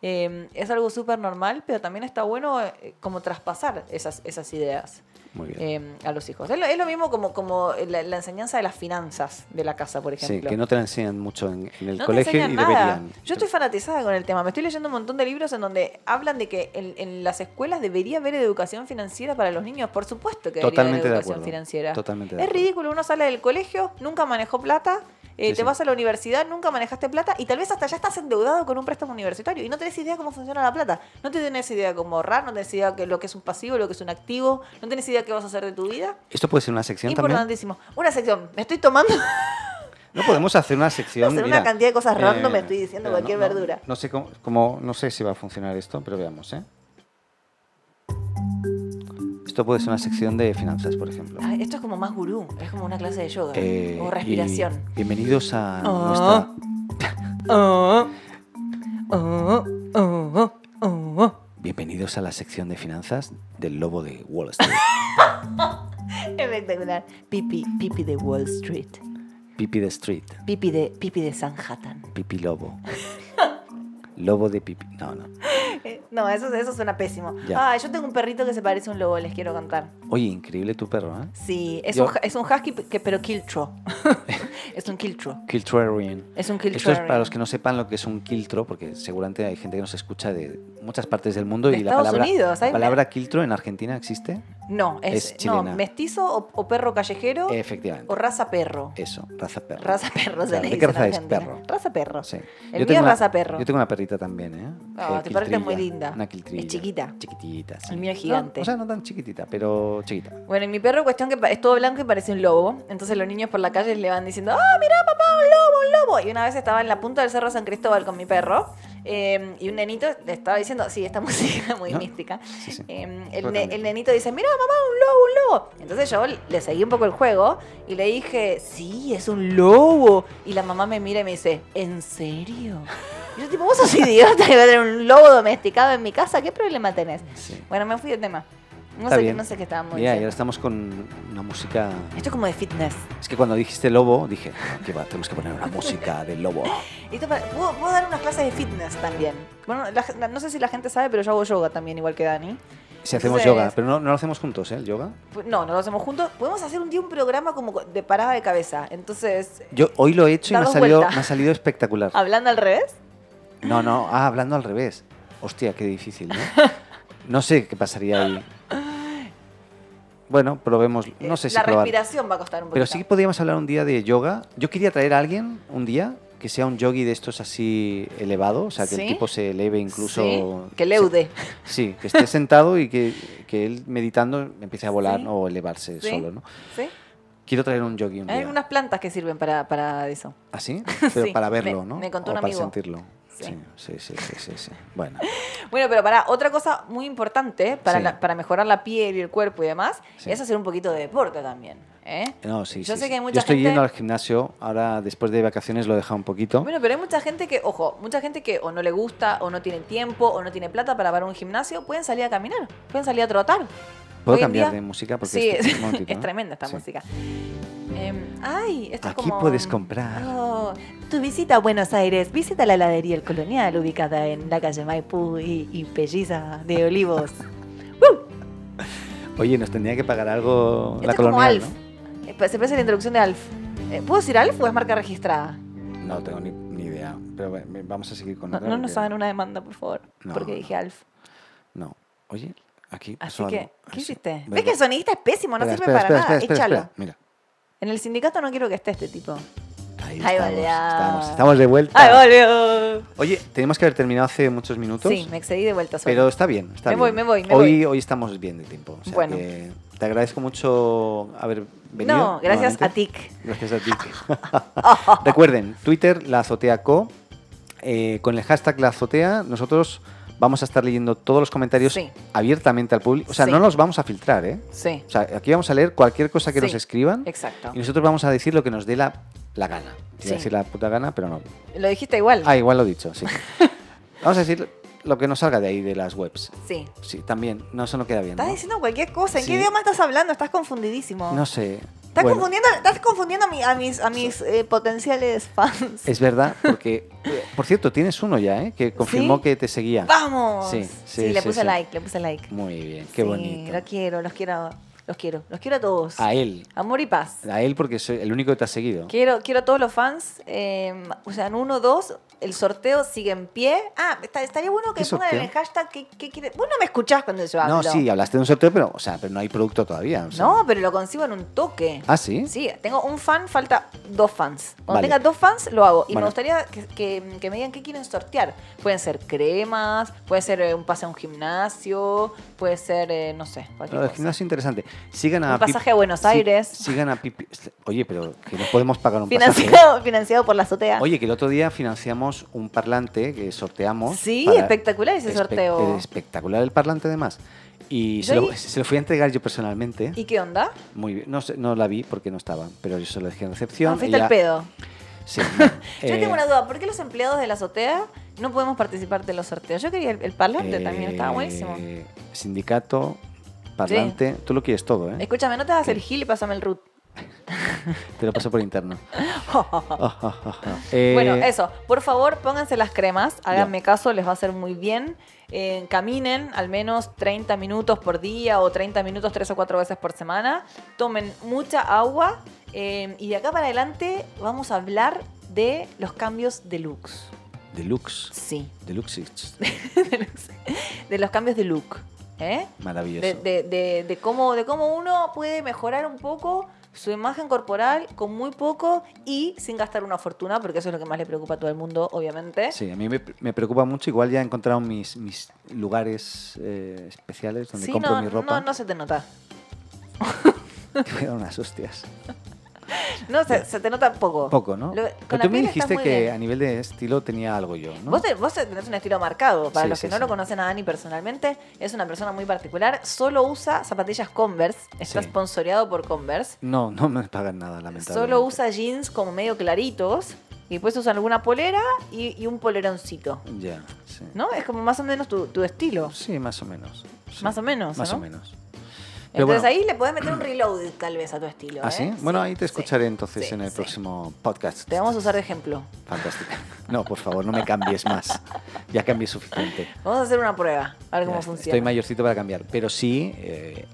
[SPEAKER 3] Eh, es algo súper normal, pero también está bueno eh, como traspasar esas, esas ideas
[SPEAKER 1] Muy bien.
[SPEAKER 3] eh, a los hijos. Es lo, es lo mismo como, como la, la enseñanza de las finanzas de la casa, por
[SPEAKER 1] sí,
[SPEAKER 3] ejemplo.
[SPEAKER 1] que no te la enseñan mucho en, en el
[SPEAKER 3] No te
[SPEAKER 1] colegio y
[SPEAKER 3] enseñan nada.
[SPEAKER 1] deberían.
[SPEAKER 3] Yo estoy fanatizada con el tema. Me estoy leyendo un montón de libros en donde hablan de que en, en las escuelas debería haber educación financiera para los niños. Por supuesto que debería haber
[SPEAKER 1] Totalmente de
[SPEAKER 3] educación
[SPEAKER 1] acuerdo.
[SPEAKER 3] financiera.
[SPEAKER 1] Totalmente de
[SPEAKER 3] es
[SPEAKER 1] acuerdo.
[SPEAKER 3] ridículo. Uno sale del colegio, nunca manejó plata. eh,
[SPEAKER 1] Sí,
[SPEAKER 3] te
[SPEAKER 1] sí.
[SPEAKER 3] vas a la universidad, nunca manejaste plata y tal vez hasta ya estás endeudado con un préstamo universitario y no tenés idea cómo funciona la plata. No tenés idea cómo ahorrar, no tenés idea de lo que es un pasivo, lo que es un activo, no tenés idea qué vas a hacer de tu vida.
[SPEAKER 1] Esto puede ser una sección también.
[SPEAKER 3] Importantísimo. Una sección. Me estoy tomando
[SPEAKER 1] No podemos hacer una sección.
[SPEAKER 3] Hacer una
[SPEAKER 1] mira,
[SPEAKER 3] cantidad de cosas random, me estoy diciendo
[SPEAKER 1] pero
[SPEAKER 3] cualquier
[SPEAKER 1] no- no-
[SPEAKER 3] verdura.
[SPEAKER 1] No sé cómo, cómo- no sé si va a funcionar esto, pero veamos, ¿eh? Esto puede ser una sección de finanzas, por ejemplo.
[SPEAKER 3] Ah, esto es como más gurú, es como una clase de yoga
[SPEAKER 1] Eh,
[SPEAKER 3] o
[SPEAKER 1] y
[SPEAKER 3] respiración.
[SPEAKER 1] Bienvenidos a
[SPEAKER 2] Ah.
[SPEAKER 1] nuestra
[SPEAKER 2] Ah, ah, ah, ah.
[SPEAKER 1] Bienvenidos a la sección de finanzas del Lobo de Wall Street.
[SPEAKER 3] Espectacular. Pipi, pipi de Wall Street.
[SPEAKER 1] Pipi de Street.
[SPEAKER 3] Pipi de, pipi de Sanhattan.
[SPEAKER 1] Pipi Lobo. Lobo de Pipi. No, no.
[SPEAKER 3] Eh, No, eso, eso suena pésimo.
[SPEAKER 1] Ya.
[SPEAKER 3] Ah, yo tengo un perrito que se parece a un lobo, les quiero contar.
[SPEAKER 1] Oye, increíble tu perro, ¿eh?
[SPEAKER 3] Sí, es,
[SPEAKER 1] Yo-
[SPEAKER 3] un, ha- es un husky, que, pero kiltro. es un kiltro.
[SPEAKER 1] Kiltrarian.
[SPEAKER 3] Es un
[SPEAKER 1] Esto es
[SPEAKER 3] kiltro.
[SPEAKER 1] para los que no sepan lo que es un kiltro, porque seguramente hay gente que nos escucha de muchas partes del mundo
[SPEAKER 3] De
[SPEAKER 1] y la
[SPEAKER 3] Estados
[SPEAKER 1] palabra,
[SPEAKER 3] Unidos, hay-
[SPEAKER 1] la palabra kiltro en Argentina existe.
[SPEAKER 3] No, es,
[SPEAKER 1] es
[SPEAKER 3] no,
[SPEAKER 1] chilena.
[SPEAKER 3] mestizo o, o perro callejero
[SPEAKER 1] Efectivamente.
[SPEAKER 3] Oh, o raza perro.
[SPEAKER 1] Eso, raza perro.
[SPEAKER 3] Raza perro se
[SPEAKER 1] eh, Claro, ¿de
[SPEAKER 3] le dice
[SPEAKER 1] qué
[SPEAKER 3] en
[SPEAKER 1] raza es
[SPEAKER 3] Argentina.
[SPEAKER 1] perro?
[SPEAKER 3] Raza perro.
[SPEAKER 1] Sí.
[SPEAKER 3] El mío es
[SPEAKER 1] una-
[SPEAKER 3] raza perro.
[SPEAKER 1] Yo tengo una perrita también, ¿eh?
[SPEAKER 3] Ah,
[SPEAKER 1] Eh,
[SPEAKER 3] tu perrita es muy
[SPEAKER 1] quiltrilla,
[SPEAKER 3] linda.
[SPEAKER 1] Una quiltrilla.
[SPEAKER 3] Es chiquita.
[SPEAKER 1] Chiquitita. sí.
[SPEAKER 3] El mío es
[SPEAKER 1] No,
[SPEAKER 3] gigante.
[SPEAKER 1] o sea, no tan chiquitita, pero chiquita.
[SPEAKER 3] Bueno, y mi perro, cuestión que pa- es todo blanco y parece un lobo. Entonces los niños por la calle le van diciendo, ¡ah, mira papá, un lobo, un lobo! Y una vez estaba en la punta del Cerro San Cristóbal con mi perro Eh, y un nenito le estaba diciendo, sí, esta música muy
[SPEAKER 1] ¿No?
[SPEAKER 3] mística.
[SPEAKER 1] Sí, sí.
[SPEAKER 3] Eh,
[SPEAKER 1] Puedo
[SPEAKER 3] el, ne-
[SPEAKER 1] cambiar.
[SPEAKER 3] el nenito dice, mira mamá, un lobo, un lobo. Entonces yo le seguí un poco el juego y le dije, sí, es un lobo. Y la mamá me mira y me dice, ¿en serio? Y yo tipo, vos sos idiota que va a tener un lobo domesticado en mi casa, ¿qué problema tenés?
[SPEAKER 1] Sí.
[SPEAKER 3] Bueno, me fui del tema. No
[SPEAKER 1] Está
[SPEAKER 3] sé, qué,
[SPEAKER 1] bien.
[SPEAKER 3] no sé qué estábamos
[SPEAKER 1] Mira, y ahora
[SPEAKER 3] diciendo.
[SPEAKER 1] estamos con una música.
[SPEAKER 3] Esto es como de fitness.
[SPEAKER 1] Es que cuando dijiste lobo, dije, "No, que va, tenemos que poner una música de lobo.
[SPEAKER 3] Esto para- puedo, puedo dar unas clases de fitness también. Bueno, la- la- no sé si la gente sabe, pero yo hago yoga también, igual que Dani.
[SPEAKER 1] Si hacemos
[SPEAKER 3] Entonces-
[SPEAKER 1] yoga, pero no, no lo hacemos juntos, ¿eh? El yoga.
[SPEAKER 3] Pu- No, no lo hacemos juntos. Podemos hacer un día un programa como de parada de cabeza. Entonces,
[SPEAKER 1] Yo hoy lo he hecho y me ha,
[SPEAKER 3] Dados
[SPEAKER 1] salido,
[SPEAKER 3] vuelta.
[SPEAKER 1] me ha salido espectacular.
[SPEAKER 3] hablando al revés.
[SPEAKER 1] No, no, ah, hablando al revés. Hostia, qué difícil, ¿no? No sé qué pasaría ahí. Bueno, probemos. No sé si
[SPEAKER 3] Eh, la
[SPEAKER 1] probar.
[SPEAKER 3] respiración va a costar un poquito.
[SPEAKER 1] Pero sí que podríamos hablar un día de yoga. Yo quería traer a alguien un día que sea un yogi de estos así elevado, o sea, que
[SPEAKER 3] ¿Sí?
[SPEAKER 1] el tipo se eleve incluso.
[SPEAKER 3] Sí, que leude.
[SPEAKER 1] Sí, que esté sentado y que, que él meditando empiece a volar
[SPEAKER 3] Sí.
[SPEAKER 1] o elevarse
[SPEAKER 3] Sí.
[SPEAKER 1] solo, ¿no?
[SPEAKER 3] ¿Sí?
[SPEAKER 1] Quiero traer un yogi un
[SPEAKER 3] Hay
[SPEAKER 1] día.
[SPEAKER 3] algunas plantas que sirven para, para eso.
[SPEAKER 1] ¿Así? ¿Ah, Pero
[SPEAKER 3] Sí,
[SPEAKER 1] para
[SPEAKER 3] me-
[SPEAKER 1] verlo, ¿no?
[SPEAKER 3] me contó
[SPEAKER 1] o
[SPEAKER 3] un
[SPEAKER 1] para
[SPEAKER 3] amigo.
[SPEAKER 1] sentirlo.
[SPEAKER 3] Sí.
[SPEAKER 1] Sí, sí, sí, sí, sí, sí. Bueno,
[SPEAKER 3] Bueno, pero para otra cosa muy importante para,
[SPEAKER 1] Sí.
[SPEAKER 3] la- para mejorar la piel y el cuerpo y demás,
[SPEAKER 1] Sí.
[SPEAKER 3] es hacer un poquito de deporte también. ¿eh?
[SPEAKER 1] no, sí,
[SPEAKER 3] Yo
[SPEAKER 1] sí,
[SPEAKER 3] sé
[SPEAKER 1] sí.
[SPEAKER 3] que hay mucha
[SPEAKER 1] Yo estoy
[SPEAKER 3] gente-
[SPEAKER 1] yendo al gimnasio, ahora después de vacaciones lo he dejado un poquito.
[SPEAKER 3] Bueno, pero hay mucha gente que, ojo, mucha gente que o no le gusta, o no tiene tiempo, o no tiene plata para pagar un gimnasio, pueden salir a caminar, pueden salir a trotar.
[SPEAKER 1] ¿Puedo
[SPEAKER 3] hoy en
[SPEAKER 1] cambiar
[SPEAKER 3] día-
[SPEAKER 1] de música? Porque
[SPEAKER 3] sí,
[SPEAKER 1] esto-
[SPEAKER 3] es,
[SPEAKER 1] un momentito, ¿no?
[SPEAKER 3] tremenda esta
[SPEAKER 1] Sí.
[SPEAKER 3] música. Em, ay, esto es
[SPEAKER 1] Aquí
[SPEAKER 3] como-
[SPEAKER 1] puedes comprar.
[SPEAKER 3] Oh, tu visita a Buenos Aires, visita la heladería El Colonial, ubicada en la calle Maipú y, y Pelliza de Olivos.
[SPEAKER 1] Oye, nos tendría que pagar algo
[SPEAKER 3] Esto
[SPEAKER 1] la
[SPEAKER 3] es como
[SPEAKER 1] colonial,
[SPEAKER 3] Alf. Eh, pa- Se parece a la introducción de Alf. Eh, ¿Puedo decir Alf o es marca registrada?
[SPEAKER 1] ¿no? No tengo ni, ni idea. Pero ve- ve- vamos a seguir con
[SPEAKER 3] No,
[SPEAKER 1] otra
[SPEAKER 3] no nos
[SPEAKER 1] porque-
[SPEAKER 3] hagan una demanda, por favor,
[SPEAKER 1] No,
[SPEAKER 3] porque
[SPEAKER 1] no.
[SPEAKER 3] dije Alf.
[SPEAKER 1] No. Oye, aquí
[SPEAKER 3] Así
[SPEAKER 1] pasó
[SPEAKER 3] que,
[SPEAKER 1] algo.
[SPEAKER 3] ¿qué
[SPEAKER 1] Así-
[SPEAKER 3] hiciste?
[SPEAKER 1] Venga.
[SPEAKER 3] ¿Ves que el sonidista es pésimo? No
[SPEAKER 1] Espera,
[SPEAKER 3] sirve
[SPEAKER 1] espera, espera,
[SPEAKER 3] para nada.
[SPEAKER 1] espera, espera,
[SPEAKER 3] Échalo.
[SPEAKER 1] espera. Mira.
[SPEAKER 3] En el sindicato no quiero que esté este tipo.
[SPEAKER 1] Ahí
[SPEAKER 3] Ahí
[SPEAKER 1] estamos,
[SPEAKER 3] volvió.
[SPEAKER 1] estamos, estamos de vuelta.
[SPEAKER 3] ¡Ay, Ah, volvió!
[SPEAKER 1] Oye, tenemos que haber terminado hace muchos minutos.
[SPEAKER 3] Sí, me excedí de vuelta sola.
[SPEAKER 1] Pero está bien, está
[SPEAKER 3] Me
[SPEAKER 1] bien.
[SPEAKER 3] voy, me voy, me
[SPEAKER 1] hoy,
[SPEAKER 3] voy.
[SPEAKER 1] hoy estamos bien de tiempo. o sea
[SPEAKER 3] Bueno.
[SPEAKER 1] que te agradezco mucho haber venido.
[SPEAKER 3] No, gracias
[SPEAKER 1] nuevamente.
[SPEAKER 3] a TIC.
[SPEAKER 1] Gracias a ti. Recuerden, Twitter, la azotea co. eh, con el hashtag la azotea, nosotros vamos a estar leyendo todos los comentarios
[SPEAKER 3] Sí.
[SPEAKER 1] abiertamente al público. O sea,
[SPEAKER 3] Sí.
[SPEAKER 1] no los vamos a filtrar, ¿eh?
[SPEAKER 3] Sí,
[SPEAKER 1] O sea, aquí vamos a leer cualquier cosa que
[SPEAKER 3] Sí.
[SPEAKER 1] nos escriban
[SPEAKER 3] exacto.
[SPEAKER 1] y nosotros vamos a decir lo que nos dé la, la gana. Iba
[SPEAKER 3] Sí.
[SPEAKER 1] a decir la puta gana, pero no.
[SPEAKER 3] Lo dijiste igual.
[SPEAKER 1] Ah, igual lo he dicho, sí. vamos a decir lo que nos salga de ahí de las webs.
[SPEAKER 3] Sí.
[SPEAKER 1] Sí, también. No, eso no queda bien.
[SPEAKER 3] Estás
[SPEAKER 1] ¿no?
[SPEAKER 3] diciendo cualquier cosa. ¿En
[SPEAKER 1] Sí.
[SPEAKER 3] qué idioma estás hablando? Estás confundidísimo.
[SPEAKER 1] No sé.
[SPEAKER 3] Estás
[SPEAKER 1] Bueno,
[SPEAKER 3] confundiendo, estás confundiendo a, mi- a mis, a mis eh, potenciales fans.
[SPEAKER 1] Es verdad, porque. eh, Por cierto, tienes uno ya, ¿eh? Que confirmó
[SPEAKER 3] ¿Sí?
[SPEAKER 1] que te seguía.
[SPEAKER 3] ¡Vamos!
[SPEAKER 1] Sí, sí,
[SPEAKER 3] le
[SPEAKER 1] sí,
[SPEAKER 3] puse
[SPEAKER 1] sí.
[SPEAKER 3] like, le puse like.
[SPEAKER 1] Muy bien, qué
[SPEAKER 3] Sí,
[SPEAKER 1] bonito.
[SPEAKER 3] Los quiero, los quiero, los quiero. Los quiero a todos.
[SPEAKER 1] A él.
[SPEAKER 3] Amor y paz.
[SPEAKER 1] A él, porque soy el único que te ha seguido.
[SPEAKER 3] Quiero, quiero a todos los fans. eh, o sea, en uno, dos, el sorteo sigue en pie. Ah, está- estaría bueno que
[SPEAKER 1] ¿Qué
[SPEAKER 3] pongan en
[SPEAKER 1] sorteo?
[SPEAKER 3] el hashtag qué, qué quiere. Vos no me escuchás cuando yo hablo.
[SPEAKER 1] No, sí, hablaste de un sorteo, pero, o sea, pero no hay producto todavía. o sea.
[SPEAKER 3] No, pero lo consigo en un toque.
[SPEAKER 1] ¿Ah, sí?
[SPEAKER 3] Sí, tengo un fan, falta dos fans. Cuando
[SPEAKER 1] Vale.
[SPEAKER 3] tenga dos fans, lo hago. Y
[SPEAKER 1] Bueno.
[SPEAKER 3] me gustaría que, que- que me digan qué quieren sortear. Pueden ser cremas, puede ser eh, un pase a un gimnasio, puede ser, eh, no sé,
[SPEAKER 1] Lo
[SPEAKER 3] cualquier
[SPEAKER 1] del
[SPEAKER 3] cosa.
[SPEAKER 1] gimnasio interesante. Sigan a
[SPEAKER 3] Un
[SPEAKER 1] Pip-
[SPEAKER 3] pasaje a Buenos
[SPEAKER 1] sí,
[SPEAKER 3] Aires.
[SPEAKER 1] Sigan a Pipi. Oye, pero que no podemos pagar un pasaje. ¿eh?
[SPEAKER 3] Financiado, financiado por la azotea.
[SPEAKER 1] Oye, que el otro día financiamos un parlante que sorteamos.
[SPEAKER 3] sí,
[SPEAKER 1] para-
[SPEAKER 3] espectacular ese
[SPEAKER 1] Espe-
[SPEAKER 3] sorteo.
[SPEAKER 1] eh, Espectacular el parlante, además. Y se
[SPEAKER 3] Yo
[SPEAKER 1] lo,
[SPEAKER 3] ahí-
[SPEAKER 1] se lo fui a entregar yo personalmente.
[SPEAKER 3] ¿Y qué onda?
[SPEAKER 1] Muy bien. No, sé- no la vi porque no estaba, pero yo se lo dejé en
[SPEAKER 3] Ah,
[SPEAKER 1] recepción.
[SPEAKER 3] fuiste
[SPEAKER 1] ella-
[SPEAKER 3] al pedo.
[SPEAKER 1] Sí, no,
[SPEAKER 3] Yo
[SPEAKER 1] eh,
[SPEAKER 3] tengo una duda. ¿Por qué los empleados de la azotea no podemos participar de los sorteos? Yo quería el, el parlante también, estaba buenísimo.
[SPEAKER 1] eh, Sindicato, parlante. Tú lo quieres todo, ¿eh?
[SPEAKER 3] Escúchame, no te vas a hacer gil y pásame el root.
[SPEAKER 1] Te lo paso por interno. Ah,
[SPEAKER 3] Bueno,
[SPEAKER 1] Eh,
[SPEAKER 3] eso. Por favor, pónganse las cremas. Háganme caso, les va a hacer muy bien. Eh, caminen al menos 30 minutos por día o 30 minutos tres o cuatro veces por semana. Tomen mucha agua. eh, y de acá para adelante vamos a hablar de los cambios de looks.
[SPEAKER 1] Deluxe.
[SPEAKER 3] Sí,
[SPEAKER 1] Deluxe. it's
[SPEAKER 3] de los, de los cambios de look. ¿eh?
[SPEAKER 1] Maravilloso.
[SPEAKER 3] De, de- de- de cómo, de cómo uno puede mejorar un poco su imagen corporal con muy poco y sin gastar una fortuna, porque eso es lo que más le preocupa a todo el mundo, obviamente.
[SPEAKER 1] Sí, a mí me, me preocupa mucho. Igual ya he encontrado mis, mis lugares eh, especiales donde
[SPEAKER 3] Sí,
[SPEAKER 1] compro
[SPEAKER 3] no,
[SPEAKER 1] mi ropa.
[SPEAKER 3] No, no se te nota.
[SPEAKER 1] Te voy a dar unas hostias.
[SPEAKER 3] No, se, se te nota poco.
[SPEAKER 1] Poco, ¿no?
[SPEAKER 3] Lo-
[SPEAKER 1] Pero
[SPEAKER 3] con la
[SPEAKER 1] tú me
[SPEAKER 3] piel estás
[SPEAKER 1] dijiste
[SPEAKER 3] muy
[SPEAKER 1] que
[SPEAKER 3] bien.
[SPEAKER 1] a nivel de estilo tenía algo yo, ¿no?
[SPEAKER 3] Vos, te- vos tenés un estilo marcado. Para
[SPEAKER 1] Sí,
[SPEAKER 3] los que
[SPEAKER 1] sí,
[SPEAKER 3] no lo
[SPEAKER 1] sí.
[SPEAKER 3] conocen a Dani personalmente, es una persona muy particular. Solo usa zapatillas Converse. Está
[SPEAKER 1] Sí.
[SPEAKER 3] sponsoreado por Converse.
[SPEAKER 1] No, no me pagan nada, lamentablemente.
[SPEAKER 3] Solo usa jeans como medio claritos. Y después usa alguna polera y, y un poleroncito.
[SPEAKER 1] Ya, sí.
[SPEAKER 3] ¿No? Es como más o menos tu, tu estilo.
[SPEAKER 1] Sí, más o menos. sí.
[SPEAKER 3] Más o menos,
[SPEAKER 1] Más
[SPEAKER 3] ¿no?
[SPEAKER 1] o menos. Pero
[SPEAKER 3] Entonces
[SPEAKER 1] bueno.
[SPEAKER 3] ahí le podés meter un reload tal vez a tu estilo.
[SPEAKER 1] ¿Ah,
[SPEAKER 3] ¿eh?
[SPEAKER 1] sí? Bueno, ahí te escucharé entonces
[SPEAKER 3] Sí,
[SPEAKER 1] en el
[SPEAKER 3] sí.
[SPEAKER 1] próximo podcast.
[SPEAKER 3] Te vamos a usar de ejemplo.
[SPEAKER 1] Fantástico. No, por favor, no me cambies más. Ya cambié suficiente.
[SPEAKER 3] Vamos a hacer una prueba, a ver
[SPEAKER 1] Ya
[SPEAKER 3] cómo
[SPEAKER 1] est-
[SPEAKER 3] funciona.
[SPEAKER 1] Este, Estoy mayorcito para cambiar. Pero sí, eh,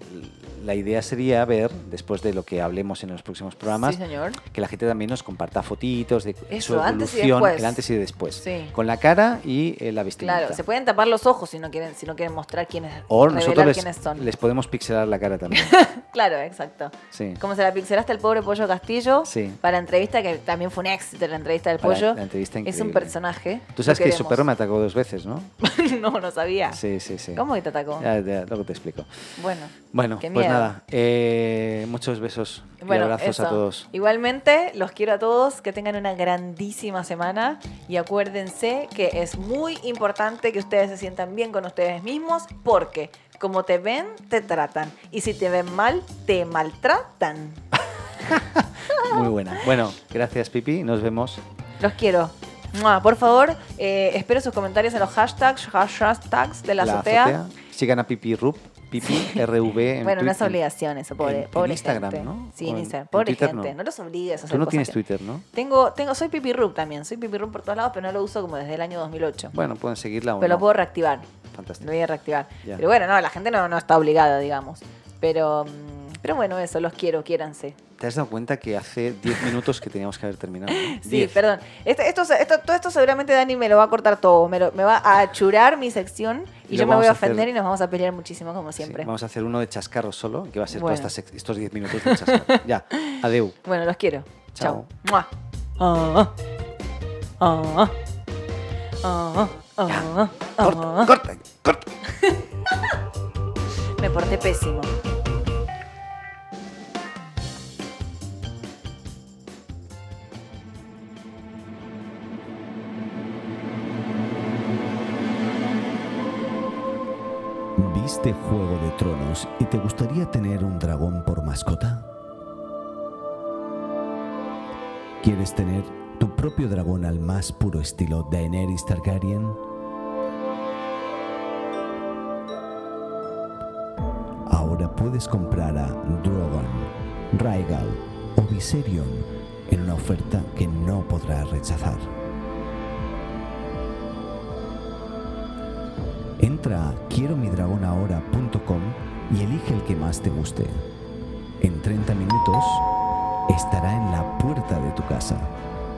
[SPEAKER 1] la idea sería ver, después de lo que hablemos en los próximos programas,
[SPEAKER 3] Sí, señor.
[SPEAKER 1] que la gente también nos comparta fotitos de su
[SPEAKER 3] Eso,
[SPEAKER 1] evolución,
[SPEAKER 3] antes y después.
[SPEAKER 1] el antes y después.
[SPEAKER 3] Sí.
[SPEAKER 1] Con la cara y eh, la vestimenta.
[SPEAKER 3] Claro, se pueden tapar los ojos si no quieren, si no quieren mostrar quiénes,
[SPEAKER 1] o
[SPEAKER 3] revelar
[SPEAKER 1] nosotros
[SPEAKER 3] quiénes
[SPEAKER 1] les,
[SPEAKER 3] son.
[SPEAKER 1] les podemos pixelar la cara también.
[SPEAKER 3] Claro, exacto.
[SPEAKER 1] Sí.
[SPEAKER 3] Como se la pixelaste al pobre Pollo Castillo
[SPEAKER 1] Sí.
[SPEAKER 3] para entrevista, que también fue un éxito la entrevista del
[SPEAKER 1] Para-
[SPEAKER 3] Pollo.
[SPEAKER 1] la entrevista
[SPEAKER 3] es un
[SPEAKER 1] increíble.
[SPEAKER 3] personaje.
[SPEAKER 1] Tú sabes
[SPEAKER 3] lo
[SPEAKER 1] que su
[SPEAKER 3] queremos.
[SPEAKER 1] perro me atacó dos veces, ¿no?
[SPEAKER 3] no, no sabía.
[SPEAKER 1] Sí, sí, sí.
[SPEAKER 3] ¿Cómo que te atacó?
[SPEAKER 1] Ya, ya, luego te explico.
[SPEAKER 3] Bueno.
[SPEAKER 1] Bueno,
[SPEAKER 3] Qué
[SPEAKER 1] pues
[SPEAKER 3] miedo.
[SPEAKER 1] nada. eh, muchos besos y
[SPEAKER 3] Bueno,
[SPEAKER 1] abrazos a
[SPEAKER 3] eso.
[SPEAKER 1] todos.
[SPEAKER 3] Igualmente, los quiero a todos, que tengan una grandísima semana y acuérdense que es muy importante que ustedes se sientan bien con ustedes mismos porque como te ven, te tratan y si te ven mal, te maltratan.
[SPEAKER 1] Muy buena. Bueno, gracias, Pipi. Nos vemos.
[SPEAKER 3] Los quiero. Mua, Por favor, eh, espero sus comentarios en los hashtags, hashtags de la, azotea.
[SPEAKER 1] Sigan a Pipi Rup, Pipi RV. En
[SPEAKER 3] Bueno, no es
[SPEAKER 1] Twitter.
[SPEAKER 3] obligación eso, pobre,
[SPEAKER 1] en
[SPEAKER 3] pobre
[SPEAKER 1] Instagram,
[SPEAKER 3] gente.
[SPEAKER 1] ¿no?
[SPEAKER 3] Sí,
[SPEAKER 1] O
[SPEAKER 3] en
[SPEAKER 1] en-
[SPEAKER 3] Instagram.
[SPEAKER 1] en
[SPEAKER 3] Pobre
[SPEAKER 1] Twitter
[SPEAKER 3] gente,
[SPEAKER 1] no.
[SPEAKER 3] no. los obligues a hacer
[SPEAKER 1] Tú no
[SPEAKER 3] cosas
[SPEAKER 1] tienes
[SPEAKER 3] que-
[SPEAKER 1] Twitter, ¿no?
[SPEAKER 3] Tengo, tengo, soy pipirrup también, soy pipirrup por todos lados, pero no lo uso como desde el año 2008.
[SPEAKER 1] Bueno, pueden seguirla o
[SPEAKER 3] pero
[SPEAKER 1] no.
[SPEAKER 3] lo puedo reactivar, lo
[SPEAKER 1] Fantástico.
[SPEAKER 3] voy a reactivar.
[SPEAKER 1] Ya.
[SPEAKER 3] Pero bueno, no, la gente no, no está obligada, digamos. Pero, mm, pero bueno, eso, los quiero, quiéranse.
[SPEAKER 1] ¿Te has dado cuenta que hace 10 minutos que teníamos que haber terminado? ¿no?
[SPEAKER 3] Sí,
[SPEAKER 1] 10.
[SPEAKER 3] perdón. Este- esto, se- esto- todo esto seguramente Dani me lo va a cortar todo, me, lo- me va a achurar mi sección y
[SPEAKER 1] Lo
[SPEAKER 3] yo me voy
[SPEAKER 1] vamos
[SPEAKER 3] a
[SPEAKER 1] a hacer-
[SPEAKER 3] ofender y nos vamos a pelear muchísimo, como
[SPEAKER 1] Sí,
[SPEAKER 3] siempre.
[SPEAKER 1] vamos a hacer uno de chascarros solo, que va a ser
[SPEAKER 3] Bueno.
[SPEAKER 1] todos estos 10 minutos de chascarros. ya, adeu.
[SPEAKER 3] Bueno, los quiero. Chao.
[SPEAKER 1] Chao.
[SPEAKER 3] Mua. Ah, ah, ah, ah, ah.
[SPEAKER 1] Corta, corta.
[SPEAKER 3] Me porté pésimo.
[SPEAKER 5] ¿Viste Juego de Tronos y te gustaría tener un dragón por mascota? ¿Quieres tener tu propio dragón al más puro estilo Daenerys Targaryen? Ahora puedes comprar a Drogon, Rhaegal o Viserion en una oferta que no podrás rechazar. Entra a quiero mi y elige el que más te guste. En 30 minutos estará en la puerta de tu casa.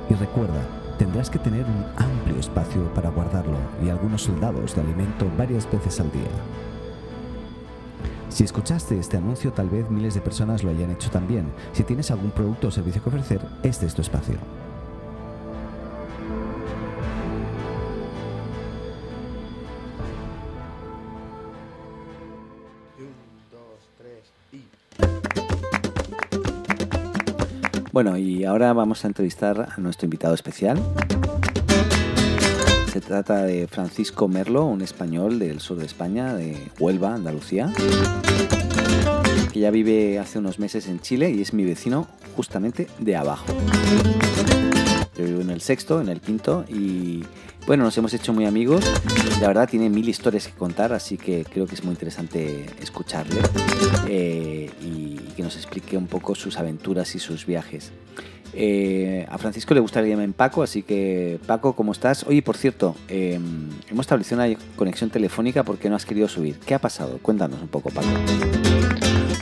[SPEAKER 5] Y recuerda, tendrás que tener un amplio espacio para guardarlo y algunos soldados de alimento varias veces al día. Si escuchaste este anuncio, tal vez miles de personas lo hayan hecho también. Si tienes algún producto o servicio que ofrecer, este es tu espacio. Bueno, y ahora vamos a entrevistar a nuestro invitado especial. Se trata de Francisco Merlo, un español del sur de España, de Huelva, Andalucía, que ya vive hace unos meses en Chile y es mi vecino justamente de abajo. Yo vivo en el sexto, en el quinto y bueno, nos hemos hecho muy amigos. La verdad tiene mil historias que contar, así que creo que es muy interesante escucharle eh, y que nos explique un poco sus aventuras y sus viajes. Eh, a Francisco le gustaría llamarme Paco, así que Paco, ¿cómo estás? Oye, por cierto, eh, hemos establecido una conexión telefónica porque no has querido subir. ¿Qué ha pasado? Cuéntanos un poco, Paco.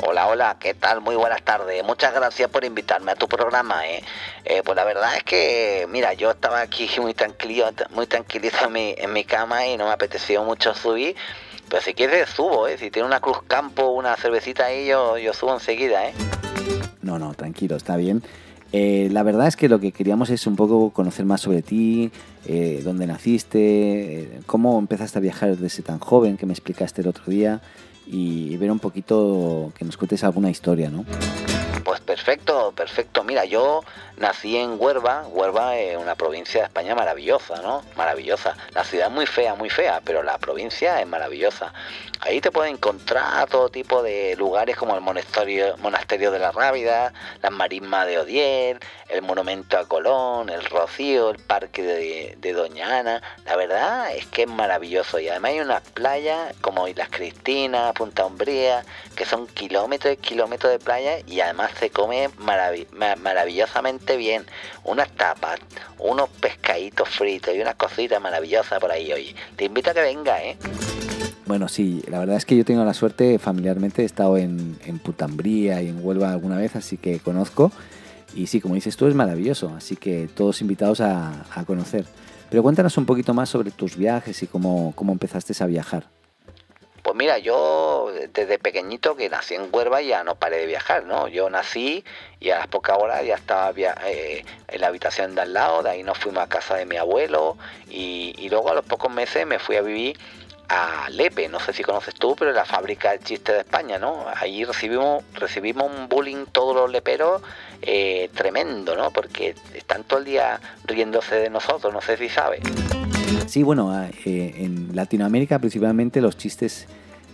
[SPEAKER 6] Hola, hola, ¿qué tal? Muy buenas tardes. Muchas gracias por invitarme a tu programa. ¿eh? Eh, pues la verdad es que, mira, yo estaba aquí muy tranquilo, muy tranquilito en mi, en mi cama y no me apeteció mucho subir. Pero si quieres subo, ¿eh? Si tiene una Cruz Campo, una cervecita ahí, yo, yo subo enseguida, ¿eh?
[SPEAKER 5] No, no, tranquilo, está bien. Eh, la verdad es que lo que queríamos es un poco conocer más sobre ti, eh, dónde naciste, eh, cómo empezaste a viajar desde tan joven, que me explicaste el otro día, y ver un poquito que nos cuentes alguna historia, ¿no?
[SPEAKER 6] Pues, perfecto, perfecto. Mira, yo nací en Huerva. Huerva es una provincia de España maravillosa, ¿no? Maravillosa. La ciudad es muy fea, muy fea, pero la provincia es maravillosa. Ahí te puedes encontrar todo tipo de lugares como el monasterio, monasterio de la Rábida, las marismas de Odier, el monumento a Colón, el Rocío, el parque de, de Doña Ana. La verdad es que es maravilloso. Y además hay unas playas como Islas Cristinas, Punta Umbría, que son kilómetros y kilómetros de playa y además se come maravi- ma- maravillosamente bien. Unas tapas, unos pescaditos fritos y unas cositas maravillosas por ahí hoy. Te invito a que venga, ¿eh?
[SPEAKER 5] Bueno, sí, la verdad es que yo tengo la suerte, familiarmente he estado en, en Putambría y en Huelva alguna vez, así que conozco. Y sí, como dices tú, es maravilloso, así que todos invitados a, a conocer. Pero cuéntanos un poquito más sobre tus viajes y cómo, cómo empezaste a viajar.
[SPEAKER 6] Pues mira, yo desde pequeñito que nací en Huerva ya no paré de viajar, ¿no? Yo nací y a las pocas horas ya estaba via- eh, en la habitación de al lado, de ahí nos fuimos a casa de mi abuelo y, y luego a los pocos meses me fui a vivir a Lepe, no sé si conoces tú, pero la fábrica del chiste de España, ¿no? Ahí recibimos, recibimos un bullying todos los leperos eh, tremendo, ¿no? Porque están todo el día riéndose de nosotros, no sé si sabes.
[SPEAKER 5] Sí, bueno, a- eh, en Latinoamérica principalmente los chistes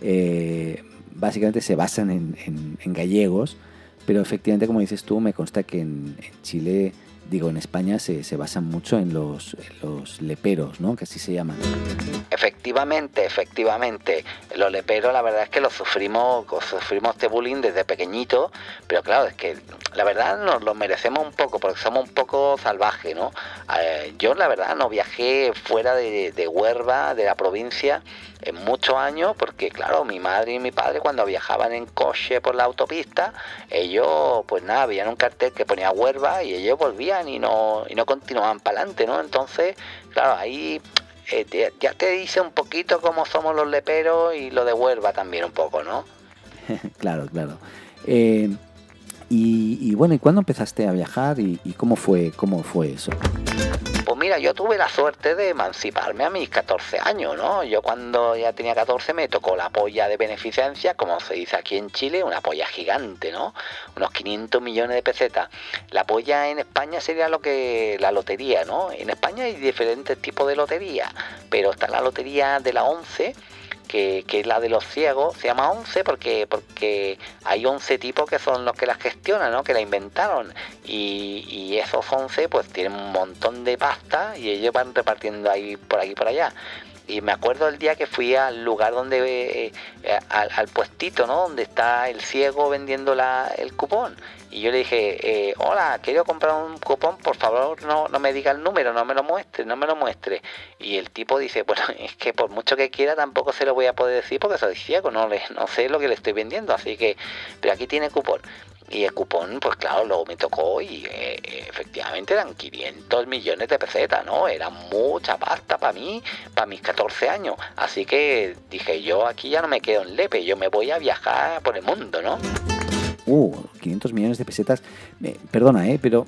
[SPEAKER 5] eh, básicamente se basan en, en- en gallegos, pero efectivamente, como dices tú, me consta que en, en Chile, digo, en España se, se basan mucho en los, en los leperos, ¿no? Que así se llaman.
[SPEAKER 6] Efectivamente, efectivamente. Los leperos, la verdad es que lo sufrimos, sufrimos este bullying desde pequeñito, pero claro, es que la verdad nos lo merecemos un poco, porque somos un poco salvajes, ¿no? Eh, yo, la verdad, no viajé fuera de, de Huerva, de la provincia, en muchos años, porque claro, mi madre y mi padre, cuando viajaban en coche por la autopista, ellos, pues nada, veían un cartel que ponía Huerva y ellos volvían y no, y no continuaban para adelante, ¿no? Entonces, claro, ahí eh, te- ya te dice un poquito cómo somos los leperos y lo de Huelva también un poco, ¿no?
[SPEAKER 5] Claro, claro. Eh, y, y bueno, ¿y cuándo empezaste a viajar y, y cómo, fue, cómo fue eso?
[SPEAKER 6] Pues mira, yo tuve la suerte de emanciparme a mis 14 años, ¿no? Yo cuando ya tenía 14 me tocó la polla de beneficencia, como se dice aquí en Chile, una polla gigante, ¿no? Unos 500 millones de pesetas. La polla en España sería lo que la lotería, ¿no? En España hay diferentes tipos de lotería, pero está la lotería de la 11, que, que es la de los ciegos, se llama 11 porque, porque hay 11 tipos que son los que las gestionan, ¿no? que la inventaron. Y, y esos 11 pues tienen un montón de pasta y ellos van repartiendo ahí por aquí por allá. Y me acuerdo el día que fui al lugar donde, eh, eh, al, al puestito, ¿no? Donde está el ciego vendiendo la, el cupón. Y yo le dije, eh, hola, quiero comprar un cupón, por favor no, no me diga el número, no me lo muestre, no me lo muestre. Y el tipo dice, bueno, es que por mucho que quiera tampoco se lo voy a poder decir porque soy ciego, no, le, no sé lo que le estoy vendiendo, así que, pero aquí tiene cupón. Y el cupón, pues claro, luego me tocó y eh, eh, efectivamente eran 500 millones de pesetas, ¿no? Era mucha pasta para mí, para mis 14 años. Así que dije, yo aquí ya no me quedo en Lepe, yo me voy a viajar por el mundo, ¿no?
[SPEAKER 5] Uh, 500 millones de pesetas. Eh, perdona, eh, pero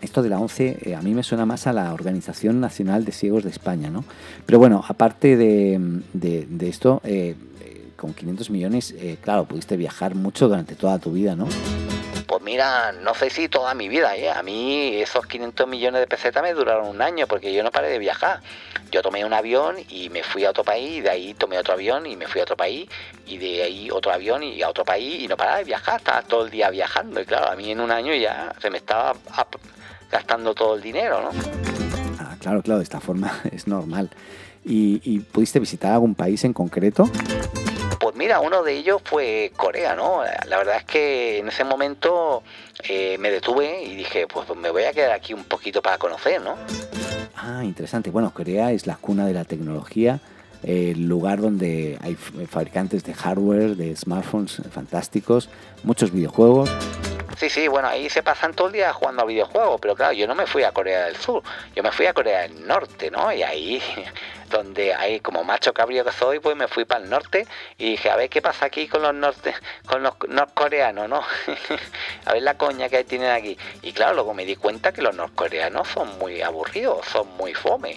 [SPEAKER 5] esto de la 11 eh, a mí me suena más a la Organización Nacional de Ciegos de España, ¿no? Pero bueno, aparte de, de- de esto, eh, eh, con 500 millones, eh, claro, pudiste viajar mucho durante toda tu vida, ¿no?
[SPEAKER 6] Pues mira, no sé si toda mi vida, ¿eh? A mí esos 500 millones de pesetas me duraron un año porque yo no paré de viajar. Yo tomé un avión y me fui a otro país, y de ahí tomé otro avión y me fui a otro país, y de ahí otro avión y a otro país, y no paraba de viajar, estaba todo el día viajando. Y claro, a mí en un año ya se me estaba ap- gastando todo el dinero, ¿no?
[SPEAKER 5] Ah, claro, claro, de esta forma es normal. ¿Y, y pudiste visitar algún país en concreto?
[SPEAKER 6] Pues mira, uno de ellos fue Corea, ¿no? La la verdad es que en ese momento eh, me detuve y dije, pues me voy a quedar aquí un poquito para conocer, ¿no?
[SPEAKER 5] Ah, interesante. Bueno, Corea es la cuna de la tecnología, eh, el lugar donde hay f- fabricantes de hardware, de smartphones fantásticos, muchos videojuegos.
[SPEAKER 6] Sí, sí, bueno, ahí se pasan todo el día jugando a videojuegos, pero claro, yo no me fui a Corea del Sur, yo me fui a Corea del Norte, ¿no? Y ahí, donde ahí como macho cabrío que soy, pues me fui para el norte y dije, a ver qué pasa aquí con los norte, con los norcoreanos, ¿no? a ver la coña que tienen aquí. Y claro, luego me di cuenta que los norcoreanos son muy aburridos, son muy fome.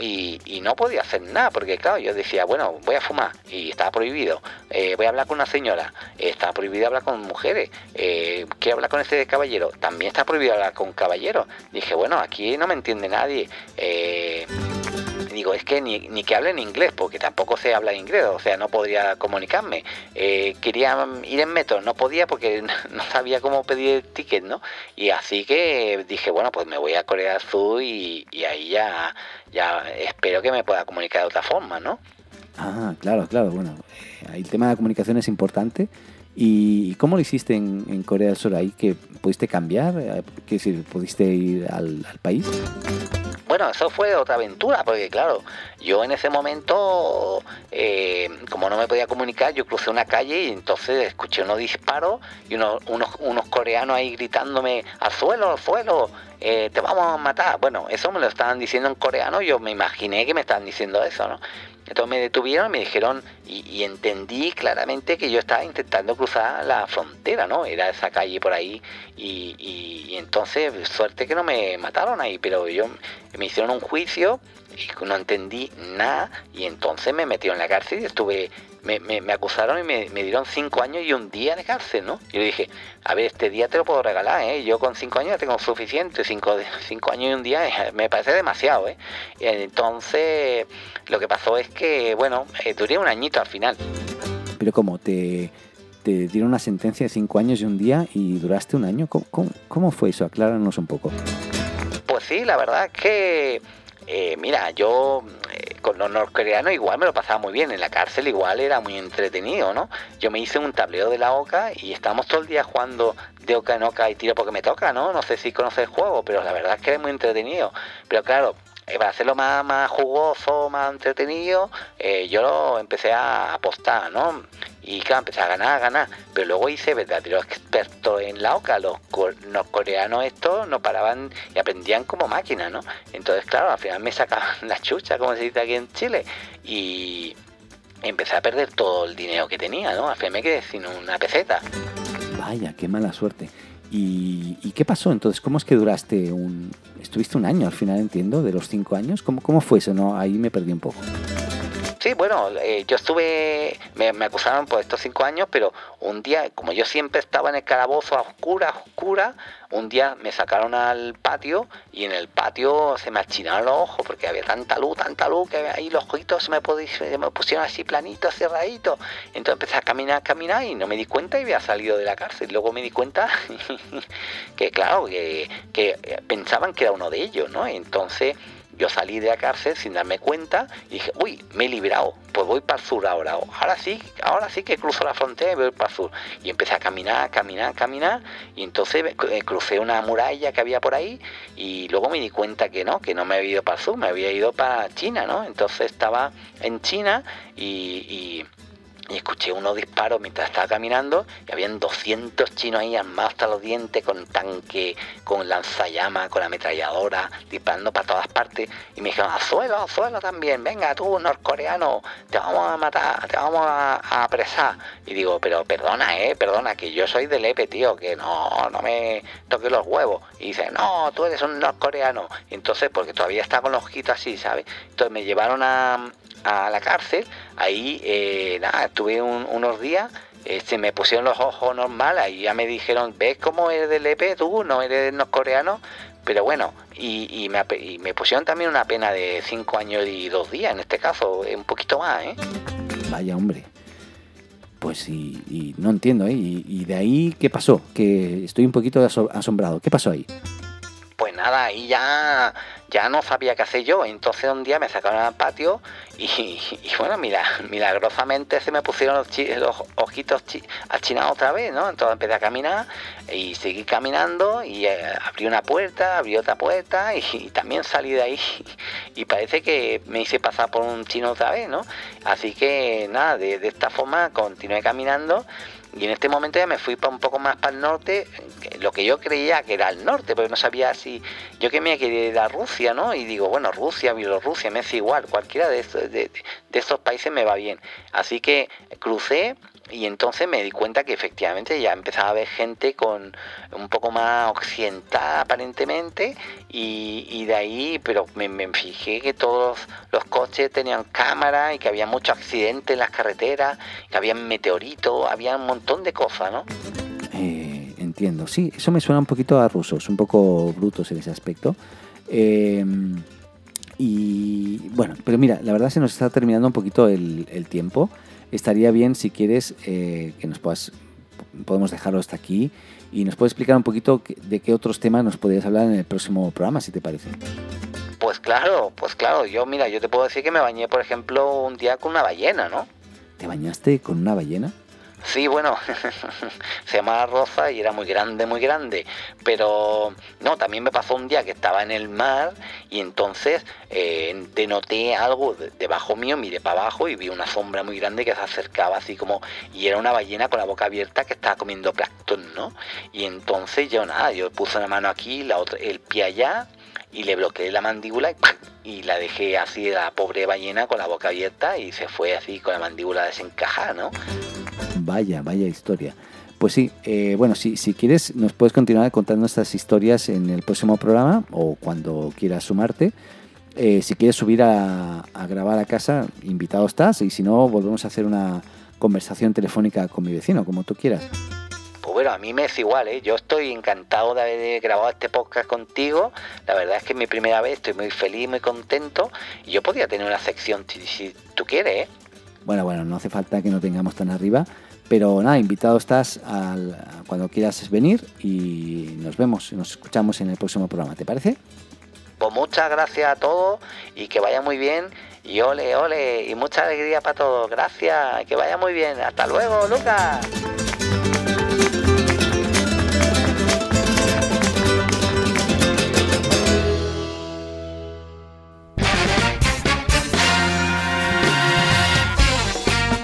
[SPEAKER 5] y, y no podía hacer nada, porque claro, yo decía, bueno, voy a fumar y estaba prohibido, Eh, voy a hablar con una señora, está prohibido hablar con mujeres, eh, ¿qué habla con ese caballero? También está prohibido hablar con caballeros. Dije, bueno, aquí no me entiende nadie. Eh, digo, es que ni, ni que hable en inglés, porque tampoco sé hablar inglés, o sea, no podría comunicarme. Eh, quería ir en metro, no podía porque no sabía cómo pedir el ticket, ¿no? Y así que dije, bueno, pues me voy a Corea del Sur y, y ahí ya, ya espero que me pueda comunicar de otra forma, ¿no?
[SPEAKER 1] Ah, claro, claro. Bueno, eh, ahí el tema de la comunicación es importante. ¿Y cómo lo hiciste en, en Corea del Sur ahí? ¿Que pudiste cambiar? Eh, ¿Qué decir, pudiste ir al, al país?
[SPEAKER 5] Bueno, eso fue otra aventura, porque claro, yo en ese momento, eh, como no me podía comunicar, yo crucé una calle y entonces escuché unos disparos y unos, unos, unos coreanos ahí gritándome, al suelo, al suelo, eh, te vamos a matar. Bueno, eso me lo estaban diciendo en coreano, yo me imaginé que me estaban diciendo eso, ¿no? Entonces me detuvieron y me dijeron, y, y entendí claramente que yo estaba intentando cruzar la frontera, ¿no? Era esa calle por ahí, y, y- y entonces suerte que no me mataron ahí, pero yo me hicieron un juicio y no entendí nada, y entonces me metieron en la cárcel y estuve, me, me- me acusaron y me, me dieron cinco años y un día de cárcel, ¿no? Yo dije, a ver, este día te lo puedo regalar, ¿eh? Yo con cinco años ya tengo suficiente, cinco, cinco años y un día eh, me parece demasiado, ¿eh? Entonces, lo que pasó es que, bueno, eh, duré un añito al final.
[SPEAKER 1] Pero ¿cómo? ¿Te, te dieron una sentencia de cinco años y un día y duraste un año? ¿Cómo, cómo, cómo fue eso? Acláranos un poco.
[SPEAKER 5] Pues sí, la verdad es que, eh, mira, yo eh, con los norcoreanos igual me lo pasaba muy bien, en la cárcel igual era muy entretenido, ¿no? Yo me hice un tablero de la oca y estábamos todo el día jugando de oca en oca y tiro porque me toca, ¿no? No sé si conoces el juego, pero la verdad es que es muy entretenido. Pero claro, eh, para hacerlo más, más jugoso, más entretenido, eh, yo lo empecé a apostar, ¿no? Y claro, empecé a ganar, a ganar. Pero luego hice verdaderos expertos en la oca. Los, cor- los coreanos estos no paraban y aprendían como máquina, ¿no? Entonces, claro, al final me sacaban la chucha, como se dice aquí en Chile. Y empecé a perder todo el dinero que tenía, ¿no? Al final me quedé sin una peseta.
[SPEAKER 1] Vaya, qué mala suerte. ¿Y, y qué pasó entonces? ¿Cómo es que duraste un... Estuviste un año al final, entiendo, de los cinco años. ¿Cómo, cómo fue eso? No, ahí me perdí un poco.
[SPEAKER 5] Sí, bueno, eh, yo estuve, me, me acusaron por estos cinco años, pero un día, como yo siempre estaba en el calabozo a oscura, a oscura, un día me sacaron al patio y en el patio se me achinaron los ojos porque había tanta luz, tanta luz, que ahí los ojitos se me, podi- se me pusieron así planitos, cerraditos. Entonces empecé a caminar, a caminar y no me di cuenta y había salido de la cárcel. Luego me di cuenta que, claro, que, que eh, pensaban que era uno de ellos, ¿no? Entonces... Yo salí de la cárcel sin darme cuenta y dije, uy, me he librado, pues voy para el sur ahora. Ahora sí, ahora sí que cruzo la frontera y voy para el sur. Y empecé a caminar, a caminar, a caminar. Y entonces eh, cru- eh, crucé una muralla que había por ahí y luego me di cuenta que no, que no me había ido para el sur, me había ido para China, ¿no? Entonces estaba en China y- y y escuché unos disparos mientras estaba caminando y habían 200 chinos ahí armados hasta los dientes con tanque, con lanzallamas, con ametralladora, disparando para todas partes y me dijeron, al suelo, al suelo también, venga tú, norcoreano, te vamos a matar, te vamos a, a apresar. Y digo, pero perdona, eh, perdona, que yo soy del EPE, tío, que no, no me toque los huevos. Y dice, no, tú eres un norcoreano. Y entonces, porque todavía está con los ojitos así, ¿sabes? Entonces me llevaron a, a la cárcel, ahí eh, nada, estuve un- unos días, eh, se me pusieron los ojos normales, ahí ya me dijeron, ¿ves cómo eres del EP tú? No eres norcoreano, pero bueno, y, y me, ape- y me pusieron también una pena de 5 años y 2 días en este caso, eh, un poquito más, ¿eh?
[SPEAKER 1] Vaya, hombre. Pues y, y no entiendo, ¿eh? Y, y de ahí, ¿qué pasó? Que estoy un poquito aso- asombrado. ¿Qué pasó ahí?
[SPEAKER 5] Pues nada, ahí ya, ya no sabía qué hacer yo. Entonces un día me sacaron al patio y, y bueno, mira, milagrosamente se me pusieron los, chi- los ojitos chi- achinados otra vez, ¿no? Entonces empecé a caminar y seguí caminando y eh, abrí una puerta, abrí otra puerta y, y también salí de ahí. Y parece que me hice pasar por un chino otra vez, ¿no? Así que nada, de, de esta forma continué caminando. Y en este momento ya me fui pa- un poco más para el norte, que- lo que yo creía que era el norte, porque no sabía si. Yo que me quería ir a Rusia, ¿no? Y digo, bueno, Rusia, Bielorrusia, me es igual, cualquiera de esos, de, de- de esos países me va bien. Así que crucé, Y entonces me di cuenta que efectivamente ya empezaba a haber gente con un poco más occidental aparentemente y, y de ahí, pero me, me fijé que todos los coches tenían cámara y que había muchos accidentes en las carreteras, que había meteoritos, había un montón de cosas, ¿no?
[SPEAKER 1] Eh, entiendo, sí, eso me suena un poquito a rusos, un poco brutos en ese aspecto. Eh, y bueno, pero mira, la verdad se nos está terminando un poquito el, el tiempo. Estaría bien si quieres eh, que nos puedas, podemos dejarlo hasta aquí y nos puedes explicar un poquito que- de qué otros temas nos podrías hablar en el próximo programa, si te parece.
[SPEAKER 5] Pues claro, pues claro, yo mira, yo te puedo decir que me bañé, por ejemplo, un día con una ballena, ¿no?
[SPEAKER 1] ¿Te bañaste con una ballena?
[SPEAKER 5] Sí, bueno, se llamaba Rosa y era muy grande, muy grande. Pero no, también me pasó un día que estaba en el mar y entonces eh, denoté algo de- debajo mío, miré para abajo y vi una sombra muy grande que se acercaba así como... Y era una ballena con la boca abierta que estaba comiendo plancton, ¿no? Y entonces yo nada, yo puse una mano aquí, la otra, el pie allá y le bloqueé la mandíbula y, ¡pac! y la dejé así, la pobre ballena con la boca abierta y se fue así con la mandíbula desencajada, ¿no?
[SPEAKER 1] Vaya, vaya historia. Pues sí, eh, bueno, si, si quieres nos puedes continuar contando estas historias en el próximo programa o cuando quieras sumarte. Eh, si quieres subir a, a grabar a casa, invitado estás y si no, volvemos a hacer una conversación telefónica con mi vecino, como tú quieras.
[SPEAKER 5] Pues bueno, a mí me es igual, ¿eh? Yo estoy encantado de haber grabado este podcast contigo. La verdad es que es mi primera vez, estoy muy feliz, muy contento. Y yo podría tener una sección si, si tú quieres, ¿eh?
[SPEAKER 1] Bueno, bueno, no hace falta que no tengamos tan arriba, pero nada, invitado estás al- a cuando quieras venir y nos vemos, nos escuchamos en el próximo programa, ¿te parece?
[SPEAKER 5] Pues muchas gracias a todos y que vaya muy bien. Y ole, ole, y mucha alegría para todos. Gracias, que vaya muy bien. Hasta luego, Lucas.